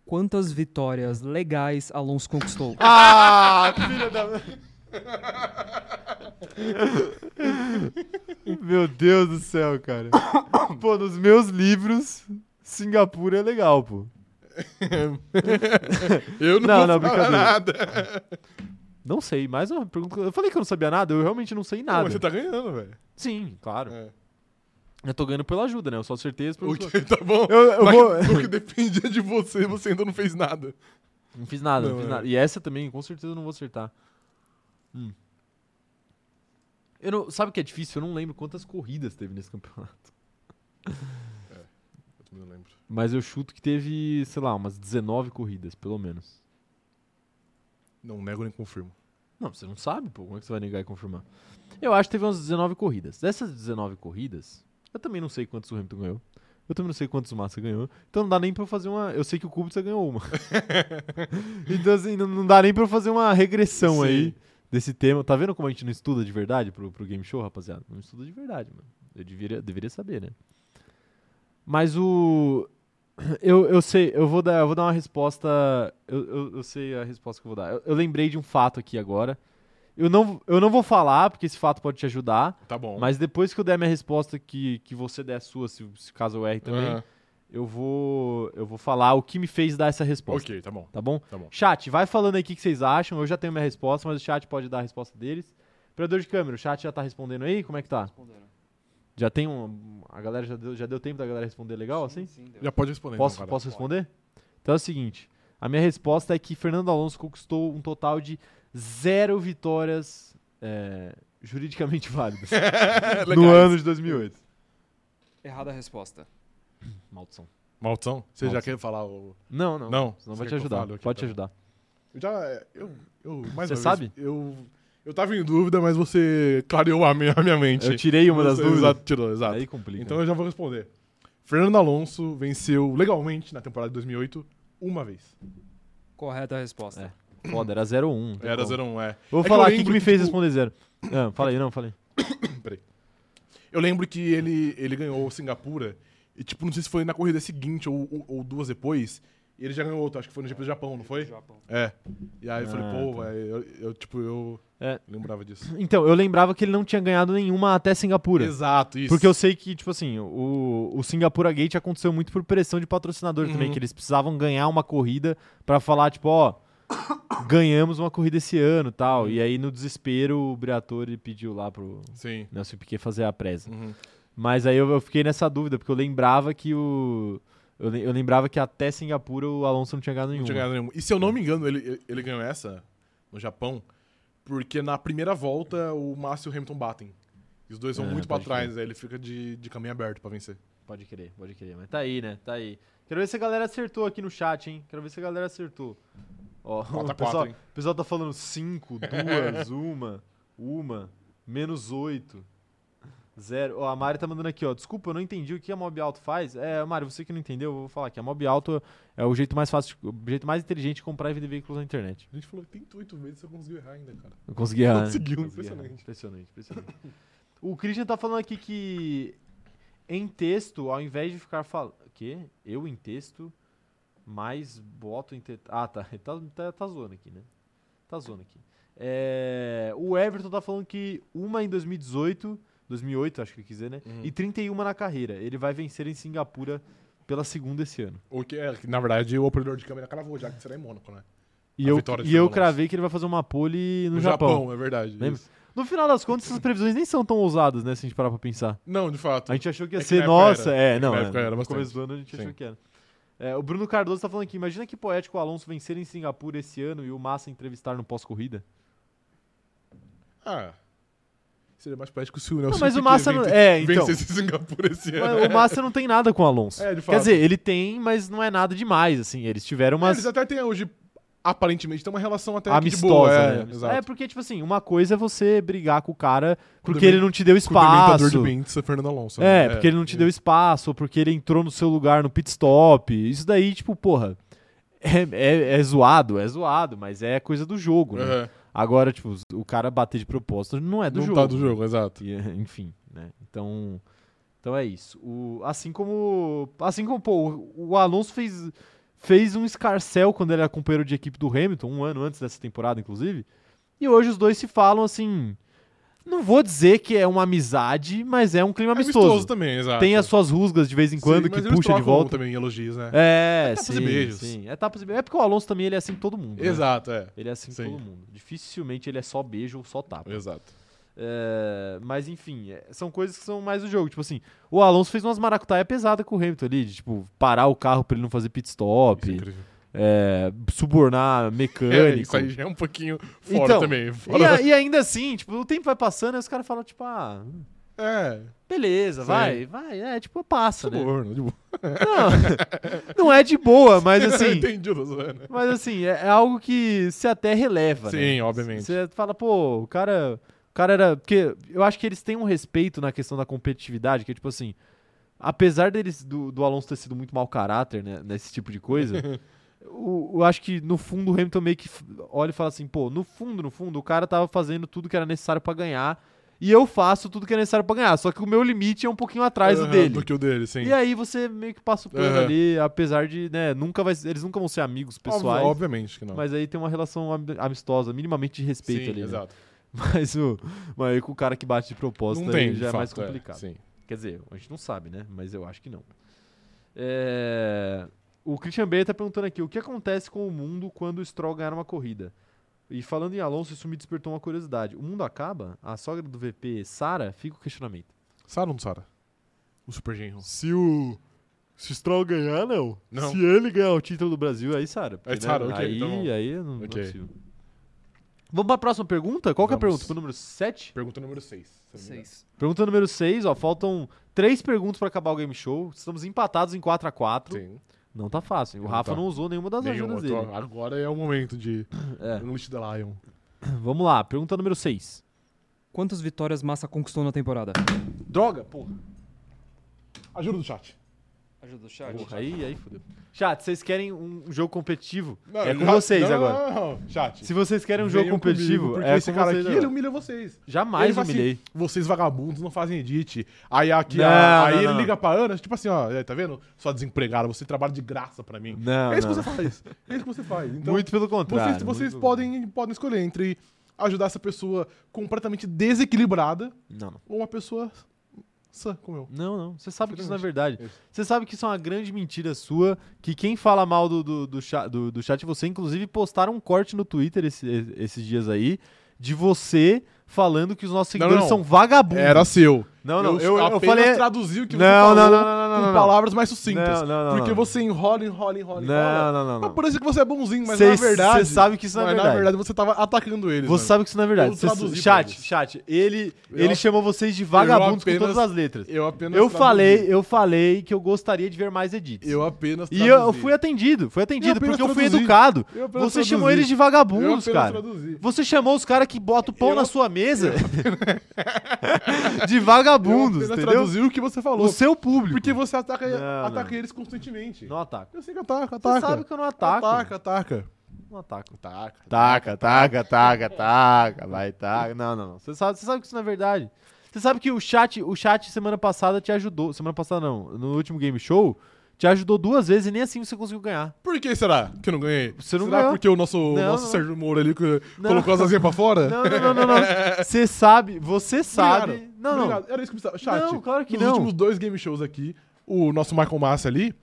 Speaker 4: Quantas vitórias legais Alonso conquistou?
Speaker 1: Ah, filha da. Meu Deus do céu, cara. Pô, nos meus livros, Singapura é legal, pô.
Speaker 2: Eu não,
Speaker 1: É. Não, não,
Speaker 2: vou falar
Speaker 1: brincadeira.
Speaker 2: nada.
Speaker 1: Não sei, mais uma pergunta. que eu- Eu falei que eu não sabia nada, eu realmente não sei
Speaker 2: Não,
Speaker 1: nada.
Speaker 2: mas você tá ganhando, velho.
Speaker 1: Sim, claro.
Speaker 2: É.
Speaker 1: Eu tô ganhando pela ajuda, né? Eu só acertei as
Speaker 2: O
Speaker 1: perguntas.
Speaker 2: que tá bom.
Speaker 1: Eu- eu
Speaker 2: mas
Speaker 1: vou-
Speaker 2: O que dependia de você, você ainda não fez nada.
Speaker 1: Não fiz nada, não,
Speaker 2: Não,
Speaker 1: fiz
Speaker 2: é.
Speaker 1: nada. E essa também, com certeza, eu não vou acertar. Hum. Eu não, sabe o que é difícil? Eu não lembro quantas corridas teve nesse campeonato.
Speaker 2: Eu também não lembro.
Speaker 1: Mas eu chuto que teve, sei lá, umas 19 corridas, pelo menos.
Speaker 2: Não nego nem confirmo.
Speaker 1: Não, você não sabe, pô. Como é que você vai negar e confirmar? Eu acho que teve umas 19 corridas. Dessas 19 corridas, eu também não sei quantos o Hamilton ganhou. Eu também não sei quantos o Massa ganhou. Então não dá nem pra eu fazer uma. Eu sei que o Kubica ganhou uma. então, assim, não, não dá nem pra eu fazer uma regressão
Speaker 2: Sim.
Speaker 1: aí desse tema. Tá vendo como a gente não estuda de verdade pro, pro game show, rapaziada? Não estuda de verdade, mano. Eu deveria, deveria saber, né? Mas o. Eu, eu sei, eu vou dar, eu vou dar uma resposta. Eu, eu, eu sei a resposta que eu vou dar. Eu, eu lembrei de um fato aqui agora. Eu não, eu não vou falar, porque esse fato pode te ajudar.
Speaker 2: Tá bom.
Speaker 1: Mas depois que eu der minha resposta, que, que você der a sua, se, se caso eu erre também,
Speaker 2: Aham.
Speaker 1: eu, vou, eu vou falar o que me fez dar essa resposta.
Speaker 2: Ok, tá bom.
Speaker 1: Tá bom?
Speaker 2: Tá bom.
Speaker 1: Chat, vai falando aí o que que vocês acham. Eu já tenho minha resposta, mas o chat pode dar a resposta deles. Operador de câmera, o chat já tá respondendo aí? Como é que tá?
Speaker 3: Respondendo.
Speaker 1: Já tem um. A galera já deu, já deu tempo da galera responder legal assim?
Speaker 3: Sim, deu.
Speaker 2: Já pode responder.
Speaker 1: Posso,
Speaker 2: então, cara.
Speaker 1: posso responder? Então é o seguinte: a minha resposta é que Fernando Alonso conquistou um total de zero vitórias é, juridicamente válidas no
Speaker 2: Legais.
Speaker 1: ano de 2008.
Speaker 4: Errada a resposta.
Speaker 1: Maldição.
Speaker 2: Maldição? Você já
Speaker 1: Maldição.
Speaker 2: quer falar o.
Speaker 1: Não, não.
Speaker 2: Não.
Speaker 1: Senão vai
Speaker 2: Você quer
Speaker 1: te
Speaker 2: que eu
Speaker 1: ajudar.
Speaker 2: fale? Ok,
Speaker 1: Pode te
Speaker 2: tá bom.
Speaker 1: ajudar.
Speaker 2: Eu já. é, Eu. eu mais
Speaker 1: Você
Speaker 2: uma vez,
Speaker 1: sabe?
Speaker 2: eu. Eu tava em dúvida, mas você clareou a minha, a minha mente.
Speaker 1: Eu tirei uma das
Speaker 2: Você- é
Speaker 1: dúvidas.
Speaker 2: Exato, tirou, exato.
Speaker 1: Aí complica.
Speaker 2: Então eu já vou responder. Fernando Alonso venceu legalmente na temporada de 2008 uma vez.
Speaker 4: Correta a resposta.
Speaker 1: É. Foda, era 0 1 um,
Speaker 2: Era 0-1, é.
Speaker 1: Vou
Speaker 2: É que eu
Speaker 1: falar aqui
Speaker 2: lembro
Speaker 1: que me
Speaker 2: que,
Speaker 1: fez
Speaker 2: tipo,
Speaker 1: responder zero. Ah, fala aí, não, falei.
Speaker 2: Eu lembro que ele, ele ganhou Singapura e, tipo, não sei se foi na corrida seguinte ou, ou- ou duas depois. E ele já ganhou outra, acho que foi no GP do Japão, não foi?
Speaker 3: Japão.
Speaker 2: É. E aí eu falei,
Speaker 1: Ah,
Speaker 2: pô,
Speaker 1: tá.
Speaker 2: é, eu, eu, tipo, eu
Speaker 1: É.
Speaker 2: lembrava disso.
Speaker 1: Então, eu lembrava que ele não tinha ganhado nenhuma até Singapura.
Speaker 2: Exato, isso.
Speaker 1: Porque eu sei que, tipo assim, o, o Singapura Gate aconteceu muito por pressão de patrocinador também,
Speaker 2: Uhum.
Speaker 1: que eles precisavam ganhar uma corrida pra falar, tipo, ó, ganhamos uma corrida esse ano tal.
Speaker 2: Uhum.
Speaker 1: E aí, no desespero, o Briatore pediu lá pro
Speaker 2: Sim.
Speaker 1: Nelson Piquet fazer a presa.
Speaker 2: Uhum.
Speaker 1: Mas aí eu, eu fiquei nessa dúvida, porque eu lembrava que o. Eu, le- eu lembrava que até Singapura o Alonso não tinha ganhado
Speaker 2: Não
Speaker 1: nenhuma.
Speaker 2: tinha ganhado nenhum. E se eu não me engano, ele, ele- ele ganhou essa no Japão, porque na primeira volta o Massa e o Hamilton batem. E os dois vão
Speaker 1: É,
Speaker 2: muito pra
Speaker 1: pode
Speaker 2: trás, aí ele fica de, de caminho aberto pra vencer.
Speaker 1: Pode crer, pode crer. Mas tá aí, né? Tá aí. Quero ver se a galera acertou aqui no chat, hein? Quero ver se a galera acertou. Ó,
Speaker 2: Falta
Speaker 1: o, pessoal,
Speaker 2: quatro, hein?
Speaker 1: o pessoal tá falando 5, 2, 1, 1, menos 8, 0. Ó, a Mari tá mandando aqui, ó. Desculpa, eu não entendi o que a Mob Alto faz. É, Mari, você que não entendeu, eu vou falar aqui. A Mob Alto é o jeito mais fácil, de- o jeito mais inteligente de comprar e vender veículos na internet.
Speaker 2: A gente falou 38 vezes você conseguiu errar ainda, cara.
Speaker 1: Eu consegui errar. né?
Speaker 2: Conseguiu,
Speaker 1: Consegui errar.
Speaker 2: impressionante.
Speaker 1: Impressionante, impressionante. o Christian tá falando aqui que em texto, ao invés de ficar falando. quê? Eu em texto, mais boto em texto. Ah, tá. Ele Tá, tá, tá zoando aqui, né? Tá zoando aqui. É, o Everton tá falando que uma em 2018, 2008, acho que ele quiser, né?
Speaker 2: Uhum.
Speaker 1: E 31 na carreira. Ele vai vencer em Singapura pela segunda esse ano.
Speaker 2: O que é, que, na verdade, o operador de câmera cravou já que será em Mônaco, né?
Speaker 1: E
Speaker 2: A
Speaker 1: eu,
Speaker 2: vitória de
Speaker 1: e eu
Speaker 2: Fernando Alonso.
Speaker 1: cravei que ele vai fazer uma pole no, Japão.
Speaker 2: é verdade.
Speaker 1: Lembra?
Speaker 2: isso.
Speaker 1: No final das contas, essas previsões nem são tão ousadas, né? Se a gente parar pra pensar.
Speaker 2: Não, de fato.
Speaker 1: A gente achou que ia
Speaker 2: É que na
Speaker 1: ser,
Speaker 2: época
Speaker 1: nossa,
Speaker 2: era.
Speaker 1: é,
Speaker 2: que
Speaker 1: não,
Speaker 2: na
Speaker 1: é,
Speaker 2: época era
Speaker 1: no
Speaker 2: bastante.
Speaker 1: começo do ano a gente achou
Speaker 2: Sim.
Speaker 1: que era. É, o Bruno Cardoso tá falando aqui, imagina que poético o Alonso vencer em Singapura esse ano e o Massa entrevistar no pós-corrida.
Speaker 2: Ah. Seria mais prático se o Nelson
Speaker 1: Não, mas o
Speaker 2: Piquet
Speaker 1: Massa não-
Speaker 2: vence-
Speaker 1: é, então.
Speaker 2: vencesse Singapura esse ano.
Speaker 1: Mas O Massa não tem nada com o Alonso.
Speaker 2: É, de fato. É,
Speaker 1: Quer dizer, ele tem, mas não é nada demais, assim, eles tiveram umas...
Speaker 2: Eles até têm hoje, aparentemente, tem uma relação até que de
Speaker 1: Amistosa,
Speaker 2: boa.
Speaker 1: né?
Speaker 2: É,
Speaker 1: Amistosa.
Speaker 2: exato.
Speaker 1: É, porque, tipo assim, uma coisa é você brigar com o cara porque
Speaker 2: Cumprimen-
Speaker 1: ele não te deu
Speaker 2: Com o dementador
Speaker 1: espaço.
Speaker 2: de Bentes, é Fernando Alonso. né?
Speaker 1: É, porque ele não te deu espaço, ou porque ele entrou no seu lugar no pit stop. Isso daí, tipo, porra, é, é- é zoado, é zoado, mas é coisa do jogo, né?
Speaker 2: Aham.
Speaker 1: Agora, tipo, os- o cara bater de propósito não é do
Speaker 2: não
Speaker 1: jogo.
Speaker 2: tá do jogo, exato.
Speaker 1: E, eh, enfim, né? Então, então é isso. O, assim como. Assim como, pô, o, o Alonso fez, fez um escarcel quando ele era companheiro de equipe do Hamilton, um ano antes dessa temporada, inclusive. E hoje os dois se falam assim. Não vou dizer que é uma amizade, mas é um clima
Speaker 2: É
Speaker 1: amistoso.
Speaker 2: também, exato.
Speaker 1: Tem as suas rusgas de vez em
Speaker 2: Sim,
Speaker 1: quando que
Speaker 2: mas eles
Speaker 1: puxa de
Speaker 2: trocam
Speaker 1: volta.
Speaker 2: também elogios, né?
Speaker 1: É,
Speaker 2: Etapas e
Speaker 1: sim,
Speaker 2: beijos.
Speaker 1: sim. Etapas e beijos. É porque o Alonso também ele é assim com todo mundo. né?
Speaker 2: Exato, é.
Speaker 1: Ele é assim com
Speaker 2: Sim.
Speaker 1: todo mundo. Dificilmente ele é só beijo ou só tapa.
Speaker 2: Exato.
Speaker 1: É, mas enfim, é, são coisas que são mais do jogo. Tipo assim, o Alonso fez umas maracutaia pesada com o Hamilton ali, de tipo, parar o carro pra ele não fazer pit
Speaker 2: Isso é
Speaker 1: stop,
Speaker 2: incrível.
Speaker 1: é, subornar mecânico.
Speaker 2: É, isso aí já é um pouquinho fora
Speaker 1: Então,
Speaker 2: também.
Speaker 1: E,
Speaker 2: Fora...
Speaker 1: a- e ainda assim, tipo, o tempo vai passando e os caras falam, tipo, ah,
Speaker 2: É,
Speaker 1: beleza,
Speaker 2: Sim.
Speaker 1: vai, vai, é, tipo, passa, né?
Speaker 2: suborno, de boa.
Speaker 1: Não, não é de boa, mas assim,
Speaker 2: Entendi, eu tô zoando.
Speaker 1: mas assim, é, é algo que se até releva, né?
Speaker 2: Sim, obviamente.
Speaker 1: Você fala, pô, o cara. O cara era. Porque eu acho que eles têm um respeito na questão da competitividade, que é tipo assim. Apesar deles do, do Alonso ter sido muito mau caráter, né, nesse tipo de coisa, o- eu acho que no fundo o Hamilton meio que f- olha e fala assim, pô, no fundo, no fundo, o cara tava fazendo tudo que era necessário pra ganhar, e eu faço tudo que é necessário pra ganhar, só que o meu limite é um pouquinho atrás do
Speaker 2: Aham,
Speaker 1: dele.
Speaker 2: Do que o dele, sim.
Speaker 1: E aí você meio que passa o pano
Speaker 2: Aham.
Speaker 1: ali, apesar de, né, nunca vai, eles nunca vão ser amigos
Speaker 2: Óbvio-
Speaker 1: pessoais,
Speaker 2: obviamente que não.
Speaker 1: mas aí tem uma relação am- amistosa, minimamente de respeito
Speaker 2: sim,
Speaker 1: ali. né?
Speaker 2: exato.
Speaker 1: Mas o, mas aí com o cara que bate de propósito
Speaker 2: Não
Speaker 1: aí
Speaker 2: tem, de
Speaker 1: já é mais
Speaker 2: fato,
Speaker 1: complicado.
Speaker 2: sim.
Speaker 1: Quer dizer, a gente não sabe, né? Mas eu acho que não. É, O Christian Bale tá perguntando aqui: o que acontece com o mundo quando o Stroll ganhar uma corrida? E falando em Alonso, isso me despertou uma curiosidade. O mundo acaba? A sogra do VP, Sara, fica o questionamento.
Speaker 2: Sara ou não Sara? O Super Genro.
Speaker 1: Se o. Se o Stroll ganhar, não.
Speaker 2: Não.
Speaker 1: Se ele ganhar o título do Brasil, aí Sara. porque, né,
Speaker 2: Aí Sara, ok,
Speaker 1: aí,
Speaker 2: tá bom.
Speaker 1: aí não, não
Speaker 2: Ok.
Speaker 1: é possível. Vamos pra próxima pergunta? Qual que é a
Speaker 2: Vamos.
Speaker 1: pergunta? Pro número 7?
Speaker 2: Pergunta número 6.
Speaker 5: Seis.
Speaker 1: Pergunta número 6, ó. Faltam três perguntas pra acabar o game show. Estamos empatados em 4 a 4
Speaker 2: Sim.
Speaker 1: Não tá fácil. hein? O
Speaker 2: Não
Speaker 1: Rafa
Speaker 2: tá.
Speaker 1: não usou nenhuma das
Speaker 2: Nenhuma,
Speaker 1: ajudas
Speaker 2: tô-
Speaker 1: dele.
Speaker 2: agora é o momento de
Speaker 1: É.
Speaker 2: Unleash the Lion.
Speaker 1: Vamos lá, pergunta número 6.
Speaker 4: Quantas vitórias Massa conquistou na temporada?
Speaker 1: Droga, porra.
Speaker 2: Ajuda do chat.
Speaker 5: Ajuda o chat.
Speaker 1: Porra, aí, aí fodeu. Chat, vocês querem um jogo competitivo?
Speaker 2: Não,
Speaker 1: é
Speaker 2: eu
Speaker 1: com
Speaker 2: já-
Speaker 1: vocês
Speaker 2: não,
Speaker 1: agora.
Speaker 2: Não, não, não, chat.
Speaker 1: Se vocês querem um jogo
Speaker 2: venham
Speaker 1: competitivo,
Speaker 2: comigo, porque
Speaker 1: é com
Speaker 2: esse cara
Speaker 1: vocês
Speaker 2: aqui,
Speaker 1: agora.
Speaker 2: ele humilha vocês. Ele
Speaker 1: Jamais
Speaker 2: fala assim,
Speaker 1: humilhei.
Speaker 2: vocês vagabundos não fazem edit. Aí aqui,
Speaker 1: Não,
Speaker 2: a- aí
Speaker 1: não,
Speaker 2: ele
Speaker 1: não.
Speaker 2: liga pra Ana, tipo assim, ó, "É, tá vendo? Sua desempregada, você trabalha de graça pra mim.
Speaker 1: Não,
Speaker 2: é isso que
Speaker 1: não.
Speaker 2: você faz. É isso que você faz. Então,
Speaker 1: muito pelo contrário.
Speaker 2: vocês, vocês
Speaker 1: muito-
Speaker 2: podem, podem escolher entre ajudar essa pessoa completamente desequilibrada
Speaker 1: Não, não.
Speaker 2: ou uma pessoa sã como eu.
Speaker 1: Não, não. Você sabe que isso não é
Speaker 2: Exatamente.
Speaker 1: verdade. Você sabe que isso é uma grande mentira sua, que quem fala mal do, do, do, cha- do- do chat, você inclusive postaram um corte no Twitter esse- esses dias aí, de você falando que os nossos
Speaker 2: Não,
Speaker 1: seguidores
Speaker 2: não.
Speaker 1: são vagabundos.
Speaker 2: Era assim, seu.
Speaker 1: Não, não, eu,
Speaker 2: eu,
Speaker 1: eu
Speaker 2: apenas
Speaker 1: falei...
Speaker 2: traduzi o que você
Speaker 1: Não,
Speaker 2: falou
Speaker 1: não, não, não, não,
Speaker 2: com
Speaker 1: não, não.
Speaker 2: palavras mais sucintas.
Speaker 1: Não, não, não,
Speaker 2: porque
Speaker 1: não.
Speaker 2: você enrola, enrola, enrola, enrola.
Speaker 1: Não, não, não,
Speaker 2: Mas
Speaker 1: não.
Speaker 2: parece que você é bonzinho, mas
Speaker 1: Cê-
Speaker 2: na verdade.
Speaker 1: cê sabe que isso não é
Speaker 2: mas
Speaker 1: verdade.
Speaker 2: Na verdade, você tava atacando eles.
Speaker 1: Você
Speaker 2: mano.
Speaker 1: sabe que isso não é verdade.
Speaker 2: Eu
Speaker 1: Você-
Speaker 2: traduzi pra
Speaker 1: chat,
Speaker 2: eles.
Speaker 1: chat, ele,
Speaker 2: Eu
Speaker 1: ele
Speaker 2: ap-
Speaker 1: chamou vocês de vagabundos
Speaker 2: apenas-
Speaker 1: com todas as letras.
Speaker 2: Eu apenas.
Speaker 1: Eu
Speaker 2: traduzi.
Speaker 1: falei, eu falei que eu gostaria de ver mais edits.
Speaker 2: Eu apenas.
Speaker 1: e eu, eu
Speaker 2: traduzi.
Speaker 1: fui atendido, fui atendido,
Speaker 2: apenas
Speaker 1: porque eu fui
Speaker 2: traduzi.
Speaker 1: educado.
Speaker 2: Eu apenas
Speaker 1: Você chamou
Speaker 2: traduzi.
Speaker 1: eles de
Speaker 2: Eu
Speaker 1: vagabundos,
Speaker 2: apenas
Speaker 1: cara.
Speaker 2: traduzi.
Speaker 1: Você chamou os caras que botam pão
Speaker 2: Eu-
Speaker 1: na sua mesa de
Speaker 2: eu
Speaker 1: vagabundos,
Speaker 2: apenas
Speaker 1: entendeu?
Speaker 2: traduzi o que você falou.
Speaker 1: O seu público.
Speaker 2: Porque você ataca,
Speaker 1: Não,
Speaker 2: ataca
Speaker 1: não.
Speaker 2: eles constantemente.
Speaker 1: Não ataco.
Speaker 2: Eu sei que ataca,
Speaker 1: Você
Speaker 2: ataca.
Speaker 1: sabe que eu não ataco.
Speaker 2: Ataca, ataca.
Speaker 1: Não ataco.
Speaker 2: Ataca.
Speaker 1: Taca, taca, taca, taca, vai, taca. Não, não, não. Você sabe, você sabe que isso não é verdade. Você sabe que o chat, o chat semana passada te ajudou. Semana passada não, no último game show, te ajudou duas vezes e nem assim você conseguiu ganhar.
Speaker 2: Por que será que eu não ganhei?
Speaker 1: Você não
Speaker 2: será
Speaker 1: ganhou.
Speaker 2: porque o nosso, o
Speaker 1: Não,
Speaker 2: nosso
Speaker 1: não.
Speaker 2: Sérgio Moro ali que
Speaker 1: Não.
Speaker 2: colocou as asinhas pra fora?
Speaker 1: Não, não, não, não, não. Você sabe, você sabe.
Speaker 2: Obrigado,
Speaker 1: Não, não.
Speaker 2: obrigado. Era isso que eu precisava. Chat,
Speaker 1: Não, claro que
Speaker 2: nos
Speaker 1: não.
Speaker 2: últimos dois game shows aqui, o nosso Michael Massa ali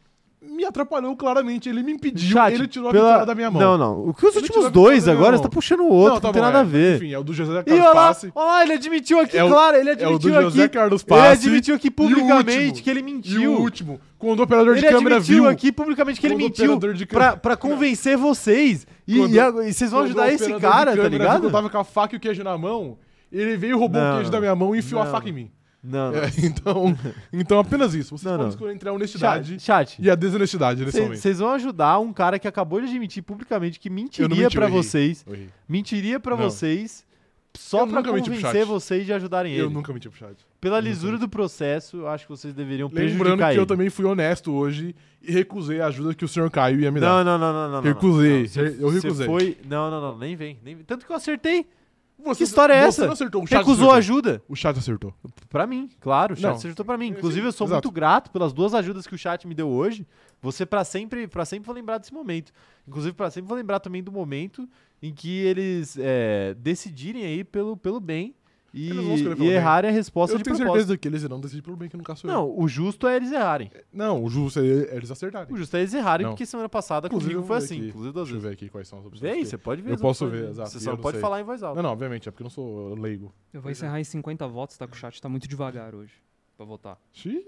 Speaker 2: me atrapalhou claramente. Ele me impediu,
Speaker 1: Chat,
Speaker 2: ele tirou a
Speaker 1: pela-
Speaker 2: vitória da minha mão.
Speaker 1: Não, não. O que os
Speaker 2: Ele tirou
Speaker 1: últimos
Speaker 2: a vitória
Speaker 1: dois
Speaker 2: da minha
Speaker 1: agora,
Speaker 2: mão.
Speaker 1: você tá puxando o outro, não,
Speaker 2: tá
Speaker 1: tem
Speaker 2: bom,
Speaker 1: nada a
Speaker 2: é.
Speaker 1: ver.
Speaker 2: Enfim, é o do José
Speaker 1: E
Speaker 2: Carlos
Speaker 1: olha lá,
Speaker 2: Passe.
Speaker 1: olha lá, ele admitiu aqui,
Speaker 2: É o-
Speaker 1: claro, ele
Speaker 2: é o do
Speaker 1: admitiu
Speaker 2: José
Speaker 1: aqui.
Speaker 2: Carlos
Speaker 1: Ele
Speaker 2: Passe.
Speaker 1: admitiu aqui
Speaker 2: E o último.
Speaker 1: publicamente que ele
Speaker 2: E o
Speaker 1: mentiu.
Speaker 2: último, quando o operador
Speaker 1: Ele
Speaker 2: de câmera
Speaker 1: admitiu
Speaker 2: viu.
Speaker 1: aqui publicamente que ele
Speaker 2: Quando o
Speaker 1: mentiu
Speaker 2: operador de câmera-
Speaker 1: pra, pra convencer vocês. E,
Speaker 2: Quando-
Speaker 1: e a- e vocês vão
Speaker 2: quando o
Speaker 1: ajudar esse
Speaker 2: operador de
Speaker 1: cara, tá
Speaker 2: câmera viu que
Speaker 1: ligado?
Speaker 2: Eu tava com a faca e o queijo na mão, ele veio, roubou
Speaker 1: Não,
Speaker 2: o queijo
Speaker 1: não.
Speaker 2: da minha mão e enfiou a
Speaker 1: Não,
Speaker 2: faca
Speaker 1: não.
Speaker 2: em mim.
Speaker 1: Não, não.
Speaker 2: É, então, então, apenas isso. Vocês
Speaker 1: Não,
Speaker 2: podem
Speaker 1: não.
Speaker 2: escolher entre a
Speaker 1: Chat,
Speaker 2: honestidade
Speaker 1: chat,
Speaker 2: e a desonestidade né, nesse momento.
Speaker 1: vocês vão ajudar um cara que acabou de admitir publicamente que mentiria
Speaker 2: menti,
Speaker 1: pra
Speaker 2: eu errei.
Speaker 1: vocês.
Speaker 2: Eu errei.
Speaker 1: Mentiria pra
Speaker 2: Não.
Speaker 1: vocês. Só
Speaker 2: Eu
Speaker 1: pra
Speaker 2: nunca menti pro
Speaker 1: convencer
Speaker 2: chat.
Speaker 1: vocês de ajudarem
Speaker 2: Eu
Speaker 1: ele.
Speaker 2: nunca menti pro chat.
Speaker 1: Pela lisura do processo, eu acho que vocês deveriam
Speaker 2: Lembrando que
Speaker 1: prejudicar
Speaker 2: eu
Speaker 1: ele.
Speaker 2: também fui honesto hoje e recusei a ajuda que o senhor Caio ia me dar.
Speaker 1: Não, não, não, não, não, não.
Speaker 2: Recusei,
Speaker 1: Não, cê-
Speaker 2: eu
Speaker 1: cê
Speaker 2: recusei.
Speaker 1: Foi... Não, não, não, nem vem, nem vem. Tanto que eu acertei.
Speaker 2: Você-
Speaker 1: que história é
Speaker 2: você
Speaker 1: essa?
Speaker 2: não acertou, o Um chat
Speaker 1: Recusou
Speaker 2: acertou.
Speaker 1: ajuda.
Speaker 2: O chat acertou.
Speaker 1: Pra mim, claro, o chat
Speaker 2: Não.
Speaker 1: se ajudou pra mim. Inclusive, eu sou
Speaker 2: exato.
Speaker 1: muito grato pelas duas ajudas que o chat me deu hoje. Você pra sempre, para sempre vou lembrar desse momento. Inclusive, pra sempre vou lembrar também do momento em que eles é, decidirem aí pelo, pelo bem E,
Speaker 2: Eles vão escolher
Speaker 1: e
Speaker 2: pelo bem.
Speaker 1: errarem a resposta
Speaker 2: Eu
Speaker 1: de
Speaker 2: tenho
Speaker 1: propósito.
Speaker 2: certeza que eles irão decidir pelo bem que nunca sou eu.
Speaker 1: Não, o justo é eles errarem.
Speaker 2: Não, o justo é eles acertarem.
Speaker 1: O justo é eles errarem,
Speaker 2: Não.
Speaker 1: porque semana passada
Speaker 2: Inclusive,
Speaker 1: comigo
Speaker 2: eu
Speaker 1: foi
Speaker 2: vou
Speaker 1: assim,
Speaker 2: aqui.
Speaker 1: inclusive duas
Speaker 2: Deixa eu
Speaker 1: vezes.
Speaker 2: ver aqui quais são as opções.
Speaker 1: Vê aí,
Speaker 2: que-
Speaker 1: você pode ver.
Speaker 2: Eu
Speaker 1: as opções
Speaker 2: posso ver,
Speaker 1: dele.
Speaker 2: exato,
Speaker 1: Você
Speaker 2: e
Speaker 1: só
Speaker 2: eu
Speaker 1: não
Speaker 2: não
Speaker 1: pode
Speaker 2: sei.
Speaker 1: falar em voz alta.
Speaker 2: Não, não, obviamente, é porque eu não sou leigo.
Speaker 4: Eu vou
Speaker 2: Pois é.
Speaker 4: encerrar em 50 votos, tá? Que o chat tá muito devagar hoje pra votar.
Speaker 2: Xiii.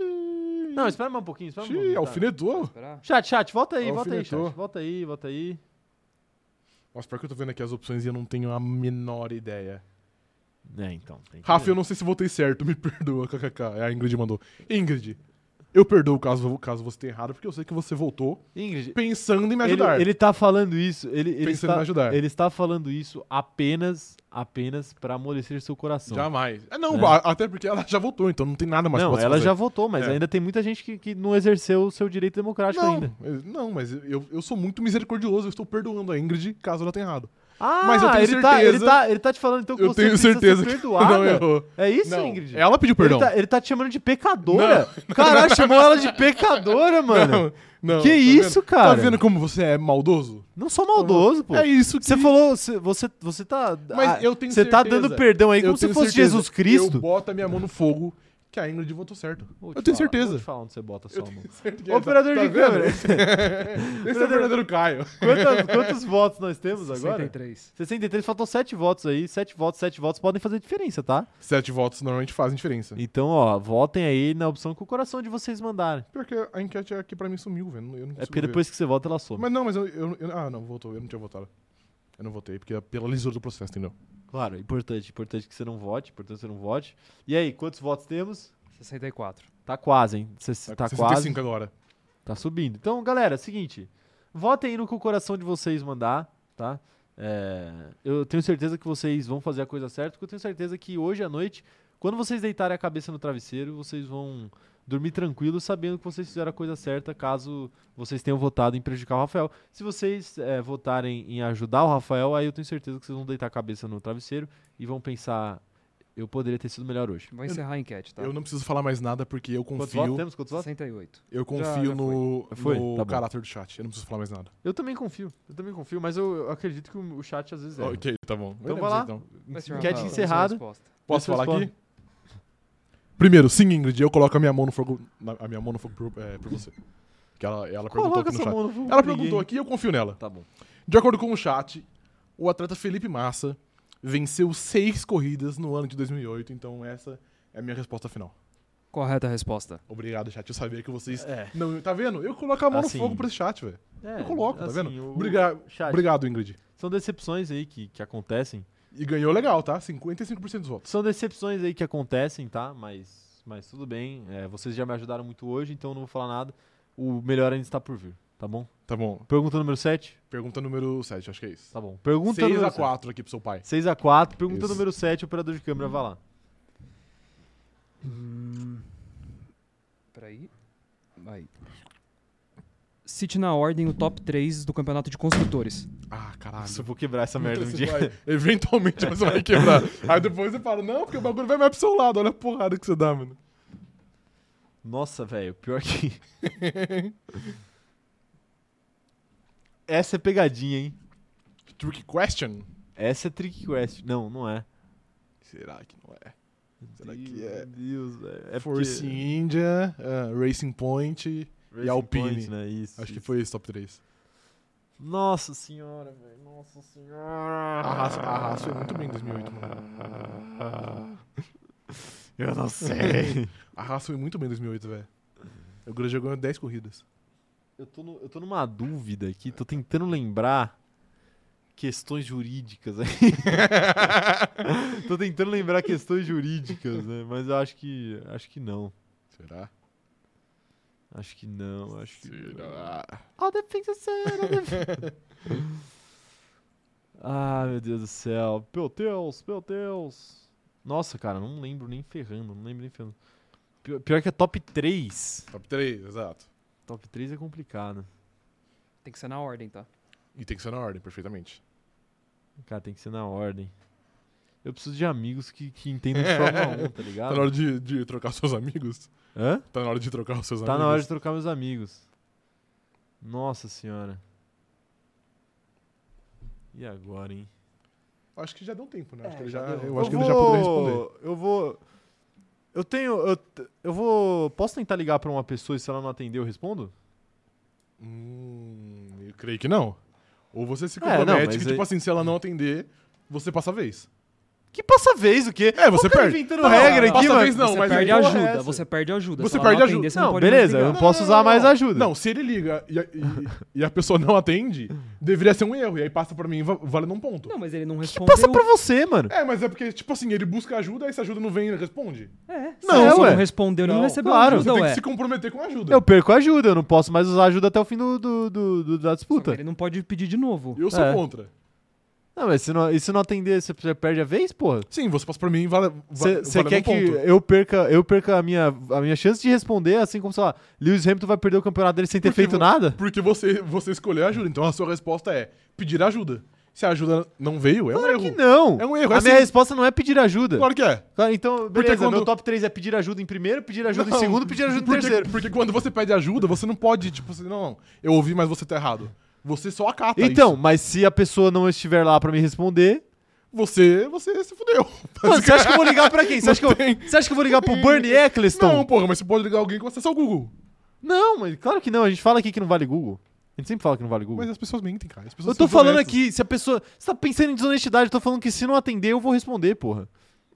Speaker 1: Não, espera mais um pouquinho, espera mais um pouquinho.
Speaker 2: Xiii,
Speaker 1: tá.
Speaker 2: alfinetou.
Speaker 5: Esperar?
Speaker 1: Chat, chat, volta aí,
Speaker 2: Ó,
Speaker 1: volta aí,
Speaker 2: alfinetou.
Speaker 1: chat. Volta aí, volta aí.
Speaker 2: Nossa, pior que eu tô vendo aqui as opções e eu não tenho a menor ideia.
Speaker 1: É, então. tem que
Speaker 2: Rafa,
Speaker 1: ver.
Speaker 2: eu não sei se votei certo, me perdoa, kkk. É, A Ingrid mandou. Ingrid, eu perdoo caso, caso você tenha errado, porque eu sei que você votou
Speaker 1: Ingrid,
Speaker 2: pensando em me
Speaker 1: ele,
Speaker 2: ajudar.
Speaker 1: ele tá falando isso. Ele, ele,
Speaker 2: Pensando em
Speaker 1: está,
Speaker 2: me ajudar.
Speaker 1: ele está falando isso apenas, apenas pra amolecer seu coração.
Speaker 2: Jamais. É, não,
Speaker 1: Né?
Speaker 2: a- até porque ela já votou, então não tem nada mais
Speaker 1: não,
Speaker 2: pra se
Speaker 1: ela
Speaker 2: fazer.
Speaker 1: já votou, mas
Speaker 2: É.
Speaker 1: ainda tem muita gente que, que não exerceu o seu direito democrático
Speaker 2: não,
Speaker 1: ainda.
Speaker 2: eu- Não, mas eu, eu sou muito misericordioso, eu estou perdoando a Ingrid caso ela tenha errado.
Speaker 1: Ah,
Speaker 2: Mas eu tenho
Speaker 1: ele, tá, ele,
Speaker 2: certeza-
Speaker 1: tá, ele tá te falando então que
Speaker 2: eu
Speaker 1: você
Speaker 2: tenho
Speaker 1: precisa
Speaker 2: certeza
Speaker 1: ser
Speaker 2: que
Speaker 1: perdoada.
Speaker 2: não errou.
Speaker 1: É isso,
Speaker 2: não,
Speaker 1: Ingrid?
Speaker 2: Ela pediu
Speaker 1: ele,
Speaker 2: perdão.
Speaker 1: tá, ele tá te chamando de pecadora. Caralho, chamou ela de pecadora, mano.
Speaker 2: Não, não,
Speaker 1: Que
Speaker 2: tá
Speaker 1: isso,
Speaker 2: vendo?
Speaker 1: cara?
Speaker 2: Tá vendo como você é maldoso?
Speaker 1: Não sou maldoso, pô.
Speaker 2: É isso que
Speaker 1: Você falou, você, você, você tá.
Speaker 2: Mas eu tenho
Speaker 1: Você tá
Speaker 2: certeza.
Speaker 1: dando perdão aí como
Speaker 2: eu
Speaker 1: se
Speaker 2: tenho
Speaker 1: fosse
Speaker 2: certeza.
Speaker 1: Jesus
Speaker 2: Eu
Speaker 1: Cristo.
Speaker 2: boto a minha mão no fogo que a Ingrid votou certo.
Speaker 1: Vou te
Speaker 2: eu tenho
Speaker 1: falar, Vou
Speaker 2: certeza.
Speaker 1: te falar onde você bota só, mano.
Speaker 2: Certeza.
Speaker 1: Operador
Speaker 2: Tá
Speaker 1: de
Speaker 2: vendo?
Speaker 1: câmera.
Speaker 2: Esse é o verdadeiro Caio.
Speaker 1: Quantas- quantos votos nós temos agora?
Speaker 5: 63.
Speaker 1: 63, faltam 7 votos aí. 7 votos, 7 votos podem fazer diferença, tá?
Speaker 2: Sete votos normalmente fazem diferença.
Speaker 1: Então, ó, votem aí na opção que o coração de vocês mandarem.
Speaker 2: Pior que a enquete aqui pra mim sumiu, velho. Eu não
Speaker 1: É
Speaker 2: consigo
Speaker 1: porque
Speaker 2: ver.
Speaker 1: depois que você vota, ela some.
Speaker 2: Mas não, mas eu, eu- eu- Ah, não, votou. Eu não tinha votado. Eu não votei, porque é pela lisura do processo, entendeu?
Speaker 1: Claro, é importante, importante que você não vote, é importante que você não vote. E aí, quantos votos temos?
Speaker 5: 64.
Speaker 1: Tá quase, hein? Você tá
Speaker 2: com
Speaker 1: quase.
Speaker 2: 65 agora.
Speaker 1: Tá subindo. Então, galera, seguinte. Votem aí no que o coração de vocês mandar, tá? É, eu tenho certeza que vocês vão fazer a coisa certa, porque eu tenho certeza que hoje à noite, quando vocês deitarem a cabeça no travesseiro, vocês vão dormir tranquilos sabendo que vocês fizeram a coisa certa, caso vocês tenham votado em prejudicar o Rafael. Se vocês é, votarem em ajudar o Rafael, aí eu tenho certeza que vocês vão deitar a cabeça no travesseiro e vão pensar, eu poderia ter sido melhor hoje.
Speaker 5: Vou encerrar a enquete, tá?
Speaker 2: Eu não preciso falar mais nada, porque eu
Speaker 1: Quantos votos
Speaker 2: confio.
Speaker 1: temos? Quantos votos?
Speaker 5: 68.
Speaker 2: Eu
Speaker 1: Já-
Speaker 2: confio
Speaker 1: já
Speaker 2: no,
Speaker 1: Já foi?
Speaker 2: no
Speaker 1: Tá bom.
Speaker 2: caráter do chat. Eu não preciso falar mais nada.
Speaker 1: Eu também confio, eu também confio, mas eu, eu acredito que o o chat às vezes é.
Speaker 2: Ok, tá bom.
Speaker 1: Então
Speaker 2: Beleza,
Speaker 1: vai lá.
Speaker 5: Vai, senhor
Speaker 1: Enquete
Speaker 5: Rafael,
Speaker 1: encerrada.
Speaker 2: é
Speaker 5: qual a sua resposta?
Speaker 2: Posso
Speaker 1: Depois
Speaker 2: falar
Speaker 1: fala.
Speaker 2: aqui? Primeiro, sim, Ingrid, eu coloco a minha mão no fogo. na- a minha mão no fogo por, é, por você. Que ela, ela perguntou
Speaker 1: Coloca
Speaker 2: aqui no
Speaker 1: essa
Speaker 2: chat.
Speaker 1: mão no vulgo
Speaker 2: Ela
Speaker 1: de
Speaker 2: perguntou
Speaker 1: ninguém.
Speaker 2: aqui e eu confio nela.
Speaker 1: Tá bom.
Speaker 2: De acordo com o chat, o atleta Felipe Massa venceu seis corridas no ano de 2008, então essa é a minha resposta final.
Speaker 4: Correta a resposta.
Speaker 2: Obrigado, chat. Eu sabia que vocês.
Speaker 1: É.
Speaker 2: Não, tá vendo? Eu coloco a mão
Speaker 1: Assim.
Speaker 2: no fogo pra esse chat, velho.
Speaker 1: É,
Speaker 2: eu coloco, tá
Speaker 1: assim,
Speaker 2: vendo?
Speaker 1: o-
Speaker 2: Obriga-
Speaker 1: chat.
Speaker 2: Obrigado, Ingrid.
Speaker 1: São decepções aí que, que acontecem.
Speaker 2: E ganhou legal, tá? 55% dos votos.
Speaker 1: São decepções aí que acontecem, tá? Mas, mas tudo bem. É, vocês já me ajudaram muito hoje, então eu não vou falar nada. O melhor ainda está por vir, tá bom?
Speaker 2: Tá bom.
Speaker 1: Pergunta número 7?
Speaker 2: Pergunta número 7, acho que é isso.
Speaker 1: Tá bom. Pergunta
Speaker 2: 6
Speaker 1: número
Speaker 2: a 4 aqui pro seu pai.
Speaker 1: 6 a 4. Pergunta
Speaker 2: Isso.
Speaker 1: número 7, operador de câmera, vai lá.
Speaker 5: Peraí. Aí.
Speaker 4: Cite na ordem o top 3 do campeonato de construtores.
Speaker 2: Ah, caralho.
Speaker 1: Nossa, eu vou quebrar essa merda um
Speaker 2: Você
Speaker 1: dia.
Speaker 2: vai- eventualmente você vai quebrar. Aí depois você fala, não, porque o bagulho vai mais pro seu lado. Olha a porrada que você dá, mano.
Speaker 1: Nossa, velho, pior que. Essa é pegadinha, hein?
Speaker 2: Trick question?
Speaker 1: Essa é trick quest. Não, não é.
Speaker 2: Será que não é? Será que é?
Speaker 1: Meu Deus, velho. É
Speaker 2: Force
Speaker 1: porque-
Speaker 2: India, ah, Racing Point.
Speaker 1: Racing
Speaker 2: Alpine.
Speaker 1: Point, né? Isso.
Speaker 2: Acho que
Speaker 1: isso.
Speaker 2: foi esse top 3.
Speaker 1: Nossa senhora, velho. Nossa senhora.
Speaker 2: A Haas, a Haas foi muito bem em 2008, mano.
Speaker 1: Eu não sei.
Speaker 2: A Haas foi muito bem em 2008, velho. O Granja ganhou 10 corridas.
Speaker 1: eu, tô no- eu tô numa dúvida aqui, tô tentando lembrar questões jurídicas aí. tô tentando lembrar questões jurídicas, né? Mas eu acho que. Acho que não.
Speaker 2: Será?
Speaker 1: Acho que não. Acho que.
Speaker 2: Será?
Speaker 1: All the things I said, all the Ah, meu Deus do céu. Meu Deus, meu Deus. Nossa, cara, não lembro nem ferrando, não lembro nem ferrando. Pior, pior que é top 3.
Speaker 2: Top 3, exato.
Speaker 1: Top 3 é complicado.
Speaker 4: Tem que ser na ordem, tá?
Speaker 2: E tem que ser na ordem, perfeitamente.
Speaker 1: Cara, tem que ser na ordem. Eu preciso de amigos que, que entendam de Fórmula 1, tá
Speaker 2: Tá na hora
Speaker 1: ligado?
Speaker 2: de, de trocar os seus amigos?
Speaker 1: Hã?
Speaker 2: Tá na hora de trocar os seus
Speaker 1: Tá
Speaker 2: amigos?
Speaker 1: na hora de trocar meus amigos. Nossa senhora. E agora, hein?
Speaker 2: Acho que já deu um tempo, né?
Speaker 3: É,
Speaker 2: acho que ele
Speaker 3: já
Speaker 2: já,
Speaker 3: deu.
Speaker 2: eu acho que ele já poderia responder.
Speaker 1: Eu vou. Eu tenho. Eu, t- eu vou. Posso tentar ligar pra uma pessoa e se ela não atender, eu respondo?
Speaker 2: Hum, eu creio que não. Ou você se
Speaker 1: É, não,
Speaker 2: compromete
Speaker 1: mas
Speaker 2: que,
Speaker 1: aí-
Speaker 2: tipo assim, se ela não atender, você passa a vez.
Speaker 1: Que passa vez, o quê?
Speaker 2: É, você
Speaker 1: O cara
Speaker 2: perde.
Speaker 1: inventando
Speaker 2: Não,
Speaker 1: regra
Speaker 2: não,
Speaker 1: aqui,
Speaker 2: passa
Speaker 1: mano.
Speaker 2: vez não,
Speaker 4: você
Speaker 2: mas aí
Speaker 4: perde
Speaker 2: porra é
Speaker 4: ajuda,
Speaker 2: essa?
Speaker 4: você perde ajuda.
Speaker 2: Você
Speaker 4: Se ela
Speaker 2: perde
Speaker 4: não
Speaker 2: ajuda.
Speaker 4: atender, você
Speaker 1: Não,
Speaker 4: pode mais
Speaker 1: beleza, eu
Speaker 4: ligar.
Speaker 1: não posso
Speaker 2: não,
Speaker 1: usar
Speaker 2: não,
Speaker 1: mais
Speaker 2: não.
Speaker 1: ajuda.
Speaker 2: Não, se ele liga e a, e- e a pessoa não atende, deveria ser um erro. E aí passa pra mim, va- valendo um ponto.
Speaker 4: Não, mas ele não
Speaker 1: que
Speaker 4: respondeu.
Speaker 1: passa pra você, mano?
Speaker 2: É, mas é porque, tipo assim, ele busca ajuda, aí se a ajuda não vem, ele responde.
Speaker 4: É, se
Speaker 1: Não,
Speaker 4: a pessoa
Speaker 1: ué.
Speaker 4: não respondeu, ele não,
Speaker 2: Não,
Speaker 4: recebeu
Speaker 1: claro,
Speaker 2: Você
Speaker 4: ajuda,
Speaker 2: tem
Speaker 4: ué.
Speaker 2: que se comprometer com a
Speaker 1: é.
Speaker 2: ajuda.
Speaker 1: Eu perco a ajuda, eu não posso mais usar ajuda até o fim do, do, do- do- da disputa.
Speaker 4: Ele não pode pedir de novo.
Speaker 2: Eu sou
Speaker 1: É.
Speaker 2: contra.
Speaker 1: Não, mas se não, e se não atender, você já perde a vez, porra?
Speaker 2: Sim, você passa pra mim, vale, va-
Speaker 1: Você
Speaker 2: valendo
Speaker 1: quer
Speaker 2: um
Speaker 1: que
Speaker 2: ponto.
Speaker 1: eu perca, eu perca a, minha, a minha chance de responder, assim como, sei lá, Lewis Hamilton vai perder o campeonato dele sem ter
Speaker 2: Porque
Speaker 1: feito
Speaker 2: vo-
Speaker 1: nada?
Speaker 2: Porque você, você escolheu a ajuda, então a sua resposta é pedir ajuda. Se a ajuda não veio, é um
Speaker 1: Claro
Speaker 2: erro.
Speaker 1: que não!
Speaker 2: É um erro,
Speaker 1: A
Speaker 2: é
Speaker 1: minha
Speaker 2: assim-
Speaker 1: resposta não é pedir ajuda.
Speaker 2: Claro que é.
Speaker 1: Claro, Então,
Speaker 2: Porque
Speaker 1: beleza, meu
Speaker 2: quando-
Speaker 1: top 3 é pedir ajuda em primeiro, pedir ajuda
Speaker 2: Não,
Speaker 1: em segundo, pedir ajuda em
Speaker 2: porque,
Speaker 1: terceiro.
Speaker 2: Porque quando você pede ajuda, você não pode, tipo assim, não, não, eu ouvi, mas você tá errado. Você só acata
Speaker 1: Então,
Speaker 2: Tá isso.
Speaker 1: mas se a pessoa não estiver lá pra me responder,
Speaker 2: Você, você se fudeu.
Speaker 1: Mano, você acha que eu vou ligar pra quem? Você acha que eu, você acha que eu vou ligar pro Bernie
Speaker 2: Não,
Speaker 1: Eccleston?
Speaker 2: porra, mas você pode ligar alguém com acesso ao Google.
Speaker 1: Não, mas claro que não. A gente fala aqui que não vale Google. A gente sempre fala que não vale Google.
Speaker 2: Mas as pessoas mentem, cara. As
Speaker 1: eu
Speaker 2: pessoas
Speaker 1: tô
Speaker 2: são
Speaker 1: falando
Speaker 2: honestas.
Speaker 1: aqui, se a pessoa. Você tá pensando em desonestidade, eu tô falando que se não atender, eu vou responder, porra.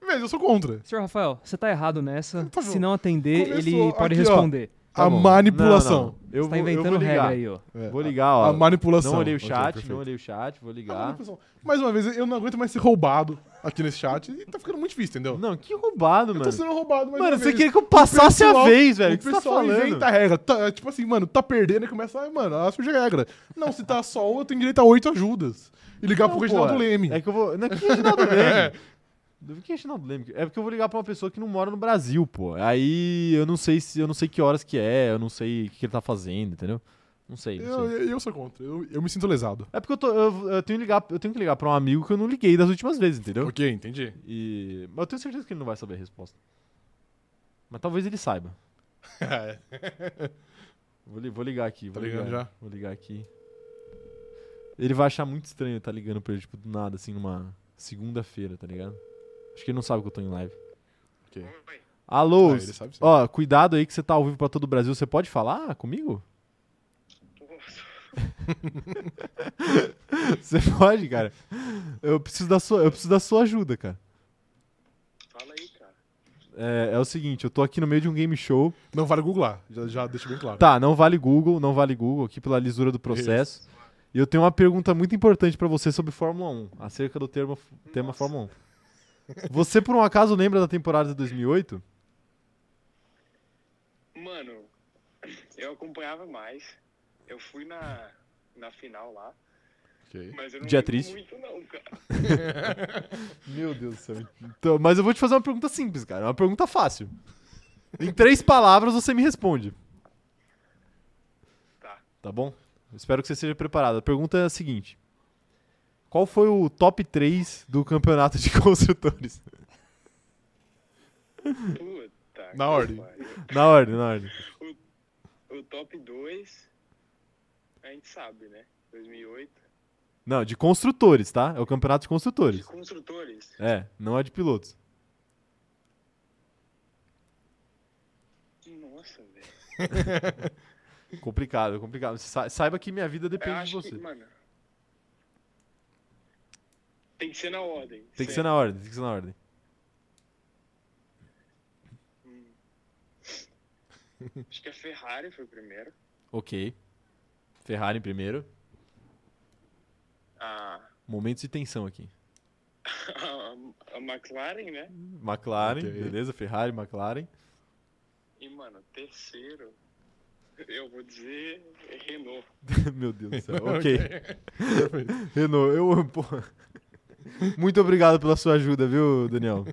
Speaker 2: Mas eu sou contra.
Speaker 4: Senhor Rafael, você tá errado nessa.
Speaker 2: Tá bom.
Speaker 4: Se não atender,
Speaker 2: Começou
Speaker 4: ele pode
Speaker 2: aqui, ó.
Speaker 4: responder.
Speaker 1: Tá
Speaker 2: a
Speaker 1: bom.
Speaker 2: manipulação.
Speaker 1: Não, não, não. Eu,
Speaker 4: você tá
Speaker 1: vou, eu
Speaker 4: inventando
Speaker 1: vou
Speaker 4: regra
Speaker 1: ligar.
Speaker 4: aí, ó.
Speaker 2: É,
Speaker 1: Vou
Speaker 2: a-
Speaker 1: ligar, ó.
Speaker 2: A manipulação.
Speaker 1: Não olhei o
Speaker 2: Ok,
Speaker 1: chat,
Speaker 2: perfeito. Tá
Speaker 1: não olhei o chat, vou
Speaker 2: A
Speaker 1: ligar.
Speaker 2: manipulação. Mais uma vez, eu não aguento mais ser roubado aqui nesse chat. E tá ficando muito difícil, entendeu?
Speaker 1: Não, que roubado,
Speaker 2: eu
Speaker 1: mano.
Speaker 2: tô sendo roubado, mas.
Speaker 1: Mano, você queria que eu passasse a vez, velho. O que você tá falando?
Speaker 2: inventa a regra. Tá, tipo assim, mano, tá perdendo e começa, ah, mano, a surge a regra. Não, se tá só um, eu tenho direito a oito ajudas. E ligar
Speaker 1: Não,
Speaker 2: pro Reginaldo
Speaker 1: porra.
Speaker 2: Leme.
Speaker 1: É que eu vou. Não é que Reginaldo Leme. Do que Reginaldo Leme? É porque eu vou ligar pra uma pessoa que não mora no Brasil, pô. Aí eu não sei se eu não sei que horas que é, eu não sei o que, que ele tá fazendo, entendeu? Não sei, não
Speaker 2: Eu,
Speaker 1: sei.
Speaker 2: eu- eu sou contra. Eu, eu me sinto lesado.
Speaker 1: É porque eu, tô, eu, eu tenho que ligar, eu tenho que ligar pra um amigo que eu não liguei das últimas vezes, entendeu?
Speaker 2: Ok, entendi.
Speaker 1: E mas eu tenho certeza que ele não vai saber a resposta. Mas talvez ele saiba. Vou, li- vou ligar aqui. Vou
Speaker 2: Tá ligando
Speaker 1: ligar,
Speaker 2: já?
Speaker 1: Vou ligar aqui. Ele vai achar muito estranho eu tá ligando pra ele, tipo, do nada, assim, numa segunda-feira, tá ligado? Acho que ele não sabe que eu tô em live.
Speaker 2: Ok.
Speaker 7: Oi.
Speaker 1: Alô?
Speaker 2: Ah, ele sabe sim.
Speaker 1: ó, cuidado aí que você tá ao vivo pra todo o Brasil. Você pode falar comigo? Você pode, cara. Eu preciso da sua, eu preciso da sua ajuda, cara.
Speaker 7: Fala aí, cara.
Speaker 1: É, é o seguinte, eu tô aqui no meio de um game show.
Speaker 2: Não vale googlar. Já, já deixa bem claro.
Speaker 1: Tá, não vale Google, não vale Google, aqui pela lisura do processo. E eu tenho uma pergunta muito importante pra você sobre Fórmula 1, acerca do termo, tema Fórmula 1. Você, por um acaso, lembra da temporada de 2008?
Speaker 7: Mano, eu acompanhava mais. Eu fui na, na final lá.
Speaker 2: Ok.
Speaker 7: Mas eu não
Speaker 1: Dia
Speaker 7: lembro
Speaker 1: triste.
Speaker 7: muito, não, cara.
Speaker 1: Meu Deus do céu. Então, mas eu vou te fazer uma pergunta simples, cara. Uma pergunta fácil. Em três palavras você me responde.
Speaker 7: Tá.
Speaker 1: Tá bom? Eu Espero que você seja preparado. A pergunta é a seguinte: Qual foi o top 3 do campeonato de construtores?
Speaker 7: Puta.
Speaker 2: Na
Speaker 7: que
Speaker 2: ordem.
Speaker 7: pariu.
Speaker 1: Na ordem, na ordem.
Speaker 7: O top 2, a gente sabe, né? 2008.
Speaker 1: Não, de construtores, tá? É o campeonato de
Speaker 7: De
Speaker 1: construtores.
Speaker 7: construtores.
Speaker 1: É, não é de pilotos.
Speaker 7: Nossa, velho.
Speaker 1: Complicado, complicado. Sa- Saiba que minha vida
Speaker 7: Eu
Speaker 1: depende de
Speaker 7: acho
Speaker 1: você.
Speaker 7: que, mano. Tem que ser na ordem.
Speaker 1: Tem que ser na ordem, tem que ser na ordem.
Speaker 7: Acho que a Ferrari foi o primeiro.
Speaker 1: Ok. Ferrari em primeiro.
Speaker 7: A,
Speaker 1: Momentos de tensão aqui.
Speaker 7: a, a McLaren, né?
Speaker 1: McLaren,
Speaker 2: Ok.
Speaker 1: beleza? Ferrari, McLaren.
Speaker 7: E, mano, terceiro, eu vou dizer Renault.
Speaker 1: Meu Deus do céu. Ok. Renault, eu. porra. Muito obrigado pela sua ajuda, viu, Daniel?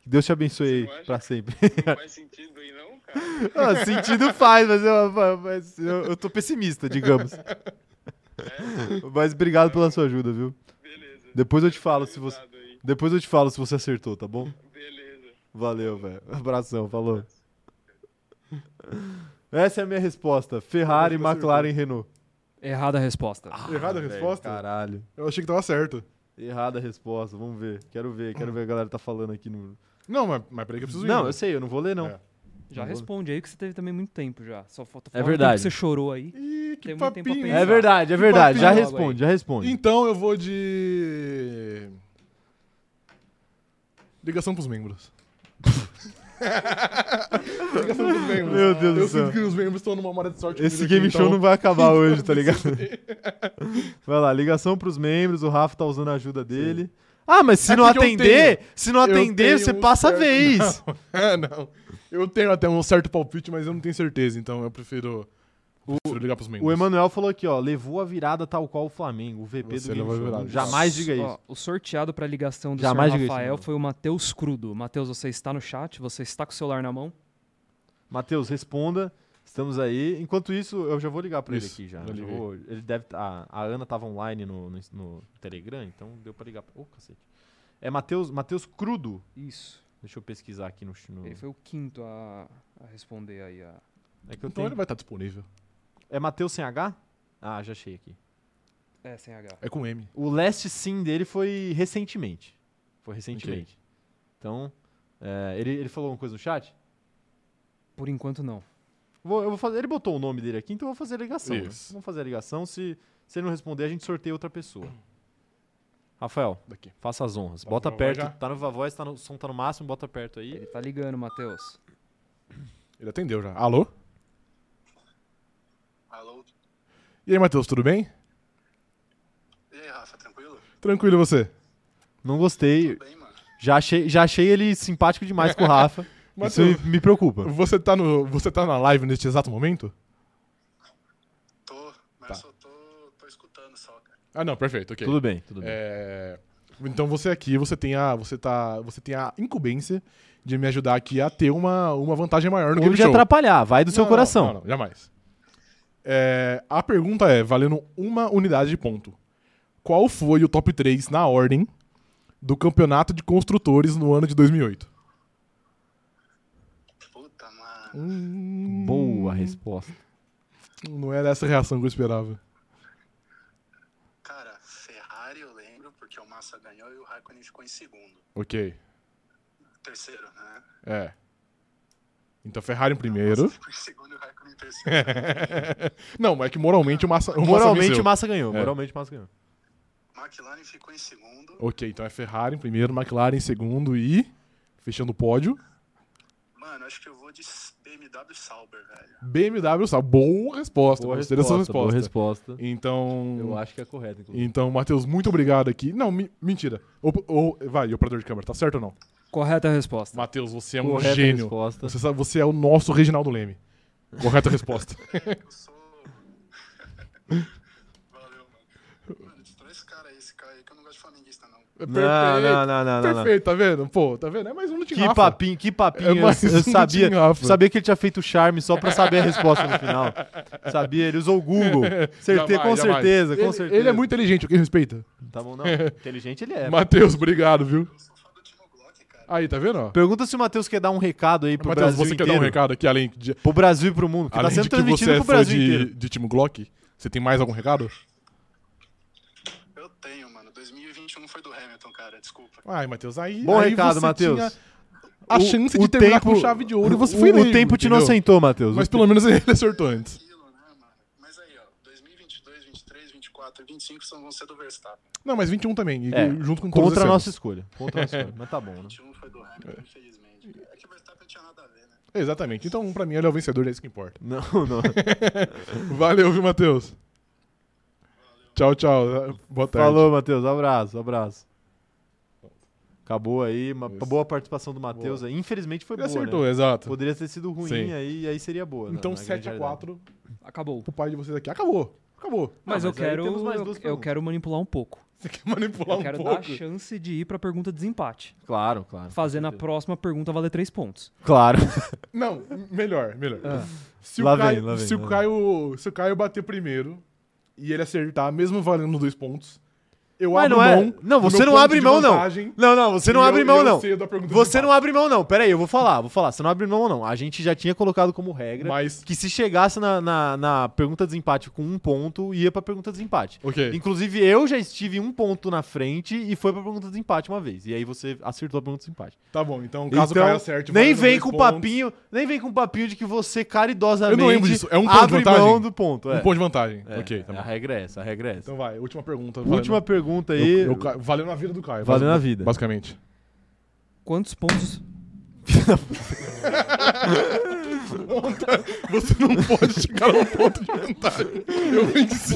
Speaker 1: Que Deus te abençoe
Speaker 7: Você não
Speaker 1: aí
Speaker 7: acha?
Speaker 1: pra sempre.
Speaker 7: Não faz sentido aí, não, cara.
Speaker 1: Ah, sentido faz, mas eu, mas eu, eu tô pessimista, digamos. Mas obrigado pela sua ajuda, viu?
Speaker 7: Beleza.
Speaker 1: Depois eu te falo se você.
Speaker 7: Avisado aí.
Speaker 1: Depois eu te falo se você acertou, tá bom?
Speaker 7: Beleza.
Speaker 1: Valeu, velho. Abração, falou. Essa é a minha resposta. Ferrari,
Speaker 2: Você acertou.
Speaker 1: McLaren, Renault.
Speaker 2: Ah,
Speaker 4: Errada a resposta.
Speaker 2: Errada a resposta?
Speaker 1: Caralho.
Speaker 2: Eu achei que tava certo.
Speaker 1: Errada a resposta, vamos ver. Quero ver, quero ver a galera tá falando aqui no.
Speaker 2: Não, mas, mas peraí que eu preciso ir.
Speaker 1: Não,
Speaker 2: né?
Speaker 1: eu sei, eu não vou ler, não.
Speaker 2: É.
Speaker 4: Já
Speaker 1: Não vou-
Speaker 4: responde aí que você teve também muito tempo já. Só falta
Speaker 1: É
Speaker 4: falar o
Speaker 1: verdade.
Speaker 4: tempo que você chorou aí.
Speaker 2: Ih, que
Speaker 4: Tem muito tempo
Speaker 2: papinho.
Speaker 4: pra
Speaker 2: hein?
Speaker 4: pensar.
Speaker 1: É verdade, é
Speaker 2: Que
Speaker 1: verdade. Já
Speaker 2: papinho
Speaker 4: logo aí.
Speaker 1: responde, já responde.
Speaker 2: Então eu vou de. Ligação pros membros. Ligação pros membros.
Speaker 1: Meu Deus do
Speaker 2: eu
Speaker 1: céu.
Speaker 2: sinto que os membros estão numa hora de sorte.
Speaker 1: Esse
Speaker 2: comigo
Speaker 1: game
Speaker 2: aqui,
Speaker 1: show
Speaker 2: então-
Speaker 1: não vai acabar hoje, tá ligado? vai lá, ligação pros membros, o Rafa tá usando a ajuda dele. Ah, mas se
Speaker 2: É
Speaker 1: não
Speaker 2: porque eu
Speaker 1: atender,
Speaker 2: tenho-
Speaker 1: se não
Speaker 2: eu
Speaker 1: atender,
Speaker 2: tenho
Speaker 1: você
Speaker 2: um
Speaker 1: passa a
Speaker 2: certo-
Speaker 1: vez.
Speaker 2: É, não. Eu tenho até um certo palpite, mas eu não tenho certeza, então eu prefiro, eu prefiro ligar pros membros.
Speaker 1: O Emanuel falou aqui, ó, levou a virada tal qual o Flamengo, o VP
Speaker 2: Você
Speaker 1: do game
Speaker 2: levou a
Speaker 1: show.
Speaker 2: virada.
Speaker 1: Jamais Tá, diga
Speaker 4: Ó,
Speaker 1: isso.
Speaker 4: o sorteado pra ligação do
Speaker 1: Jamais
Speaker 4: senhor
Speaker 1: diga isso,
Speaker 4: Rafael
Speaker 1: não.
Speaker 4: foi o Matheus Crudo. Matheus, você está no chat, você está com o celular na mão.
Speaker 1: Matheus, responda. Estamos aí. Enquanto isso, eu já vou ligar pra ele
Speaker 2: Isso,
Speaker 1: aqui já.
Speaker 2: já
Speaker 1: Eu já
Speaker 2: liguei.
Speaker 1: vou- ele deve tá- a, a Ana tava online no, no, no Telegram, então deu pra ligar. pra- Ô, cacete. É Matheus, Matheus Crudo.
Speaker 4: Isso.
Speaker 1: Deixa eu pesquisar aqui no. no-
Speaker 4: Ele foi o quinto a, a responder aí. A...
Speaker 1: É que eu
Speaker 2: Então
Speaker 1: tenho.
Speaker 2: ele vai estar disponível.
Speaker 1: É Matheus sem H? Ah, já achei aqui.
Speaker 4: É, sem H.
Speaker 2: É com M.
Speaker 1: O last sim dele foi recentemente. Foi recentemente. Então, é, ele, ele falou alguma coisa no chat?
Speaker 4: Por enquanto, não.
Speaker 1: Vou- eu vou fazer, ele botou o nome dele aqui, então eu vou fazer a ligação. né?
Speaker 2: Isso.
Speaker 1: Vamos fazer a ligação. Se, se ele não responder, a gente sorteia outra pessoa. Rafael,
Speaker 2: Daqui.
Speaker 1: faça as honras.
Speaker 2: Tá
Speaker 1: Bota
Speaker 2: bom, vai
Speaker 1: perto.
Speaker 2: já? É.
Speaker 1: Tá no voz, tá no, o som tá no máximo, bota perto aí.
Speaker 4: Ele tá ligando, Matheus.
Speaker 2: Ele atendeu já. Alô?
Speaker 7: Alô?
Speaker 2: E aí, Matheus, tudo bem?
Speaker 7: E aí, Rafa, tranquilo?
Speaker 2: Tranquilo e você?
Speaker 1: Não gostei.
Speaker 7: Tudo bem, mano?
Speaker 1: Já achei, já achei ele simpático demais com o Rafa. Isso me,
Speaker 2: Matheus,
Speaker 1: me preocupa.
Speaker 2: você tá, no, você tá na live neste exato momento?
Speaker 7: Tô, mas
Speaker 2: Tá.
Speaker 7: eu só tô, tô escutando só, cara.
Speaker 2: Ah, não, perfeito, ok.
Speaker 1: Tudo bem, tudo bem.
Speaker 2: É, Então você aqui, você tem a, você tá, você tem a incumbência de me ajudar aqui a ter uma, uma vantagem maior no
Speaker 1: Não
Speaker 2: game
Speaker 1: de
Speaker 2: um show.
Speaker 1: atrapalhar, vai do seu
Speaker 2: Não, não,
Speaker 1: coração.
Speaker 2: Não, não, jamais. É, a pergunta é, valendo uma unidade de ponto, qual foi o top 3 na ordem do campeonato de construtores no ano de 2008?
Speaker 7: Puta, mano.
Speaker 1: Boa resposta.
Speaker 2: Não era essa a reação que eu esperava.
Speaker 7: Cara, Ferrari eu lembro, porque o Massa ganhou e o Raikkonen ficou em segundo.
Speaker 2: Ok,
Speaker 7: Terceiro, né?
Speaker 2: é. Então Ferrari em primeiro.
Speaker 7: Ficou em segundo e o Raikkonen em terceiro.
Speaker 2: Não, é que moralmente o Massa, o Massa
Speaker 1: Moralmente
Speaker 2: venceu.
Speaker 1: o Massa ganhou.
Speaker 2: É.
Speaker 1: Moralmente o Massa ganhou.
Speaker 7: McLaren ficou em segundo.
Speaker 2: Ok, então é Ferrari em primeiro, McLaren em segundo e... Fechando o pódio,
Speaker 7: Mano, acho que eu vou de BMW Sauber, velho.
Speaker 2: BMW, sabe? Boa resposta.
Speaker 1: Boa
Speaker 2: gostei
Speaker 1: resposta,
Speaker 2: dessa
Speaker 1: boa
Speaker 2: resposta.
Speaker 1: resposta.
Speaker 2: Então...
Speaker 1: Eu acho que é correto, inclusive.
Speaker 2: Então, Matheus, muito obrigado aqui. Não, mi- mentira. Op- o- vai, operador de câmera, tá certo ou não?
Speaker 4: Correta a resposta.
Speaker 2: Matheus, você é um
Speaker 1: Hum. Correta
Speaker 2: gênio.
Speaker 1: resposta.
Speaker 2: Você, sabe- você é o nosso Reginaldo Leme. Correta resposta.
Speaker 7: Eu sou. Valeu, mano. Mano, destrói esse cara aí, esse cara aí, que eu não gosto de flamenguista, não.
Speaker 1: Não, não, não, não, não, não.
Speaker 2: Perfeito, tá vendo? Pô, tá vendo? É mais um no Tim
Speaker 1: Que
Speaker 2: Rafa.
Speaker 1: papinho, que papinho.
Speaker 2: É
Speaker 1: eu-
Speaker 2: mais
Speaker 1: eu
Speaker 2: um do
Speaker 1: sabia,
Speaker 2: Tim Rafa.
Speaker 1: sabia que ele tinha feito o charme só pra saber a resposta no final. Sabia, ele usou o Google. Certe,
Speaker 2: Jamais,
Speaker 1: com
Speaker 2: jamais.
Speaker 1: certeza, com
Speaker 2: Ele-
Speaker 1: certeza.
Speaker 2: Ele é muito inteligente, quem respeita?
Speaker 1: Tá bom, não. Inteligente ele é.
Speaker 2: Matheus, obrigado, viu?
Speaker 7: Eu sou fã do Timo Glock, cara.
Speaker 2: Aí, tá vendo? ó?
Speaker 1: Pergunta se o Matheus quer dar um recado aí pro
Speaker 2: Matheus,
Speaker 1: Brasil
Speaker 2: você quer
Speaker 1: inteiro.
Speaker 2: dar um recado aqui, além de,
Speaker 1: Pro Brasil e pro mundo, que
Speaker 2: além
Speaker 1: tá sendo
Speaker 2: de que
Speaker 1: transmitido
Speaker 2: você é
Speaker 1: pro
Speaker 2: fã
Speaker 1: Brasil inteiro.
Speaker 2: de, de Timo Glock? Você tem mais algum recado?
Speaker 7: Eu tenho, mano. 2021 foi do Hamilton, cara. Desculpa.
Speaker 2: Ai, Matheus, aí.
Speaker 1: Bom
Speaker 2: aí
Speaker 1: recado,
Speaker 2: você
Speaker 1: Matheus.
Speaker 2: tinha A
Speaker 1: O-
Speaker 2: chance
Speaker 1: o
Speaker 2: de terminar
Speaker 1: tempo-
Speaker 2: com chave de ouro e você
Speaker 1: o,
Speaker 2: foi
Speaker 1: O
Speaker 2: nele,
Speaker 1: tempo te
Speaker 2: entendeu?
Speaker 1: inocentou, Matheus.
Speaker 2: Mas
Speaker 1: O
Speaker 2: pelo menos ele acertou antes.
Speaker 7: Aquilo, né, mano? Mas aí, ó. 2022, 23, 24 e 25 são, vão ser do Verstappen.
Speaker 2: Não, mas 21 também, e-
Speaker 1: É,
Speaker 2: e junto com todos
Speaker 1: Contra a
Speaker 2: esses
Speaker 1: nossa escolha. Contra a nossa escolha. Mas tá bom, né?
Speaker 7: 21 foi do Hamilton, infelizmente. cara. É que o Verstappen não tinha nada a ver, né?
Speaker 2: anos. Exatamente. Então, pra mim, ele é o vencedor, é isso que importa.
Speaker 1: Não, não.
Speaker 2: é Valeu, viu, Matheus? Tchau, tchau. Boa tarde.
Speaker 1: Falou, Matheus. Abraço, abraço. Acabou aí. Uma
Speaker 2: Isso.
Speaker 1: boa participação do Matheus. aí. Infelizmente foi
Speaker 2: Ele
Speaker 1: boa,
Speaker 2: acertou,
Speaker 1: né?
Speaker 2: exato.
Speaker 1: Poderia ter sido ruim
Speaker 2: Sim.
Speaker 1: aí, aí seria boa. na-
Speaker 2: Então,
Speaker 1: na grande realidade.
Speaker 2: 7x4
Speaker 4: Acabou.
Speaker 2: pro pai de vocês aqui. Acabou. Acabou.
Speaker 1: Ah, mas
Speaker 4: Mas, eu
Speaker 1: aí
Speaker 4: quero.
Speaker 1: temos mais
Speaker 4: eu-
Speaker 1: duas
Speaker 4: eu
Speaker 1: perguntas.
Speaker 4: quero manipular um pouco.
Speaker 2: Você quer manipular
Speaker 4: eu quero
Speaker 2: um
Speaker 4: dar a
Speaker 2: pouco?
Speaker 4: chance de ir pra pergunta desempate.
Speaker 1: Claro, claro.
Speaker 4: Fazer na próxima pergunta valer três pontos.
Speaker 1: Claro.
Speaker 2: Não, melhor, melhor. Se,
Speaker 1: Lá
Speaker 2: o Caio,
Speaker 1: vem, lá vem,
Speaker 2: se, o
Speaker 1: lá
Speaker 2: Caio, se o Caio bater primeiro e ele acertar, mesmo valendo dois pontos, Eu
Speaker 1: Mas
Speaker 2: abro
Speaker 1: não é-
Speaker 2: mão.
Speaker 1: não,
Speaker 2: do
Speaker 1: você
Speaker 2: meu
Speaker 1: não
Speaker 2: ponto
Speaker 1: abre
Speaker 2: de
Speaker 1: mão, não.
Speaker 2: vantagem
Speaker 1: Não, não, você
Speaker 2: e
Speaker 1: não
Speaker 2: eu-
Speaker 1: abre
Speaker 2: e
Speaker 1: mão,
Speaker 2: eu
Speaker 1: não.
Speaker 2: cedo a pergunta do
Speaker 1: Você não
Speaker 2: Pato.
Speaker 1: abre mão, não. Pera aí, eu vou falar, vou falar. Você não abre mão, não. A gente já tinha colocado como regra
Speaker 2: Mas.
Speaker 1: que se chegasse na, na, na pergunta desempate com um ponto, ia pra pergunta desempate.
Speaker 2: Ok.
Speaker 1: Inclusive, eu já estive um ponto na frente e foi pra pergunta desempate uma vez. E aí você acertou a pergunta desempate.
Speaker 2: Tá bom, então caso
Speaker 1: então,
Speaker 2: caia certo.
Speaker 1: nem
Speaker 2: vale dois
Speaker 1: vem com
Speaker 2: pontos.
Speaker 1: papinho, nem vem com papinho de que você caridosamente
Speaker 2: Eu não lembro disso. É um ponto de
Speaker 1: abre
Speaker 2: vantagem?
Speaker 1: mão do ponto. É.
Speaker 2: Um ponto de vantagem.
Speaker 1: É,
Speaker 2: ok, tá
Speaker 1: A
Speaker 2: bom.
Speaker 1: regra é essa, a regra é essa.
Speaker 2: Então vai, última pergunta.
Speaker 1: Última
Speaker 2: valendo-
Speaker 1: pergunta
Speaker 2: Eu-
Speaker 1: aí.
Speaker 2: eu ca- valendo a vida do Caio.
Speaker 1: Valendo
Speaker 2: basi-
Speaker 1: a vida.
Speaker 2: Basicamente.
Speaker 4: Quantos pontos.
Speaker 2: Você não pode chegar a um ponto de vantagem. Eu venci.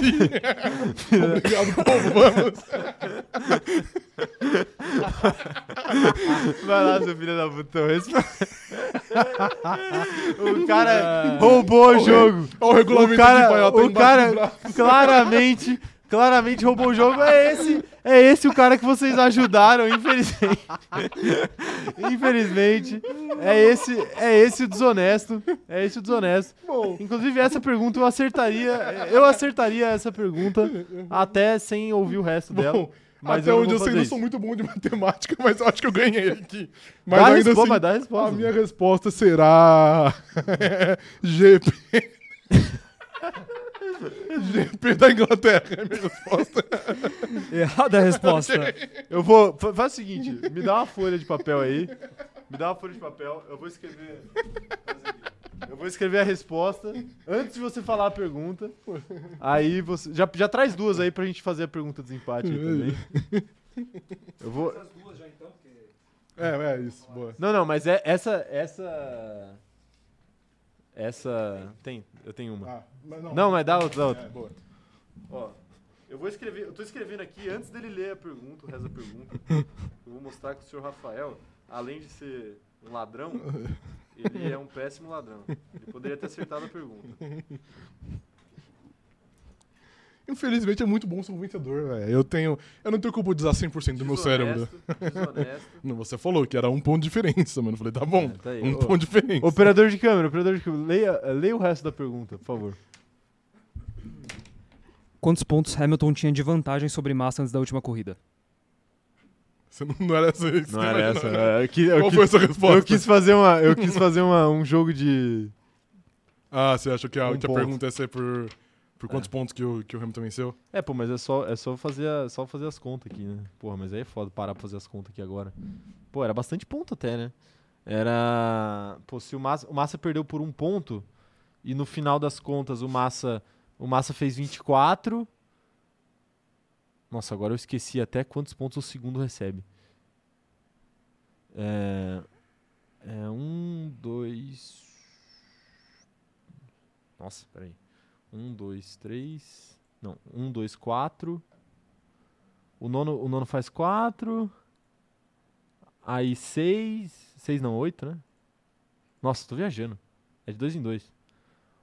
Speaker 2: Obrigado, povo. Vamos.
Speaker 1: Vai lá, seu filho da puta. responde. o cara roubou o jogo.
Speaker 2: Olha É. o regulamento
Speaker 1: O cara,
Speaker 2: espanhol, tá
Speaker 1: o
Speaker 2: embaixo
Speaker 1: cara
Speaker 2: do braço.
Speaker 1: claramente, claramente roubou o jogo. É esse, é esse o cara que vocês ajudaram, infelizmente. infelizmente, é esse, é esse o desonesto, é esse o desonesto. Inclusive essa pergunta eu acertaria, eu acertaria essa pergunta até sem ouvir o resto dela.
Speaker 2: Bom,
Speaker 1: Mas
Speaker 2: até
Speaker 1: eu não
Speaker 2: onde
Speaker 1: vou
Speaker 2: eu sei,
Speaker 1: fazer
Speaker 2: não
Speaker 1: isso.
Speaker 2: sou muito bom de matemática, mas eu acho que eu ganhei aqui. Mas
Speaker 1: Dá a
Speaker 2: ainda
Speaker 1: resposta,
Speaker 2: assim,
Speaker 1: mas dá a
Speaker 2: a
Speaker 1: resposta.
Speaker 2: minha resposta será GP. GP da Inglaterra é a minha resposta.
Speaker 4: Errada a resposta.
Speaker 1: Eu vou. fa- Faz o seguinte, me dá uma folha de papel aí. Me dá uma folha de papel, eu vou escrever. Eu vou escrever a resposta antes de você falar a pergunta. Aí você. Já, já traz duas aí pra gente fazer a pergunta de desempate aí também. Eu vou.
Speaker 3: As duas já então, porque.
Speaker 2: É, é isso. Boa.
Speaker 1: Não, não, mas é essa. Essa. Essa. Tem. Eu tenho uma.
Speaker 2: Ah, mas
Speaker 1: Não, mas dá outra, dá outra.
Speaker 2: É, boa.
Speaker 1: Ó, eu vou escrever, eu tô escrevendo aqui antes dele ler a pergunta, o resto da pergunta. Eu vou mostrar que o senhor Rafael, além de ser um ladrão, ele é um péssimo ladrão. Ele poderia ter acertado a pergunta.
Speaker 2: Infelizmente é muito bom ser um vencedor, velho. Eu tenho. Eu não tenho como usar 100% do meu
Speaker 1: Tipo,
Speaker 2: cérebro.
Speaker 1: Desonesto.
Speaker 2: Não, você falou que era um ponto de diferença, mano. Eu falei, tá bom.
Speaker 1: É, tá aí,
Speaker 2: um
Speaker 1: ô.
Speaker 2: ponto de diferença.
Speaker 1: Operador de câmera, operador de câmera, leia, leia o resto da pergunta, por favor.
Speaker 4: Quantos pontos Hamilton tinha de vantagem sobre Massa antes da última corrida?
Speaker 2: Você não, não era essa. que você imaginava.
Speaker 1: né? Eu, qui- eu
Speaker 2: Qual
Speaker 1: qui-
Speaker 2: foi a sua resposta?
Speaker 1: É eu quis fazer, uma, eu quis fazer uma- um jogo de.
Speaker 2: Ah, você achou que a,
Speaker 1: Um
Speaker 2: que a
Speaker 1: ponto.
Speaker 2: pergunta ia ser por, por quantos pontos que o, que o Hamilton venceu?
Speaker 1: É, pô, mas é só, é só, fazer, a- só fazer as contas aqui, né? Porra, mas aí é foda parar pra fazer as contas aqui agora. Pô, era bastante ponto até, né? Era. Pô, se o Massa, o Massa perdeu por um ponto e no final das contas o Massa, o Massa fez 24. Nossa, agora eu esqueci até quantos pontos o segundo recebe. É. É um, dois. Nossa, peraí. Um, dois, três. Não, um, dois, quatro. O nono, o nono faz quatro. Aí seis. Seis não, oito, né? Nossa, tô viajando. É de dois em dois.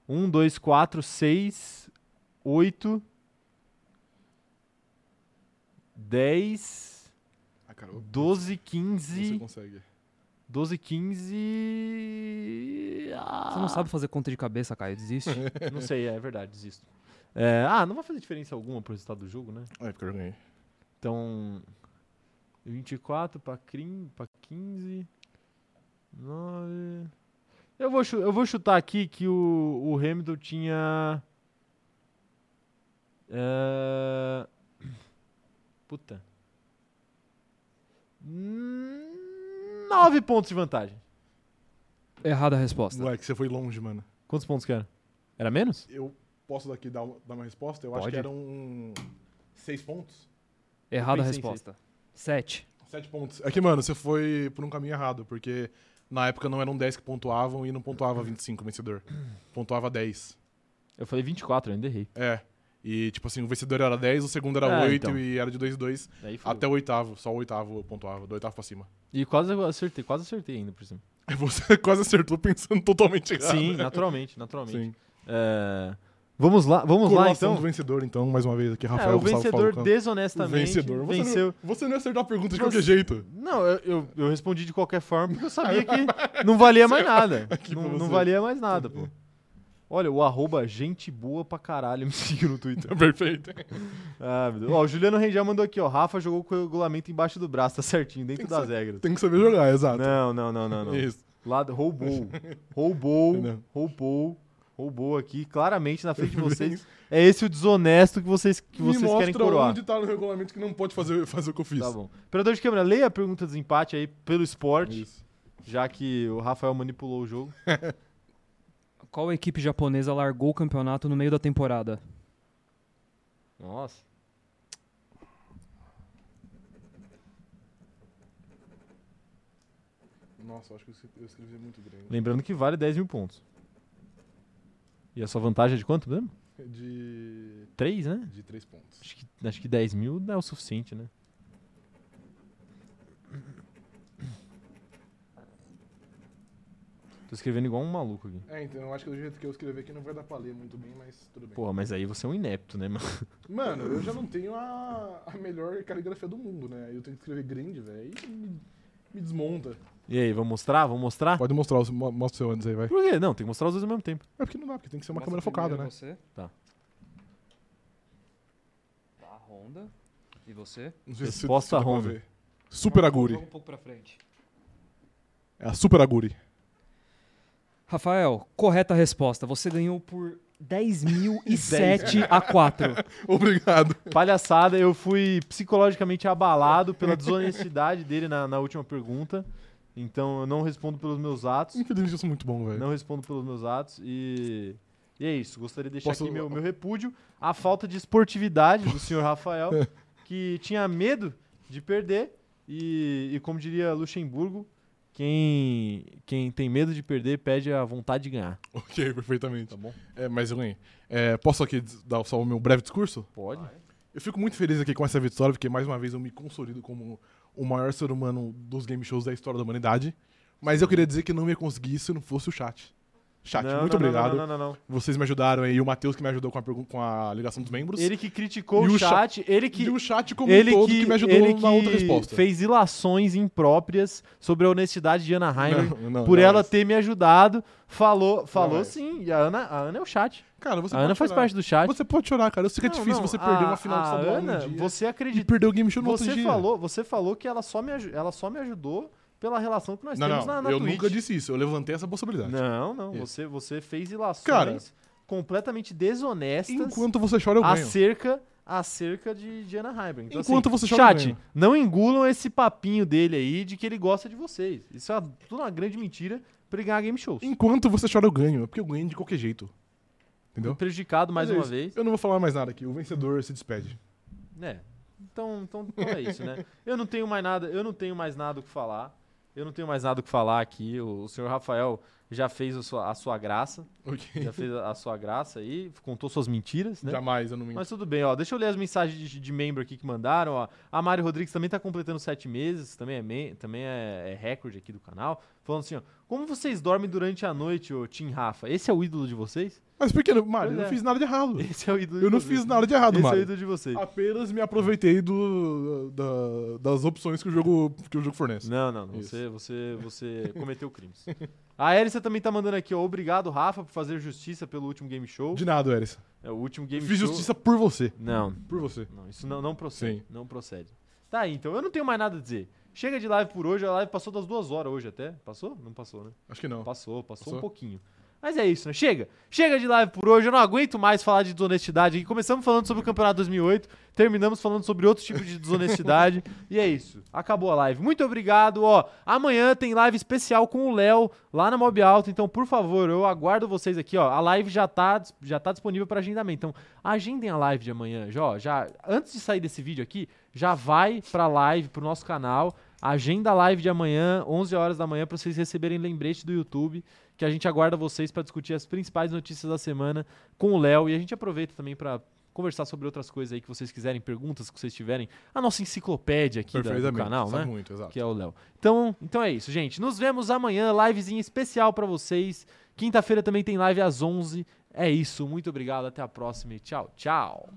Speaker 1: Um, dois, quatro, seis, oito. Dez.
Speaker 2: Ah, cara,
Speaker 1: Doze,
Speaker 2: você
Speaker 1: quinze.
Speaker 2: consegue.
Speaker 1: Doze, quinze. ah,
Speaker 4: Você não sabe fazer conta de cabeça, Caio. Desiste.
Speaker 1: Não sei, é verdade, desisto. É, ah, não vai fazer diferença alguma pro resultado do jogo, né?
Speaker 2: É, porque eu ganhei.
Speaker 1: Então, 24 para 15, 9. Eu vou, chu- eu vou chutar aqui que o, o Hamilton tinha. eh, puta. 9 pontos de vantagem.
Speaker 4: Errada a resposta.
Speaker 2: Moleque, você foi longe, mano.
Speaker 1: Quantos pontos que era? Era menos?
Speaker 2: Eu posso daqui dar, uma- dar uma resposta? Eu acho
Speaker 4: Pode.
Speaker 2: que eram seis pontos.
Speaker 4: Errada a
Speaker 1: pensei em
Speaker 4: resposta. Sete.
Speaker 2: Sete pontos. É que, mano, você foi por um caminho errado, porque na época não eram 10 que pontuavam e não pontuava 25 o vencedor. Pontuava 10.
Speaker 1: Eu falei 24, eu ainda errei.
Speaker 2: É. E, tipo assim, o vencedor era 10, o segundo era
Speaker 1: Ah,
Speaker 2: 8
Speaker 1: então.
Speaker 2: e era de 2 em 2.
Speaker 1: Daí fudeu.
Speaker 2: Até o oitavo, só o oitavo pontuava, do oitavo pra cima.
Speaker 1: E quase eu acertei, quase acertei ainda por cima.
Speaker 2: Aí Você quase acertou pensando totalmente errado.
Speaker 1: Sim, naturalmente, naturalmente.
Speaker 2: Sim.
Speaker 1: É, vamos lá, vamos lá
Speaker 2: Coroação
Speaker 1: então.
Speaker 2: do vencedor, então, mais uma vez aqui,
Speaker 1: É,
Speaker 2: Rafael
Speaker 1: o
Speaker 2: Gustavo
Speaker 1: vencedor
Speaker 2: Falcão. O
Speaker 1: desonestamente
Speaker 2: vencedor. Você
Speaker 1: venceu.
Speaker 2: Não, você não ia acertar a pergunta de
Speaker 1: Você-
Speaker 2: qualquer jeito.
Speaker 1: Não, eu, eu, eu respondi de qualquer forma porque eu sabia que não valia mais nada.
Speaker 2: pra
Speaker 1: Não,
Speaker 2: você.
Speaker 1: não valia mais nada, pô. Olha, o arroba gente boa pra caralho me seguiu no Twitter.
Speaker 2: Perfeito.
Speaker 1: Ah, meu Deus. Ó, o Juliano Rengel mandou aqui, ó. Rafa jogou com o regulamento embaixo do braço, tá certinho, dentro
Speaker 2: Tem que
Speaker 1: das regras.
Speaker 2: Tem que saber jogar, exato.
Speaker 1: Não, não, não, não, não.
Speaker 2: Isso.
Speaker 1: Lá, roubou. Roubou,
Speaker 2: Não.
Speaker 1: roubou, roubou aqui, claramente na frente de vocês. É esse o desonesto que vocês, que
Speaker 2: Me
Speaker 1: vocês querem
Speaker 2: mostra
Speaker 1: coroar.
Speaker 2: onde tá no regulamento que não pode fazer, fazer o que eu fiz.
Speaker 1: Tá bom. Operador de câmera, leia a pergunta do empate aí pelo esporte,
Speaker 2: É Isso.
Speaker 1: já que o Rafael manipulou o jogo.
Speaker 4: Qual equipe japonesa largou o campeonato no meio da temporada?
Speaker 1: Nossa.
Speaker 2: Nossa, eu acho que eu escrevi- eu escrevi muito grande.
Speaker 1: Lembrando que vale 10 mil pontos. E a sua vantagem é de quanto mesmo?
Speaker 2: De.
Speaker 1: 3, né?
Speaker 2: De três pontos.
Speaker 1: Acho que, acho que 10 mil não é o suficiente, né? Tô escrevendo igual um maluco aqui.
Speaker 2: É, então eu acho que do jeito que eu escrevi aqui não vai dar pra ler muito bem, mas tudo bem.
Speaker 1: Porra, mas aí você é um inepto, né, mano?
Speaker 2: Mano, eu já não tenho a, a melhor caligrafia do mundo, né? Eu tenho que escrever grande, velho. e Me, me desmonta.
Speaker 1: E aí, vamos mostrar? Vamos mostrar?
Speaker 2: Pode mostrar, o seu- mo- mostra o seu antes aí, vai.
Speaker 1: Por quê? Não, tem que mostrar os dois ao mesmo tempo.
Speaker 2: É porque não dá, porque tem que ser uma
Speaker 5: Mostra
Speaker 2: câmera focada,
Speaker 5: primeiro
Speaker 2: né?
Speaker 5: Você.
Speaker 1: Tá.
Speaker 5: Tá, Honda. E você?
Speaker 2: Não sei
Speaker 1: Resposta
Speaker 2: dá pra
Speaker 1: Honda.
Speaker 2: ver. Super
Speaker 5: Joga
Speaker 2: Aguri.
Speaker 5: um pouco pra frente.
Speaker 2: É a Super Aguri.
Speaker 4: Rafael, correta resposta. Você ganhou por 10.007 a 4.
Speaker 2: Obrigado.
Speaker 1: Palhaçada, eu fui psicologicamente abalado pela desonestidade dele na, na última pergunta. Então eu não respondo pelos meus atos.
Speaker 2: Infelizmente eu sou muito bom, velho.
Speaker 1: Não respondo pelos meus atos. E. E é isso. Gostaria de deixar
Speaker 2: Posso-
Speaker 1: aqui meu, meu repúdio à falta de esportividade do senhor Rafael, que tinha medo de perder. E, e como diria Luxemburgo, quem, quem tem medo de perder pede a vontade de ganhar.
Speaker 2: Ok, perfeitamente.
Speaker 1: Tá bom?
Speaker 2: É, mas eu ganhei. É, posso aqui des- dar só o meu breve discurso?
Speaker 1: Pode.
Speaker 2: Eu fico muito feliz aqui com essa vitória, porque mais uma vez eu me consolido como o maior ser humano dos game shows da história da humanidade. Mas eu queria dizer que não ia conseguir isso se não fosse o chat. Chat,
Speaker 1: Não,
Speaker 2: Tá, muito
Speaker 1: não, não,
Speaker 2: obrigado.
Speaker 1: não, não, não, não.
Speaker 2: Vocês me ajudaram aí. O Matheus que me ajudou com a, pergun- com a ligação dos membros.
Speaker 1: Ele que criticou
Speaker 2: E
Speaker 1: o
Speaker 2: o cha-
Speaker 1: chat, ele que
Speaker 2: e o chat como
Speaker 1: ele
Speaker 2: um todo que, me ajudou
Speaker 1: ele
Speaker 2: na outra
Speaker 1: que
Speaker 2: resposta.
Speaker 1: fez ilações impróprias sobre a honestidade de Ana Heimer
Speaker 2: Não, não,
Speaker 1: por
Speaker 2: não
Speaker 1: ela
Speaker 2: é.
Speaker 1: ter me ajudado. Falou, falou
Speaker 2: é.
Speaker 1: sim. E a Ana, a Ana é o chat.
Speaker 2: Cara, você
Speaker 1: a
Speaker 2: pode
Speaker 1: Ana faz
Speaker 2: chorar.
Speaker 1: parte do chat.
Speaker 2: Você pode chorar, cara. Eu sei que é
Speaker 1: Não,
Speaker 2: difícil
Speaker 1: não,
Speaker 2: você perder
Speaker 1: a-
Speaker 2: uma final de
Speaker 1: a
Speaker 2: estadual
Speaker 1: Ana,
Speaker 2: num dia
Speaker 1: você
Speaker 2: e
Speaker 1: acredita?
Speaker 2: perder o game show no outro
Speaker 1: Você
Speaker 2: dia.
Speaker 1: falou, você falou que ela só me aju- ela só me ajudou pela relação que nós
Speaker 2: Não,
Speaker 1: temos
Speaker 2: não,
Speaker 1: na, na
Speaker 2: eu
Speaker 1: Twitch.
Speaker 2: nunca disse isso. Eu levantei essa possibilidade.
Speaker 1: Não, não,
Speaker 2: Isso.
Speaker 1: você você fez ilações
Speaker 2: Cara,
Speaker 1: completamente desonestas.
Speaker 2: Enquanto você chora,
Speaker 1: Ah,
Speaker 2: eu ganho.
Speaker 1: acerca, acerca de, de Ana Heiber. Então,
Speaker 2: Enquanto
Speaker 1: assim,
Speaker 2: você chora, eu
Speaker 1: Chat,
Speaker 2: ganho.
Speaker 1: não engulam esse papinho dele aí de que ele gosta de vocês. Isso é uma- tudo uma grande mentira pra ele ganhar game shows.
Speaker 2: Enquanto você chora, eu ganho. É porque eu ganho de qualquer jeito. Entendeu?
Speaker 1: Prejudicado mais
Speaker 2: Mas é
Speaker 1: uma
Speaker 2: isso.
Speaker 1: vez.
Speaker 2: Eu não vou falar mais nada aqui. O vencedor se despede.
Speaker 1: É. Então, então, então é isso, né? Eu não tenho mais nada, eu não tenho mais nada o que falar. Eu não tenho mais nada o que falar aqui. O, o senhor Rafael já fez a sua, a sua graça.
Speaker 2: Ok.
Speaker 1: Já fez a, a sua graça aí, contou suas mentiras, né?
Speaker 2: Jamais, eu não minto.
Speaker 1: Mas tudo bem, ó. Deixa eu ler as mensagens de, de membro aqui que mandaram, ó. A Mari Rodrigues também tá completando sete meses, também é, me- também é, é recorde aqui do canal. Falando assim, ó. Como vocês dormem durante a noite, ô Tim Rafa? Esse é o ídolo de vocês?
Speaker 2: Mas por que, não- Mário?
Speaker 1: Pois
Speaker 2: Eu não
Speaker 1: é.
Speaker 2: fiz nada de errado.
Speaker 1: Esse é o ídolo de
Speaker 2: Eu não
Speaker 1: vocês.
Speaker 2: fiz nada de errado,
Speaker 1: Esse
Speaker 2: Ah,
Speaker 1: é o
Speaker 2: Mário.
Speaker 1: ídolo de vocês.
Speaker 2: Apenas me aproveitei do, da- das opções que o jogo, que o jogo fornece.
Speaker 1: Não, não, não.
Speaker 2: Isso.
Speaker 1: Você, você, você cometeu crimes. A Erissa também tá mandando aqui, ó. Obrigado, Rafa, por fazer justiça pelo último game show.
Speaker 2: De nada, Eris.
Speaker 1: É o último game
Speaker 2: Fiz
Speaker 1: show.
Speaker 2: justiça por você.
Speaker 1: Não,
Speaker 2: Por você.
Speaker 1: Não, isso não, não procede.
Speaker 2: Sim.
Speaker 1: Não procede. Tá aí, então. Eu não tenho mais nada a dizer. Chega de live por hoje. A live passou das duas horas hoje até. Passou? Não passou, né?
Speaker 2: Acho que não.
Speaker 1: Passou, passou, um
Speaker 2: Passou?
Speaker 1: pouquinho. Mas é isso, né? Chega. Chega de live por hoje. Eu não aguento mais falar de desonestidade. aqui. Começamos falando sobre o campeonato 2008. Terminamos falando sobre outro tipo de desonestidade. e é isso. Acabou a live. Muito obrigado. Ó, amanhã tem live especial com o Léo lá na Mob Alto. Então, por favor, eu aguardo vocês aqui. Ó, a live já tá, dis- já tá disponível para agendamento. Então, agendem a live de amanhã. Já, ó, já, antes de sair desse vídeo aqui, já vai pra live, pro nosso canal. Agenda a live de amanhã, 11 horas da manhã, para vocês receberem lembrete do YouTube, que a gente aguarda vocês para discutir as principais notícias da semana com o Léo. E a gente aproveita também para conversar sobre outras coisas aí que vocês quiserem, perguntas que vocês tiverem. A nossa enciclopédia aqui da- do canal,
Speaker 2: Sabe um
Speaker 1: né?
Speaker 2: muito, exato.
Speaker 1: Que é o Léo. Então, então é isso, gente. Nos vemos amanhã, livezinha especial para vocês. Quinta-feira também tem live às 11. É isso, muito obrigado, até a próxima e tchau, tchau.